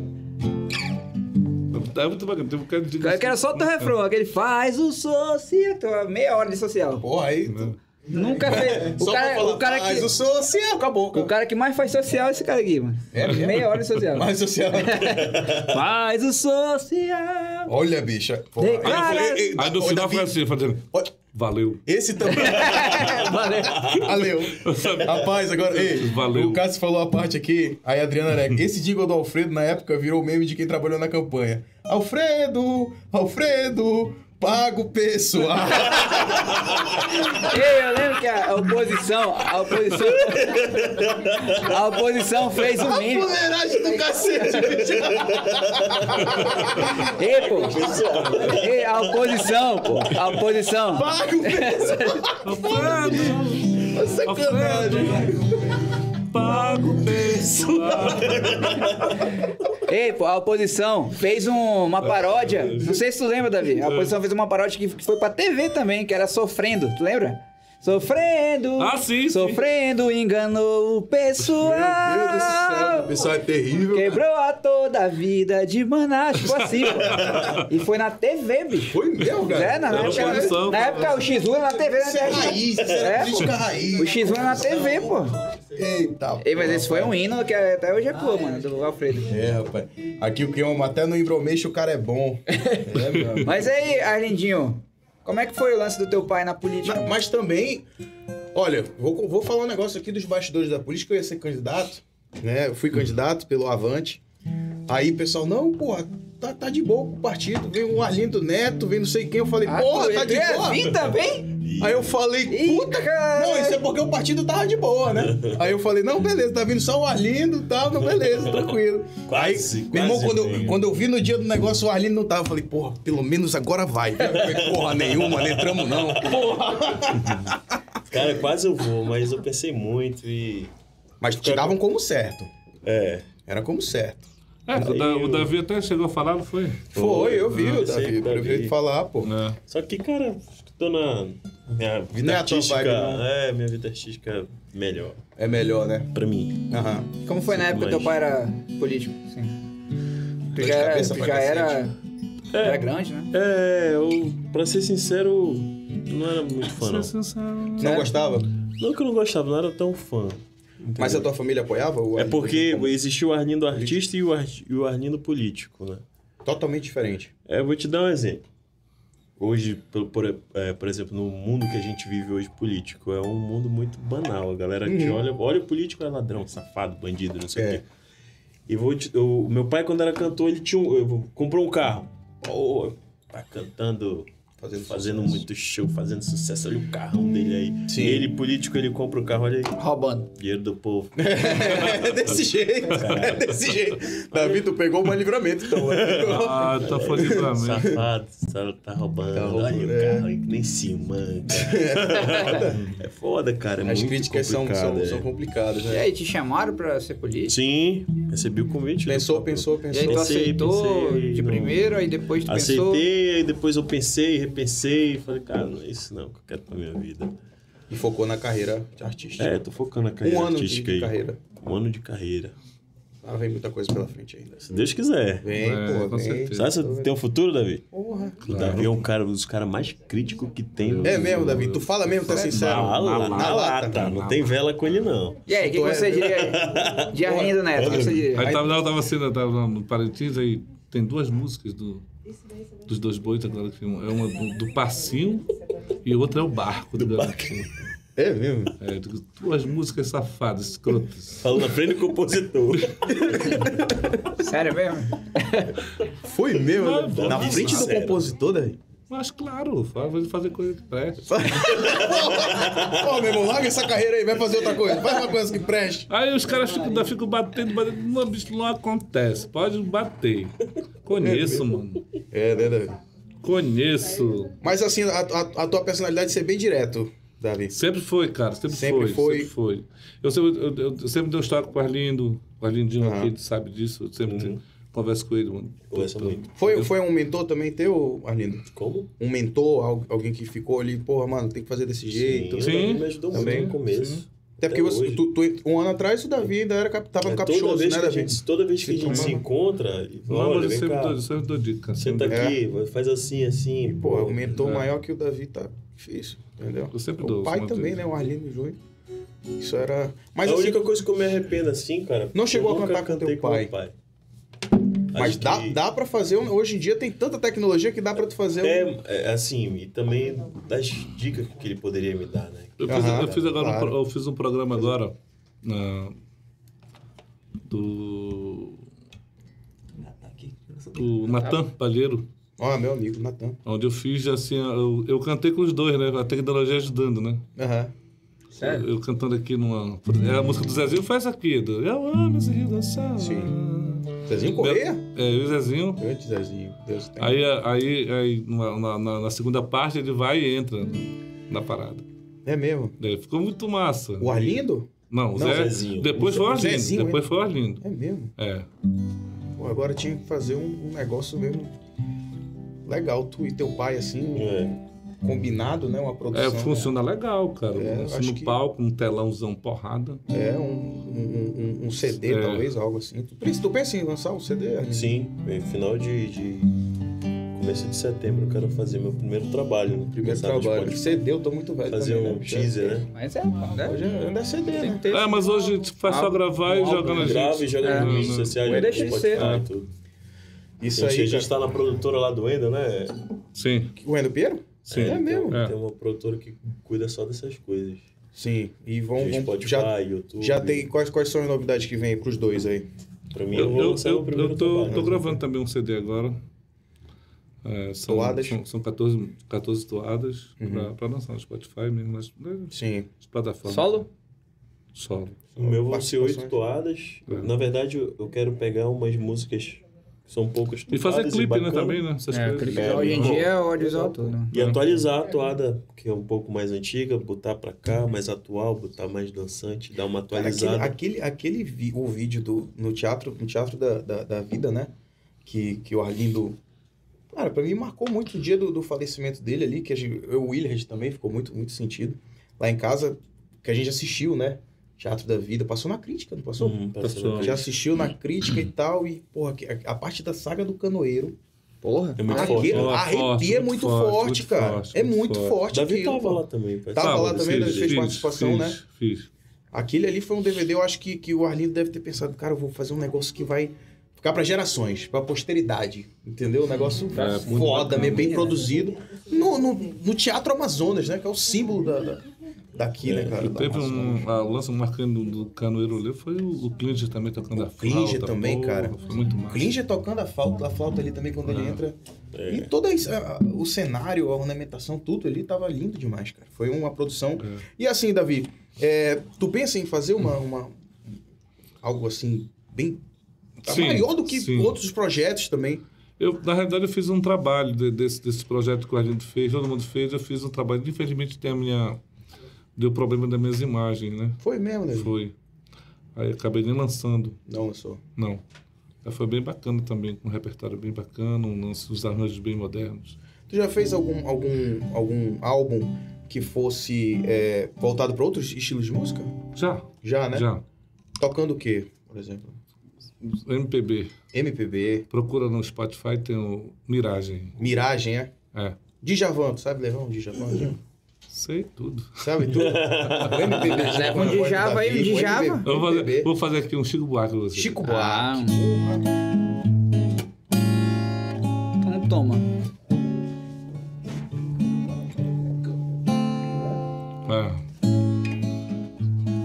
C: É muito bacana. Tem um bocado de digo
B: Eu quero só o teu refrão, aquele faz o social. Tô Meia hora de social.
A: Porra, aí. tu-
B: Nunca fez. É. O
A: É. Só pra
B: cara,
A: falar,
B: o cara
A: mas o
B: que.
A: social. Acabou.
B: O cara que mais faz social é esse cara aqui, mano.
A: É mesmo?
B: Meia hora de social.
A: Mas o social.
B: Faz o social.
A: Olha, bicha. Porra,
B: Declara-
A: eu falei, ei,
C: Aí no
A: ô,
C: final
A: Davi,
C: foi assim, fazendo.
A: olha,
C: Valeu.
A: Esse também.
B: É, Valeu.
A: Valeu. Rapaz, agora. Ei,
C: Valeu.
A: O Cássio falou a parte aqui, aí a Adriana Arec. Esse jingle do Alfredo, na época, virou meme de quem trabalhou na campanha. Alfredo! Alfredo! Paga o pessoal!
B: Ei, eu lembro que a oposição, a oposição, a oposição fez um
A: A
B: meme.
A: fuleiragem do cacete, bicho!
B: Ei, pô. Ei, a oposição, pô. A oposição.
A: Paga o pessoal!
C: Alfredo,
A: Sacanagem!
C: pago o preço.
B: Ei, pô, a oposição fez um- uma paródia. Não sei se tu lembra, Davi. A oposição fez uma paródia que que foi pra TV também, que era Sofrendo. Tu lembra? Sofrendo,
C: Ah, sim, sim.
B: sofrendo, enganou o pessoal.
E: Meu Deus do
B: Ah!
E: céu, o pessoal é terrível.
B: Quebrou a toda a vida de Manaus, tipo assim. pô. e foi na TV, bicho.
E: Foi mesmo, cara?
B: É, na
C: Era
B: época,
C: produção,
B: na
C: cara.
B: época o X1 era na TV, né?
A: Isso é raiz, isso era
B: É,
A: política raiz.
B: O X1 era na TV, pô.
A: Eita,
B: Ei, mas esse foi um hino que até hoje é pô, mano, do Alfredo.
A: Ah, É, rapaz. Aqui o que ama, até no embromeixo o cara é bom. É, meu amigo.
B: Mas aí, Arlindinho, como é que foi o lance do teu pai na política?
A: Ma- Mas também, olha, vou, vou falar um negócio aqui dos bastidores da política. Eu ia ser candidato, né? Eu fui candidato pelo Avante. Aí o pessoal, não, porra, tá, tá de boa com o partido. Vem o Arlindo Neto, vem não sei quem. Eu falei, porra, tá de boa.
B: Ah, Vim é também?
A: Aí eu falei, puta
B: Ih,
A: cara.
B: cara.
A: Não, isso é porque o partido tava de boa, né? Aí eu falei, não, beleza, tá vindo só o Arlindo e tal, não, beleza, tranquilo.
D: Quase,
A: Aí, meu irmão,
D: quase
A: quando eu,
D: veio.
A: quando eu vi no dia do negócio, o Arlindo não tava. Eu falei, porra, pelo menos agora vai. Eu falei, porra nenhuma, não entramos não.
D: Cara, quase eu vou, mas eu pensei muito e.
A: Mas te davam como certo.
D: É.
A: Era como certo.
C: É, o, Da- o Davi até chegou a falar, não foi?
A: Foi, eu vi,
D: não,
B: né?
A: o
D: eu sei
A: Davi.
D: que o Davi.
A: Prefeito falar, pô.
C: É.
D: Só que, cara, tô na minha vida
A: Não é a tua
D: artística.
A: vibe, não.
D: é, minha vida artística melhor.
A: É melhor, né?
D: Pra mim.
A: Aham.
B: Como foi na
D: Sim,
B: época que
D: mas-
B: teu pai era político? Sim. Tu já era,
A: cabeça
B: tu
A: pra
B: já
A: cacete.
B: era, era grande, né?
D: É, eu, pra ser sincero, não era muito fã, não.
B: né?
C: Sensação.
A: Não gostava?
D: Não que eu não gostava, não era tão fã.
A: Mas a tua família apoiava? o
D: É
A: Arlindo?
D: porque existia o Arlindo artista e o, ar- e o Arlindo político, né?
A: Totalmente diferente.
D: É, eu vou te dar um exemplo. Hoje, por, por- é, por exemplo, no mundo que a gente vive hoje político, é um mundo muito banal. A galera que olha, olha o político é ladrão, safado, bandido, não sei
A: É.
D: o quê. E vou te- o meu pai, quando era cantor, ele tinha um, eu- comprou um carro. Pô, tá cantando,
A: Fazendo,
D: fazendo muito show, fazendo sucesso. Olha o carrão dele aí.
A: Sim.
D: Ele, político, ele compra o carro, olha aí.
B: Roubando.
D: Dinheiro do povo.
A: É desse jeito, é desse jeito. Davi, tu pegou um livramento, então.
C: Ah, tá fodido pra mim.
D: Safado, só tá roubando.
A: Tá roubando,
D: Olha o
A: é.
D: carro aí, que nem se manca. é foda, cara. É
A: As
D: muito
A: críticas são,
D: complicado,
A: são,
D: é.
A: são complicadas,
B: E
A: né?
B: aí, te chamaram pra ser político?
D: Sim, recebi o convite. né?
A: Pensou,
D: do-
A: pensou,
B: E aí
A: pensou.
B: tu
D: Pensei,
B: aceitou
D: pensei,
B: de
D: não.
B: primeiro, aí depois tu
D: Aceitei,
B: pensou...
D: aí depois eu pensei, repensei. Falei, cara, não é isso não que eu quero pra minha vida.
A: E focou na carreira de artista.
D: É, tô focando na carreira
A: um ano de,
D: artística
A: de
D: aí.
A: carreira.
D: Um ano de carreira.
A: Ah, vem muita coisa pela frente ainda.
D: Se Deus quiser.
A: Vem,
C: É,
A: pô,
C: com
A: vem.
C: certeza.
D: Sabe se eu tenho um futuro, Davi?
A: Porra.
D: O Davi é um cara, um dos caras mais críticos que tem. no-
A: É mesmo, Davi. Tu fala mesmo, tá sincero.
D: Na,
A: Na
D: na, na
A: lata.
D: lata. Não tem vela com ele, não.
B: E aí, o que,
A: Tu
B: que
A: é-
B: você diria de Arlindo Neto? O que você diria?
C: Aí tava, eu tava assim, eu tava lá no Parintins, aí tem duas músicas do, dos dois bois agora que filmam. É uma do, do Passinho e outra é o Barco do, Garotinho.
A: É mesmo.
C: É, eu digo, duas músicas safadas, escrotas.
D: Falou na frente do compositor.
B: Sério mesmo?
A: Foi mesmo.
C: Não,
A: Davi. na
D: Davi,
A: frente do
D: sincero.
A: compositor, Davi.
C: Mas claro, fa- vou fazer coisa que preste.
A: Ó, meu irmão, larga essa carreira aí, vai fazer outra coisa. Faz uma coisa que preste.
C: Aí os caras ficam, ainda ficam batendo, batendo. Não, bicho, não acontece. Pode bater. Conheço, mano.
A: É, né, Davi?
C: Conheço.
A: Mas assim, a, a- a tua personalidade é ser bem direto, Davi.
C: Sempre foi, cara. Sempre,
A: Sempre
C: foi,
A: foi.
C: Sempre foi. Eu sempre, eu, eu- eu sempre dei um estoque com o Arlindo. O Arlindinho aqui, ele sabe disso. Eu sempre converso com ele, mano.
D: Conversa muito.
A: Foi, foi um mentor também teu, Arlindo?
D: Como?
A: Um mentor, al- alguém que ficou ali, porra, mano, tem que fazer desse jeito.
D: Sim, o Davi me ajudou
A: Também.
D: muito no começo.
A: Até porque você-
D: hoje.
A: tu- tu- um ano atrás o Davi ainda era, cap- tava
D: É,
A: no
D: toda,
A: caprichoso,
D: vez
A: né,
D: que a
A: Davi?
D: gente, toda vez que a gente se encontra, ele fala,
C: Não,
D: olha,
C: mas eu
D: vem
C: sempre,
D: cá, tá
C: dou, eu sempre dou dica.
D: senta
C: sempre dou-
D: aqui, faz assim, assim.
A: É. Pô, um
D: eu
A: mentor
C: É.
A: maior que o Davi tá difícil, entendeu?
C: Eu sempre dou.
A: O pai
C: uma
A: também, né?
C: dica.
A: O Arlindo Júnior. Isso era. Mas
D: É a
A: assim,
D: única coisa que eu me arrependo assim, cara.
A: Não chegou
D: eu
A: a
D: nunca
A: cantar com
D: cantei
A: teu pai.
D: meu pai.
A: mas
D: Acho
A: dá,
D: que-
A: dá pra fazer. um- Hoje em dia tem tanta tecnologia que dá pra tu fazer. um-
D: É, é, assim, e também das dicas que ele poderia me dar, né?
C: Eu fiz,
A: Aham,
C: eu fiz agora um
A: claro.
C: pro- eu fiz um programa agora ah, do do Natan Palheiro,
A: Ó, meu amigo, Natan.
C: onde eu fiz assim, eu, eu cantei com os dois, né? A tecnologia ajudando, né?
A: Aham.
B: Sério?
C: Eu É, cantando aqui numa. É a música do Zezinho faz aqui. Do, eu amo esse Rio dançar. Sim.
A: Zezinho Correia?
C: É, eu e o Zezinho.
A: Grande Zezinho. Deus tem.
C: Aí, aí, aí na- na- na, na segunda parte ele vai e entra na parada.
A: É mesmo.
C: É, ficou muito massa.
A: O Arlindo?
C: Não, o
D: Não,
C: Zé.
D: Zezinho.
C: Depois foi o Arlindo.
A: Zezinho,
C: depois foi o Arlindo.
A: É mesmo.
C: É.
A: Pô, agora tinha que fazer um, um negócio mesmo. Legal, tu e teu pai, assim.
D: É.
A: combinado, né? Uma produção.
C: É, funciona legal, cara.
A: É,
C: Assim,
A: acho
C: no
A: que-
C: palco, um telãozão porrada.
A: É, um, um, um- um CD,
C: É.
A: talvez, algo assim. Tu, pensa- tu pensa em lançar um CD? Arlindo?
D: Sim, bem, final de, de- Começo de setembro eu quero fazer meu primeiro trabalho, né?
A: Primeiro
D: Lançar no
A: trabalho.
D: Spotify.
A: CD, eu tô muito velho
D: Fazer
A: também,
D: um
A: né?
D: teaser, Ah. né?
B: Mas é, pô, né?
A: Hoje ainda é CD, né?
C: É, mas hoje tu faz só
B: Álbum-
C: gravar e
B: álbum
C: jogar nas
D: Grava e
C: redes.
D: joga nas
B: É.
D: redes sociais,
B: Mas
D: no
B: deixa de ser,
D: Spotify
B: né?
D: e tudo.
A: Isso
D: a gente
A: aí,
D: já está na produtora lá do Ender, né?
C: Sim,
A: O Wendel Piero?
C: sim.
A: É mesmo?
D: Tem uma produtora que cuida só dessas coisas.
A: Sim. E vão...
D: Tem
A: vão
D: Spotify,
A: já,
D: YouTube.
A: já tem... Quais, quais são as novidades que vêm pros dois aí?
D: Pra mim, eu,
C: Eu,
D: vou
C: eu,
D: lançar meu
C: eu,
D: primeiro
C: eu tô,
A: né?
D: trabalho.
C: tô gravando também um CD agora. É, são,
A: Toadas? Uhum.
C: são, são 14, 14 toadas pra, pra lançar no Spotify mesmo, mas né,
A: Sim.
C: as plataformas.
B: Solo?
C: Solo.
D: O meu vão ser oito
A: Participações. né?
D: toadas.
C: É.
D: Na verdade, eu eu quero pegar umas músicas que são um poucas
C: E fazer
D: toadas
C: clipe, né,
D: bacana,
C: também, né? É. Essas
B: É,
C: coisas.
B: clipe
D: É,
B: hoje em
D: bom.
B: dia é o audiovisual todo.
D: E atualizar a toada, que é um pouco mais antiga, botar pra cá, mais atual, botar mais dançante, dar uma
A: Cara, aquele,
D: atualizada.
A: aquele, aquele vi- o vídeo do, no teatro, no teatro da, da, da vida, né? Que, que o Arlindo. Cara, pra mim marcou muito o dia do, do falecimento dele ali, que a gente, eu, o Willard também ficou muito, muito sentido. Lá em casa, que a gente assistiu, né? Teatro da Vida, passou na crítica, não passou?
D: Uhum, pra ser
C: Pessoal.
D: legal.
A: Já assistiu na crítica e tal, e, porra, que- a, a parte da saga do canoeiro.
B: Porra.
D: É muito
A: aquele,
D: forte.
C: Ó,
A: arrepia
C: forte,
A: é muito forte,
C: muito
A: cara.
C: forte,
A: é
C: muito
A: muito
C: forte.
A: forte.
D: Davi
A: aquilo,
D: tava
A: pô.
D: lá também. parece.
C: Ah,
A: Tava lá também, né? Fez participação,
C: fiz,
A: né?
C: Fiz.
A: Aquele ali foi um DVD, eu acho que, que o Arlindo deve ter pensado, cara, eu vou fazer um negócio que vai ficar para gerações, para posteridade, entendeu? Um negócio
C: É, muito
A: foda,
C: bacana.
A: bem, bem produzido. No, no, no Teatro Amazonas, né? Que é o símbolo da, da- daqui, né, cara?
C: É, E
A: da
C: teve
A: Amazonas.
C: um. A lança marcando do Canoeiro ali foi o, o Klinger também tocando a flauta.
A: Klinger também,
C: porra,
A: cara.
C: Foi muito massa.
A: Klinger tocando a flauta, a flauta ali também quando ele entra.
C: É.
A: E todo esse- a- a- o cenário, a ornamentação, tudo ali tava lindo demais, cara. Foi uma
C: É.
A: produção. E assim, Davi, é, tu pensa em fazer uma, uma- algo assim bem tá
C: Sim,
A: maior do que
C: sim.
A: outros projetos também.
C: Eu, na realidade, eu fiz um trabalho de- desse, desse projeto que o Arlindo fez, todo mundo fez, eu fiz um trabalho. Infelizmente, tem a minha. Deu problema das minhas imagens, né?
A: Foi mesmo, Davi?
C: Foi. Aí acabei nem lançando,
A: Não, eu sou.
C: não. Aí foi bem bacana também, com um repertório bem bacana, um lance, uns arranjos bem modernos.
A: Tu já fez algum algum algum álbum que fosse é, voltado para outros estilos de música?
C: Já,
A: Já, né?
C: já.
A: Tocando o quê, por exemplo?
C: MPB.
A: MPB,
C: Procura no Spotify, tem o Miragem.
A: Miragem, é?
C: É.
A: Djavan, tu sabe levar um Djavan? Djavan?
C: Sei tudo.
A: Sabe tudo? o MPB.
B: Leva um Djava aí, um Djava.
C: Eu vou fazer, vou fazer aqui um Chico Buarque pra você.
A: Chico
B: Ah,
A: Buarque.
B: Então toma.
C: Ah.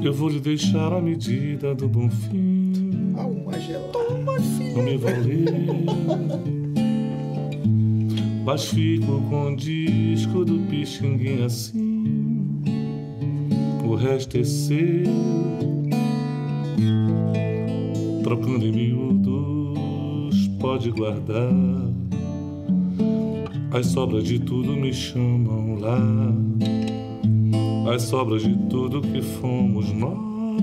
C: Eu vou lhe deixar a medida do bom fim.
A: Ah, uma gelada.
C: Não me valer. Mas fico com o disco do Pixinguinha assim. O resto é seu. Trocando em miúdos, pode guardar. As sobras de tudo me chamam lá as sobras de tudo que fomos nós,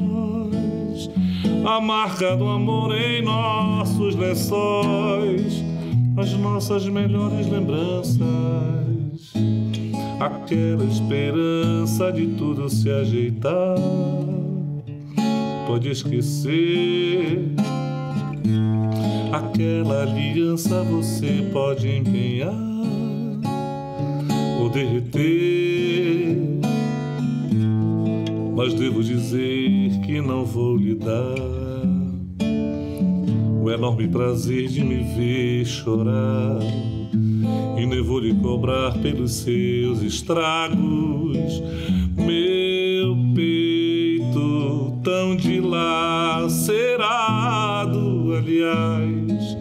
C: a marca do amor em nossos lençóis, as nossas melhores lembranças, aquela esperança de tudo se ajeitar. Pode esquecer aquela aliança, você pode empenhar ou derreter mas devo dizer que não vou lhe dar o enorme prazer de me ver chorar. E nem vou lhe cobrar pelos seus estragos. Meu peito tão dilacerado, aliás.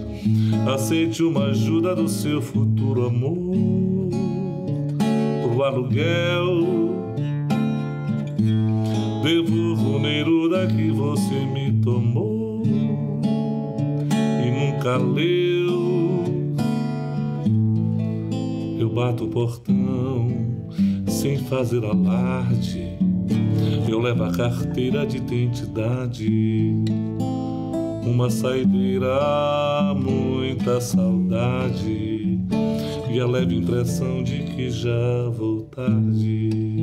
C: Aceite uma ajuda do seu futuro amor. Pro aluguel Devolvo o Neruda que você me tomou e nunca leu. Eu bato o portão sem fazer alarde. Eu levo a carteira de identidade. Uma saideira, muita saudade. E
H: e a leve impressão de que já vou tarde.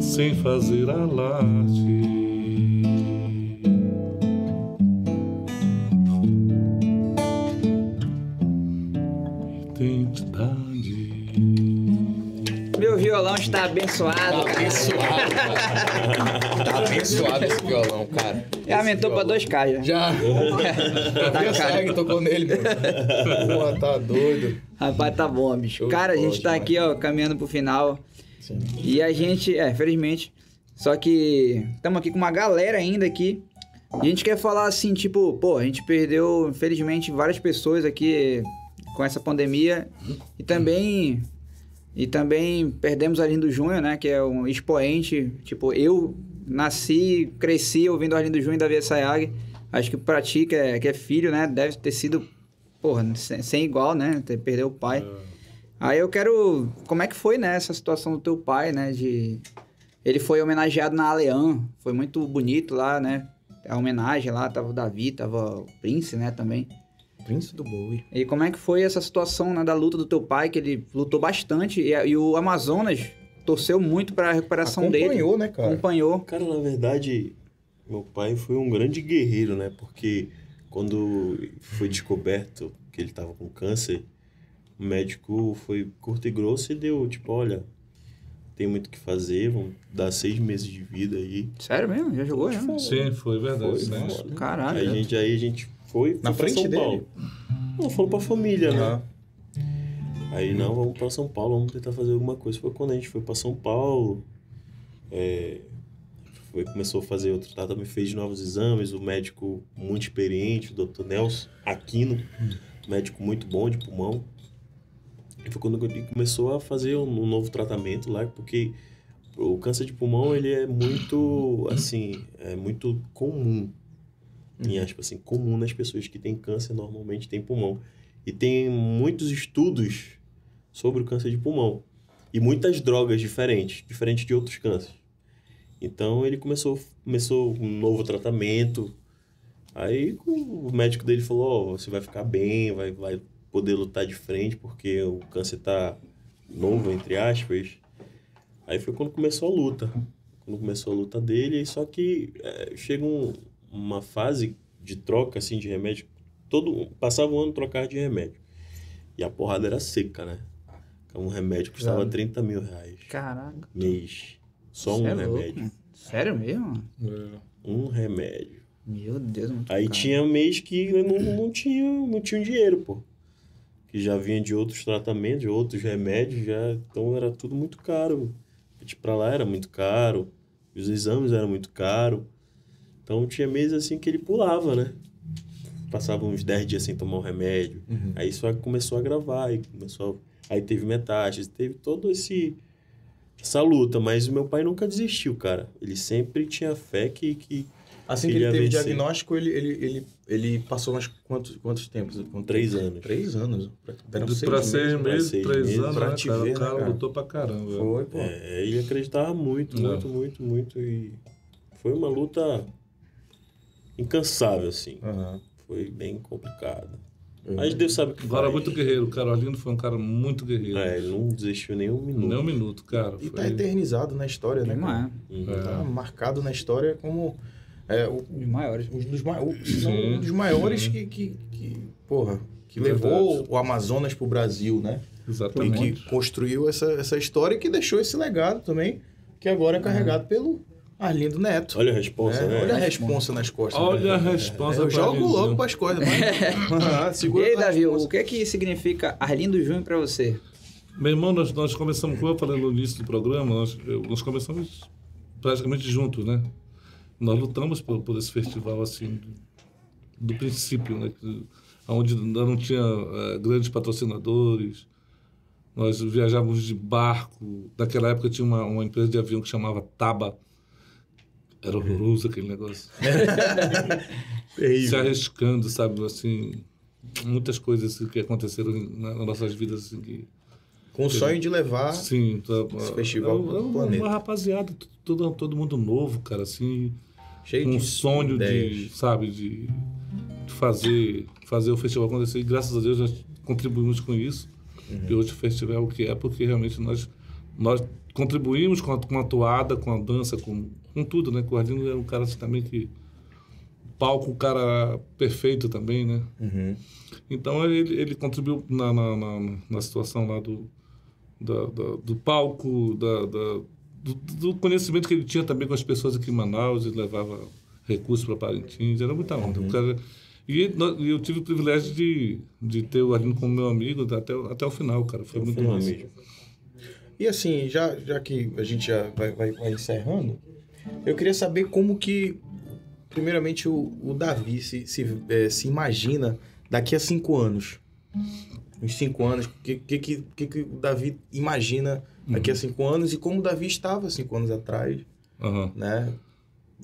H: Sem fazer alarde. Identidade.
B: Meu violão está abençoado, cara.
A: Abençoado, cara. Tá abençoado esse violão, cara.
B: Já É, aumentou pra 2K
A: Já.
B: já. Tá
A: Até o
B: caro.
A: Sag tocou nele, meu. Pô, tá doido.
B: Rapaz, tá bom, bicho.
A: Show de
B: Cara, a
A: bola
B: gente tá
A: demais.
B: aqui, ó, caminhando pro final.
A: Sim.
B: E a gente, é, felizmente. Só que estamos aqui com uma galera ainda aqui. E a gente quer falar assim, tipo, pô, a gente perdeu, infelizmente, várias pessoas aqui com essa pandemia. E também. E também perdemos Arlindo Júnior, né? Que é um expoente. Tipo, eu nasci, cresci ouvindo Arlindo Júnior da Via Sayag. Acho que pra ti, que é, que é filho, né? Deve ter sido, porra, sem, sem igual, né? ter- Perder o pai. Aí eu quero. Como é que foi, né, essa situação do teu pai, né? De. Ele foi homenageado na Alean. Foi muito bonito lá, né? A homenagem lá, tava o Davi, tava o Prince, né, também.
A: Príncipe do Boi.
B: E como é que foi essa situação né, da luta do teu pai, que ele lutou bastante, e, a- e o Amazonas torceu muito pra recuperação dele.
A: Acompanhou, né, cara?
B: Acompanhou.
D: Cara, na verdade, meu pai foi um grande guerreiro, né? Porque quando foi descoberto que ele estava com câncer, o médico foi curto e grosso e deu, tipo, olha, tem muito o que fazer, vão dar seis meses de vida aí.
B: Sério mesmo? Já jogou, já?
C: Sim, foi verdade.
D: Foi,
C: né?
D: foda.
B: Caralho.
D: Aí a gente, aí a gente foi,
A: Na
D: foi
A: frente
D: pra São
A: dele?
D: Paulo. Não, foram pra família, né?
A: Ah,
D: Aí não, vamos pra São Paulo, vamos tentar fazer alguma coisa. Foi quando a gente foi pra São Paulo, é, foi, começou a fazer outro tratamento, fez novos exames, o médico muito experiente, o Dr. Nelson Aquino, médico muito bom de pulmão. E foi quando ele começou a fazer um, um novo tratamento lá, porque o câncer de pulmão ele é muito assim, é muito comum. Em aspas, assim, comum nas pessoas que têm câncer normalmente têm pulmão. E tem muitos estudos sobre o câncer de pulmão. E muitas drogas diferentes, diferente de outros cânceres. Então ele começou, começou um novo tratamento. Aí o médico dele falou: Ó, você vai ficar bem, vai, vai poder lutar de frente, porque o câncer tá novo, entre aspas. Aí foi quando começou a luta. Quando começou a luta dele, e só que eh, chega um- uma fase de troca assim, de remédio. Todo, passava um ano trocar de remédio. E a porrada era seca, né? Um remédio custava 30 mil reais
B: Caraca.
D: mês. Só
B: Cê
D: um
B: é louco,
D: remédio.
B: mano. Sério mesmo?
D: Um remédio.
B: Meu Deus, muito
D: Aí
B: caro.
D: tinha mês que eu não, não, tinha, não tinha dinheiro, pô. Que já vinha de outros tratamentos, de outros remédios, já. Então era tudo muito caro. Pra ir Pra lá era muito caro. Os exames eram muito caro. Então tinha mês assim que ele pulava, né? Passava uns 10 dias sem tomar o remédio.
A: Uhum.
D: Aí só começou a gravar, aí começou. Aí teve metástase, teve todo esse essa luta, mas o meu pai nunca desistiu, cara. Ele sempre tinha fé que, que
A: Assim
D: Ele
A: que ele
D: ia
A: teve o
D: vencer.
A: diagnóstico, ele, ele, ele, ele passou uns quantos, quantos tempos? Com
D: Três anos.
A: Três anos. Deram
C: De- pra seis
D: pra
C: meses,
D: seis
C: três
D: meses,
C: anos,
A: pra
C: né,
A: te
C: cara,
A: ver,
C: o
A: né,
C: cara
A: cara?
C: lutou pra caramba.
A: Foi, pô.
D: É, ele acreditava muito,
C: Não.
D: muito, muito, muito. E foi uma luta incansável, assim.
A: Aham.
D: Foi bem complicada.
A: Eu
D: Mas Deus sabe o que
C: Agora, é
D: faz.
C: muito guerreiro. O Carolino foi um cara muito guerreiro.
D: É, ele não desistiu nem um minuto.
C: Nem um minuto, cara.
A: E
C: Foi...
A: tá eternizado na história, né? cara?
B: Demais.
D: Uhum.
C: É.
A: Tá marcado na história como é, o-
B: Os maiores.
A: um, dos mai- o- são
C: Sim,
A: um dos maiores
C: sim.
A: que, que, que, porra, que
C: Verdade.
A: levou o Amazonas pro Brasil, né? E que
C: Exatamente.
A: construiu essa, essa história e que deixou esse legado também, que agora é carregado pelo Arlindo Neto.
D: Olha a resposta,
A: né?
D: né?
A: Olha a responsa nas costas.
C: Olha a
A: né?
C: resposta
A: Eu
C: pra
A: jogo
C: Arlindo.
A: logo pras costas, mas... ah,
B: E
A: Segura
B: aí,
A: a
B: Davi, o
A: responsa.
B: que é que significa Arlindo Júnior pra você?
C: Meu irmão, nós, nós começamos, como eu falei no início do programa, nós, eu- nós começamos praticamente juntos, né? Nós lutamos por, por esse festival, assim, do, do princípio, né? Que- Onde ainda não tinha eh, grandes patrocinadores. Nós viajávamos de barco. Naquela época tinha uma, uma empresa de avião que chamava Taba. Era horroroso aquele negócio. Se arriscando, sabe? Assim, muitas coisas que aconteceram em- na- nas nossas vidas, assim, que
A: Com o sonho de levar...
C: Sim, tá,
A: esse festival
C: é, um- é um-
A: do planeta.
C: Uma rapaziada, t- todo, todo mundo novo, cara, assim.
A: Cheio
C: um
A: de
C: sonho de,
A: ideias.
C: sabe, de de fazer, fazer o festival acontecer. E graças a Deus nós contribuímos com isso.
A: Uhum.
C: E hoje o festival é o que é, porque realmente nós, nós contribuímos com a, com a toada, com a dança, com, com tudo, né? Que O Arlindo é um cara assim, também que. Palco, um cara perfeito também, né? Então ele, ele contribuiu na, na, na, na situação lá do, da- da- do palco, da, da- do, do conhecimento que ele tinha também com as pessoas aqui em Manaus, ele levava recursos para Parintins, era muita onda. O cara, e nó- e eu tive o privilégio de, de ter o Arlindo como meu amigo até, o- até o final, cara. Foi muito
D: final
C: massa.
D: mesmo.
A: E assim, já, já que a gente já vai, vai- vai encerrando, eu queria saber como que, primeiramente, o, o Davi se, se, eh, se imagina daqui a cinco anos. Uns cinco anos, o que, que, que, que, que o Davi imagina daqui
C: Uhum.
A: a cinco anos e como o Davi estava cinco anos atrás,
C: Aham.
A: né?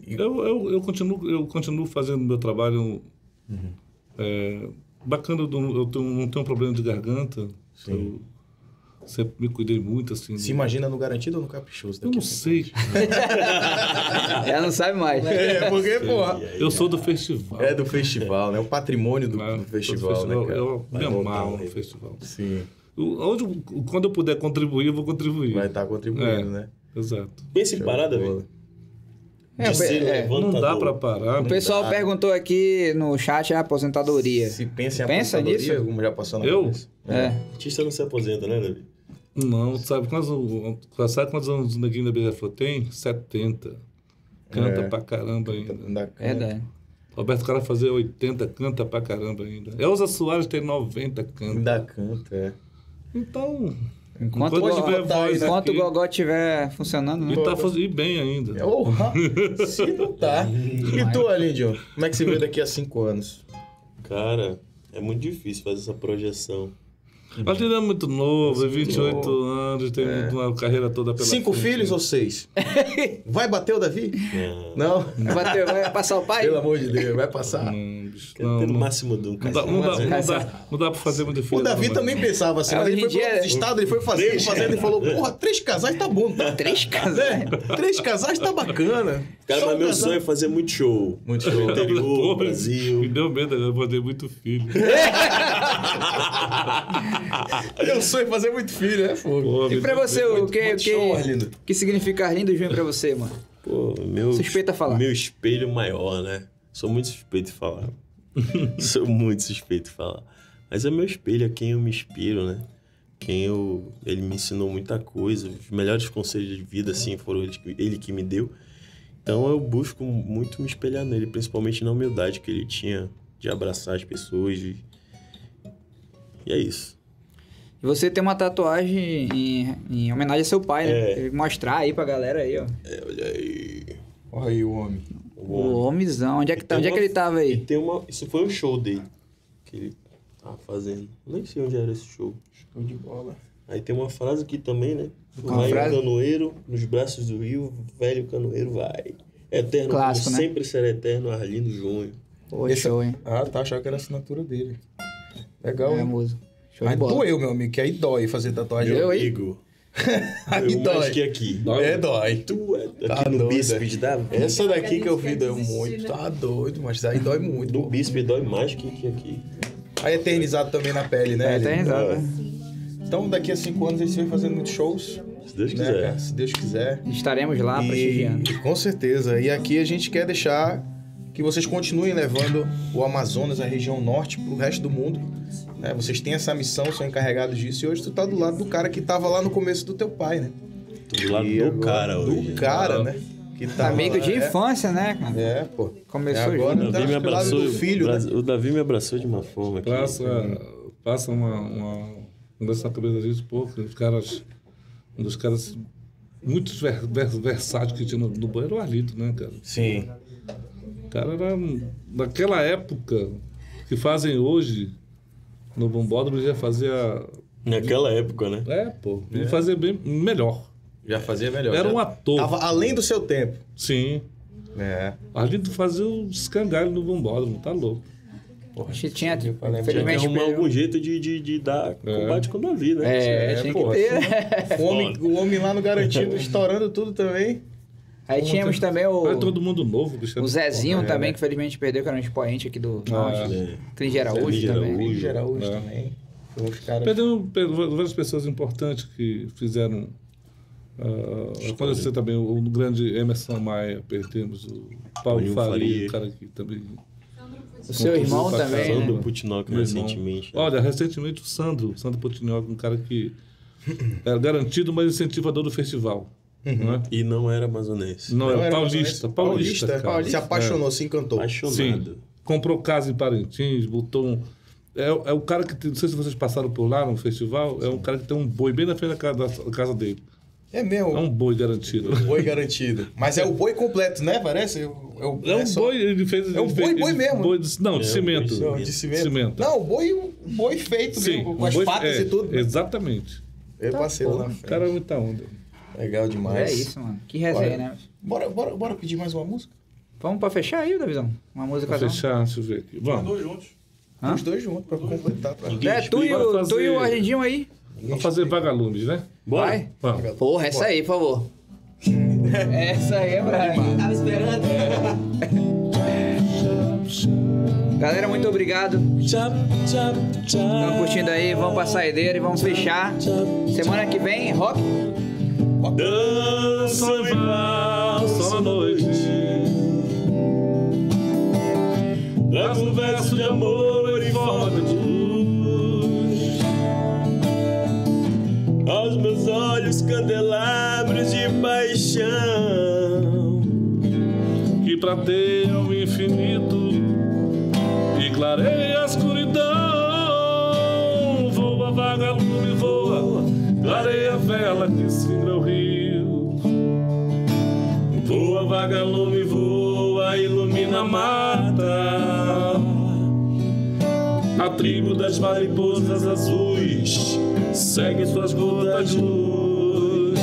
C: Eu, eu, eu, continuo, eu continuo fazendo meu trabalho.
A: Uhum.
C: é, bacana, eu, não- eu tenho- não tenho problema de garganta. Eu sempre me cuidei muito, assim.
A: Se
C: do-
A: imagina no garantido ou no caprichoso?
C: eu
A: daqui
C: não
A: a cinco
C: sei.
B: Ela não sabe mais.
A: anos? É, porque, porra.
C: Eu sou do festival.
A: É do festival, né? O patrimônio do,
C: né?
A: do
C: Sou
A: festival, né, cara? um
C: Eu
D: Vai
C: me
D: voltar
C: amarro né?
D: aí.
C: no festival.
A: Sim,
C: O- Onde, eu- quando eu puder contribuir, eu vou contribuir.
A: vai estar contribuindo,
C: É.
A: né?
C: Exato.
D: Pensa em parada, velho. De
B: É,
D: ser
B: é,
D: levantador.
C: Não dá pra parar.
B: O
C: né?
B: pessoal
A: dá.
B: perguntou aqui no chat a aposentadoria.
A: Se pensa em
B: Pensa
A: aposentadoria,
B: nisso?
A: como já passou na
C: Eu?
A: cabeça?
B: É.
D: Artista não se aposenta, né, Davi?
C: Não, sabe quantos, sabe quantos anos o Neguinho da Beija-Flor tem? 70. Canta
A: É.
C: pra caramba ainda.
A: Da-
B: é Verdade.
C: Roberto Carlos fazia 80, canta pra caramba ainda. Elza Soares tem 90, canta.
A: Da canta, é.
C: Então,
B: Enquanto,
C: Enquanto
B: o,
C: tiver
B: go-
C: voz
B: enquanto o
C: aqui.
B: Gogó estiver funcionando, né?
C: e tá fazendo e bem
A: É
C: ainda.
A: Porra, se não tá. E tu, Alindio, como é que você vê daqui a cinco anos?
D: Cara, é muito difícil fazer essa projeção.
C: Mas ele é muito novo, é 28 anos, tem uma carreira toda pela
A: É. Cinco
C: frente.
A: filhos ou seis? Vai bater o Davi?
D: Não.
A: Não?
B: Vai, ter- vai passar o pai?
A: Pelo amor de Deus, vai passar.
C: Não, bicho,
D: Quero
C: não,
D: ter no
C: não.
D: máximo de um
C: Não dá,
D: casal.
C: não, dá, não,
B: Mas-
C: dá, não dá pra fazer muito filho.
A: é. O Davi
C: não,
A: também pensava assim,
B: É,
A: mas ele
B: hoje
A: foi
B: em
A: pro
B: dia-
A: outro estado, ele foi fazendo, fazendo e falou, porra, três casais tá bom, tá?
B: Três né? casais.
A: É, três casais tá bacana.
D: Cara,
A: Só um
D: mas meu
A: casal.
D: sonho é fazer muito show.
A: Muito
D: No
A: show.
D: interior,
C: Pô, Me
D: Brasil.
C: deu medo, eu vou ter muito filho.
A: Meu sonho é fazer muito filho, é fogo.
C: Pô,
B: E
C: me
B: pra
C: deu
B: você,
C: medo.
B: o que, o
A: muito
B: que,
A: show, Arlindo.
B: o que significa Arlindo Júnior pra você, mano?
D: Pô, meu,
B: Suspeita a falar.
D: Meu espelho maior, né? Sou muito suspeito de falar. Sou muito suspeito de falar. Mas é meu espelho, é quem eu me inspiro, né? Quem eu. Ele me ensinou muita coisa. Os melhores conselhos de vida, assim, foram ele, que- ele que me deu. Então eu busco muito me espelhar nele, principalmente na humildade que ele tinha de abraçar as pessoas. de- E é isso.
B: E Você tem uma tatuagem em, em homenagem a seu pai, né? Queria Mostrar aí pra galera aí, ó.
D: Olha aí.
A: Olha aí o homem.
B: O homizão. Onde é que, tá, onde é que ele tava
D: E
B: aí?
D: tem uma. Isso foi um show dele. Que ele tava fazendo. Nem sei onde era esse show.
A: Show de bola.
D: Aí tem uma frase aqui também, né?
B: Uma
D: vai
B: frase?
D: o canoeiro, nos braços do rio, velho canoeiro vai. Eterno
B: Clássico,
D: como
B: né?
D: sempre será eterno, Arlindo Junho.
B: Pô,
A: Esse-
B: show, hein?
A: Ah, tá, achava que era a assinatura dele. Legal,
B: É,
A: hein?
B: moço. Show de
A: Mas
B: bola.
A: doeu, meu amigo, que aí dói fazer tatuagem.
B: Eu, hein?
D: Amigo.
A: Aí
D: Eu mais
A: dói.
D: que aqui.
A: É, dói.
D: Tu é aqui
A: Tá
D: no
A: doido,
D: bíceps da
A: Essa daqui que eu vi
F: quer
A: doeu
F: desistir,
A: muito.
F: né?
A: Tá doido, mas aí dói muito.
D: Do bíceps dói mais que que aqui.
A: Aí é eternizado também na pele, né?
B: É,
A: Eli?
B: eternizado,
A: É.
B: né?
A: Então daqui a cinco anos eles vão fazendo muitos shows,
D: Se Deus
A: né,
D: quiser.
A: cara? Se Deus quiser.
B: Estaremos lá prestigiando.
A: E, com certeza. E aqui a gente quer deixar que vocês continuem levando o Amazonas, a região norte, pro resto do mundo. né? Vocês têm essa missão, são encarregados disso. E hoje tu tá do lado do cara que tava lá no começo do teu pai, né?
D: Tô do lado
A: E
D: do
A: agora-
D: cara
A: do
D: hoje.
A: cara, né? Que tava
B: Tá Amigo
A: lá,
B: de
A: é.
B: infância, né, cara?
A: É, pô.
B: Começou
A: É, agora-
B: junto.
D: O
A: Tá
D: Davi me
A: do lado
D: abraçou.
A: do filho, né?
D: o Bras- O Davi me abraçou de uma forma que.
C: Passa, é, passa uma, uma, um dessa na cabeça da gente, pô, que os caras, um dos caras muito ver, ver- versátil que tinha no, no banheiro era o Arlito, né, cara?
A: Sim.
C: O cara era, um- naquela época que fazem hoje, no Bombódromo ele já fazia,
D: Naquela época, né?
C: é, pô, ele fazia bem melhor.
A: Já fazia melhor.
C: Era
A: já
C: um ator,
A: Tava além do seu tempo.
C: sim.
A: É.
C: Arlito fazia o escangalho no Bombódromo, tá louco.
B: A gente tinha,
D: Tinha que
B: infelizmente,
D: arrumar
B: perdeu.
D: algum jeito de, de, de dar combate com o Davi, né? assim,
B: É,
A: É,
B: tinha
A: pô, assim,
D: É
B: que ter. né?
A: O homem, o homem lá no Garantido estourando tudo também.
B: Aí tínhamos também o,
C: É todo mundo novo, Cristiano.
B: o Zezinho
C: É,
B: também, que felizmente perdeu, que era um expoente aqui
A: Ah,
B: do Norte.
D: É.
B: Cris Geraújo
D: Cris
B: também.
D: Araújo.
A: Geraújo
C: É.
A: também. Foi os caras.
C: Perdemos per- várias pessoas importantes que fizeram ah, acontecer também. O, o grande Emerson Maia, perdemos o Paulo
D: Paulinho
C: Faria,
D: Faria.
C: o cara que também.
B: O seu irmão
C: Contudo,
B: também,
C: passando
B: né?
D: Sandro Putinoca
C: Meu irmão.
D: recentemente. né?
C: Olha, recentemente o Sandro, o Sandro Potignoc, um cara que era garantido, mas incentivador do festival.
D: Uhum.
C: Não é?
D: E não era amazonense.
C: Não,
A: Não
C: era
A: era
C: paulista, paulista,
A: amazonense.
C: cara.
A: Se apaixonou, se encantou.
D: Apaixonado.
C: comprou casa em Parintins, botou um. É, é o cara que. tem- Não sei se vocês passaram por lá no festival. É um cara que tem um boi bem na frente da casa, da casa dele.
A: É
C: É
A: meu.
C: um boi garantido.
A: Boi garantido. Mas é o boi completo, né? Parece? É o,
C: É um
A: só-
C: boi, ele fez.
A: É um
C: ele
A: boi,
C: fez-
A: boi
C: ele-
A: mesmo.
C: boi de- não, de
D: É, um
C: cimento.
D: boi
A: Não, de cimento. Não, o boi, um boi feito
C: Sim,
A: mesmo,
C: um
A: com as
C: boi-
A: patas
C: é,
A: e tudo. né?
C: Exatamente.
A: Eu passei lá na
C: O cara é
A: frente.
C: muita onda.
A: Legal demais.
B: Tá É isso, mano. Que resenha,
A: Olha.
B: né?
A: Bora, bora, bora pedir mais uma música?
B: Vamos pra fechar aí, Davizão? Uma música
A: um.
C: Pra fechar, deixa eu ver aqui. Vamos.
G: Dois juntos.
B: Hã?
A: Os dois juntos, pra completar. Pra...
B: É, tu e, o,
C: Vai
B: tu e o
C: fazer-
B: Arlindinho aí?
C: Vamos fazer vagalumes, né?
B: Vai?
C: Vamos.
B: Porra, essa aí, por favor. essa aí é brava.
F: Tava esperando.
B: Galera, muito obrigado. Estão curtindo aí, vamos pra saideira e vamos fechar. Semana que vem, rock.
C: Dançam e valsam à noite Traz um verso de amor em forma de luz
D: Aos meus olhos, candelabros de paixão.
C: Que prateia o infinito E clareia a escuridão Voa, vagalume, voa Clareia a vela que singra o rio
D: Voa, vagalume, voa, ilumina a mata. A tribo das mariposas azuis segue suas gotas de luz.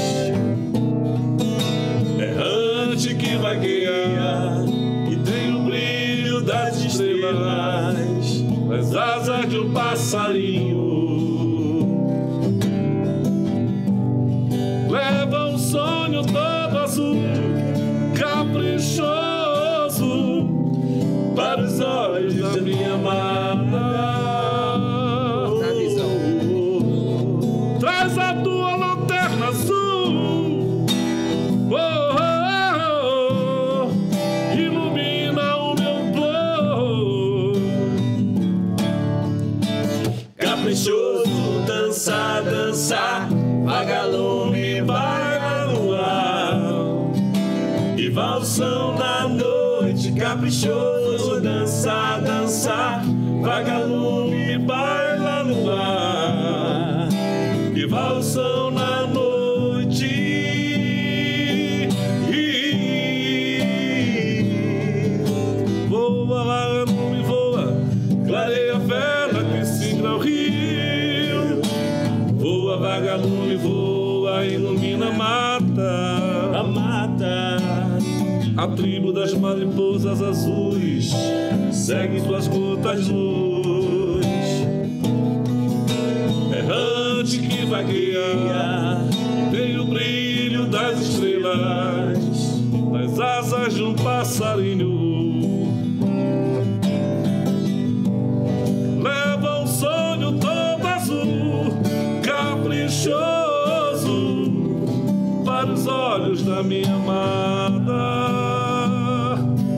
D: É Errante que vagueia e tem o brilho das estrelas, as asas de um passarinho.
C: Leva um sonho todo azul, caprichoso para os olhos da minha amada.
B: Na visão.
C: Traz a tua lanterna azul, oh, oh, oh, ilumina o meu plano.
D: Caprichoso, dança, dança, vagalume, vai no ar. E valsão na noite, caprichoso, dança, dança, vagalume, baila no ar. E valsão na noite.
C: Voa, vagalume, voa, clareia a vela que singra o rio. Voa, vagalume, voa, ilumina a
D: A
C: mata.
D: mata
C: A tribo das mariposas azuis segue suas gotas de luz. Errante que vagueia, tem o brilho das estrelas, nas asas de um passarinho. leva um sonho todo azul, caprichoso para os olhos da minha amada.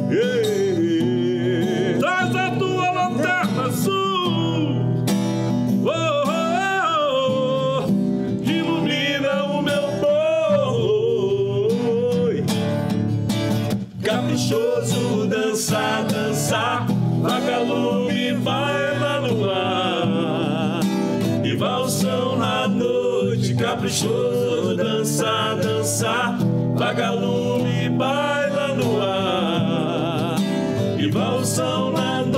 C: Ei, Traz a tua lanterna azul, oh, oh, oh, que ilumina o meu boi.
D: Caprichoso, dança, dança, vagalume, vai lá no ar. E valsão na noite, caprichoso, dança, dança, vagalume, baila no ar. E valsão na noite.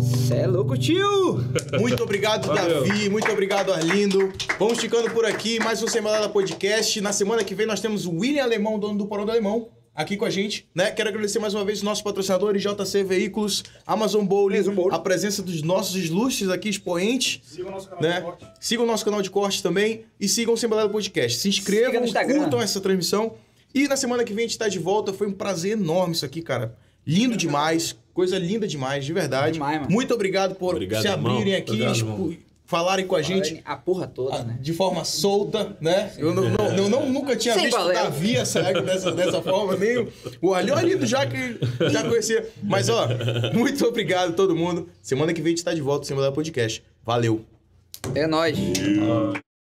B: Cê é louco, tio!
A: Muito obrigado,
C: Valeu.
A: Davi. Muito obrigado, Arlindo. Vamos ficando por aqui. Mais um Semana da Podcast. Na semana que vem nós temos o William Alemão, dono do Porão do Alemão. aqui com a gente, né? Quero agradecer mais uma vez os nossos patrocinadores, JC Veículos, Amazon Bowling,
B: Amazon Bowling.
A: a presença dos nossos ilustres aqui, expoentes.
G: Siga o nosso canal
A: Né?
G: de corte.
A: Sigam o nosso canal de corte também e sigam o Sembalado Podcast. Se inscrevam,
B: no Instagram.
A: curtam essa transmissão. E na semana que vem a gente tá de volta. Foi um prazer enorme isso aqui, cara. Lindo demais. Coisa linda demais, de verdade.
B: Demais, mano.
A: Muito obrigado por
D: Obrigado,
A: se
D: irmão.
A: abrirem aqui,
D: Obrigado,
A: expo-
D: irmão.
A: falarem com a gente
B: A porra toda,
A: ah,
B: né?
A: de forma solta, né? Eu, não, não- eu não- nunca tinha
B: Sem
A: visto
B: balela.
A: Davi Saeg dessa, dessa forma, nem o- o Aliolido já que já conhecia. Mas, ó, muito obrigado a todo mundo. Semana que vem a gente tá de volta, Semana da Podcast. Valeu!
B: É nóis.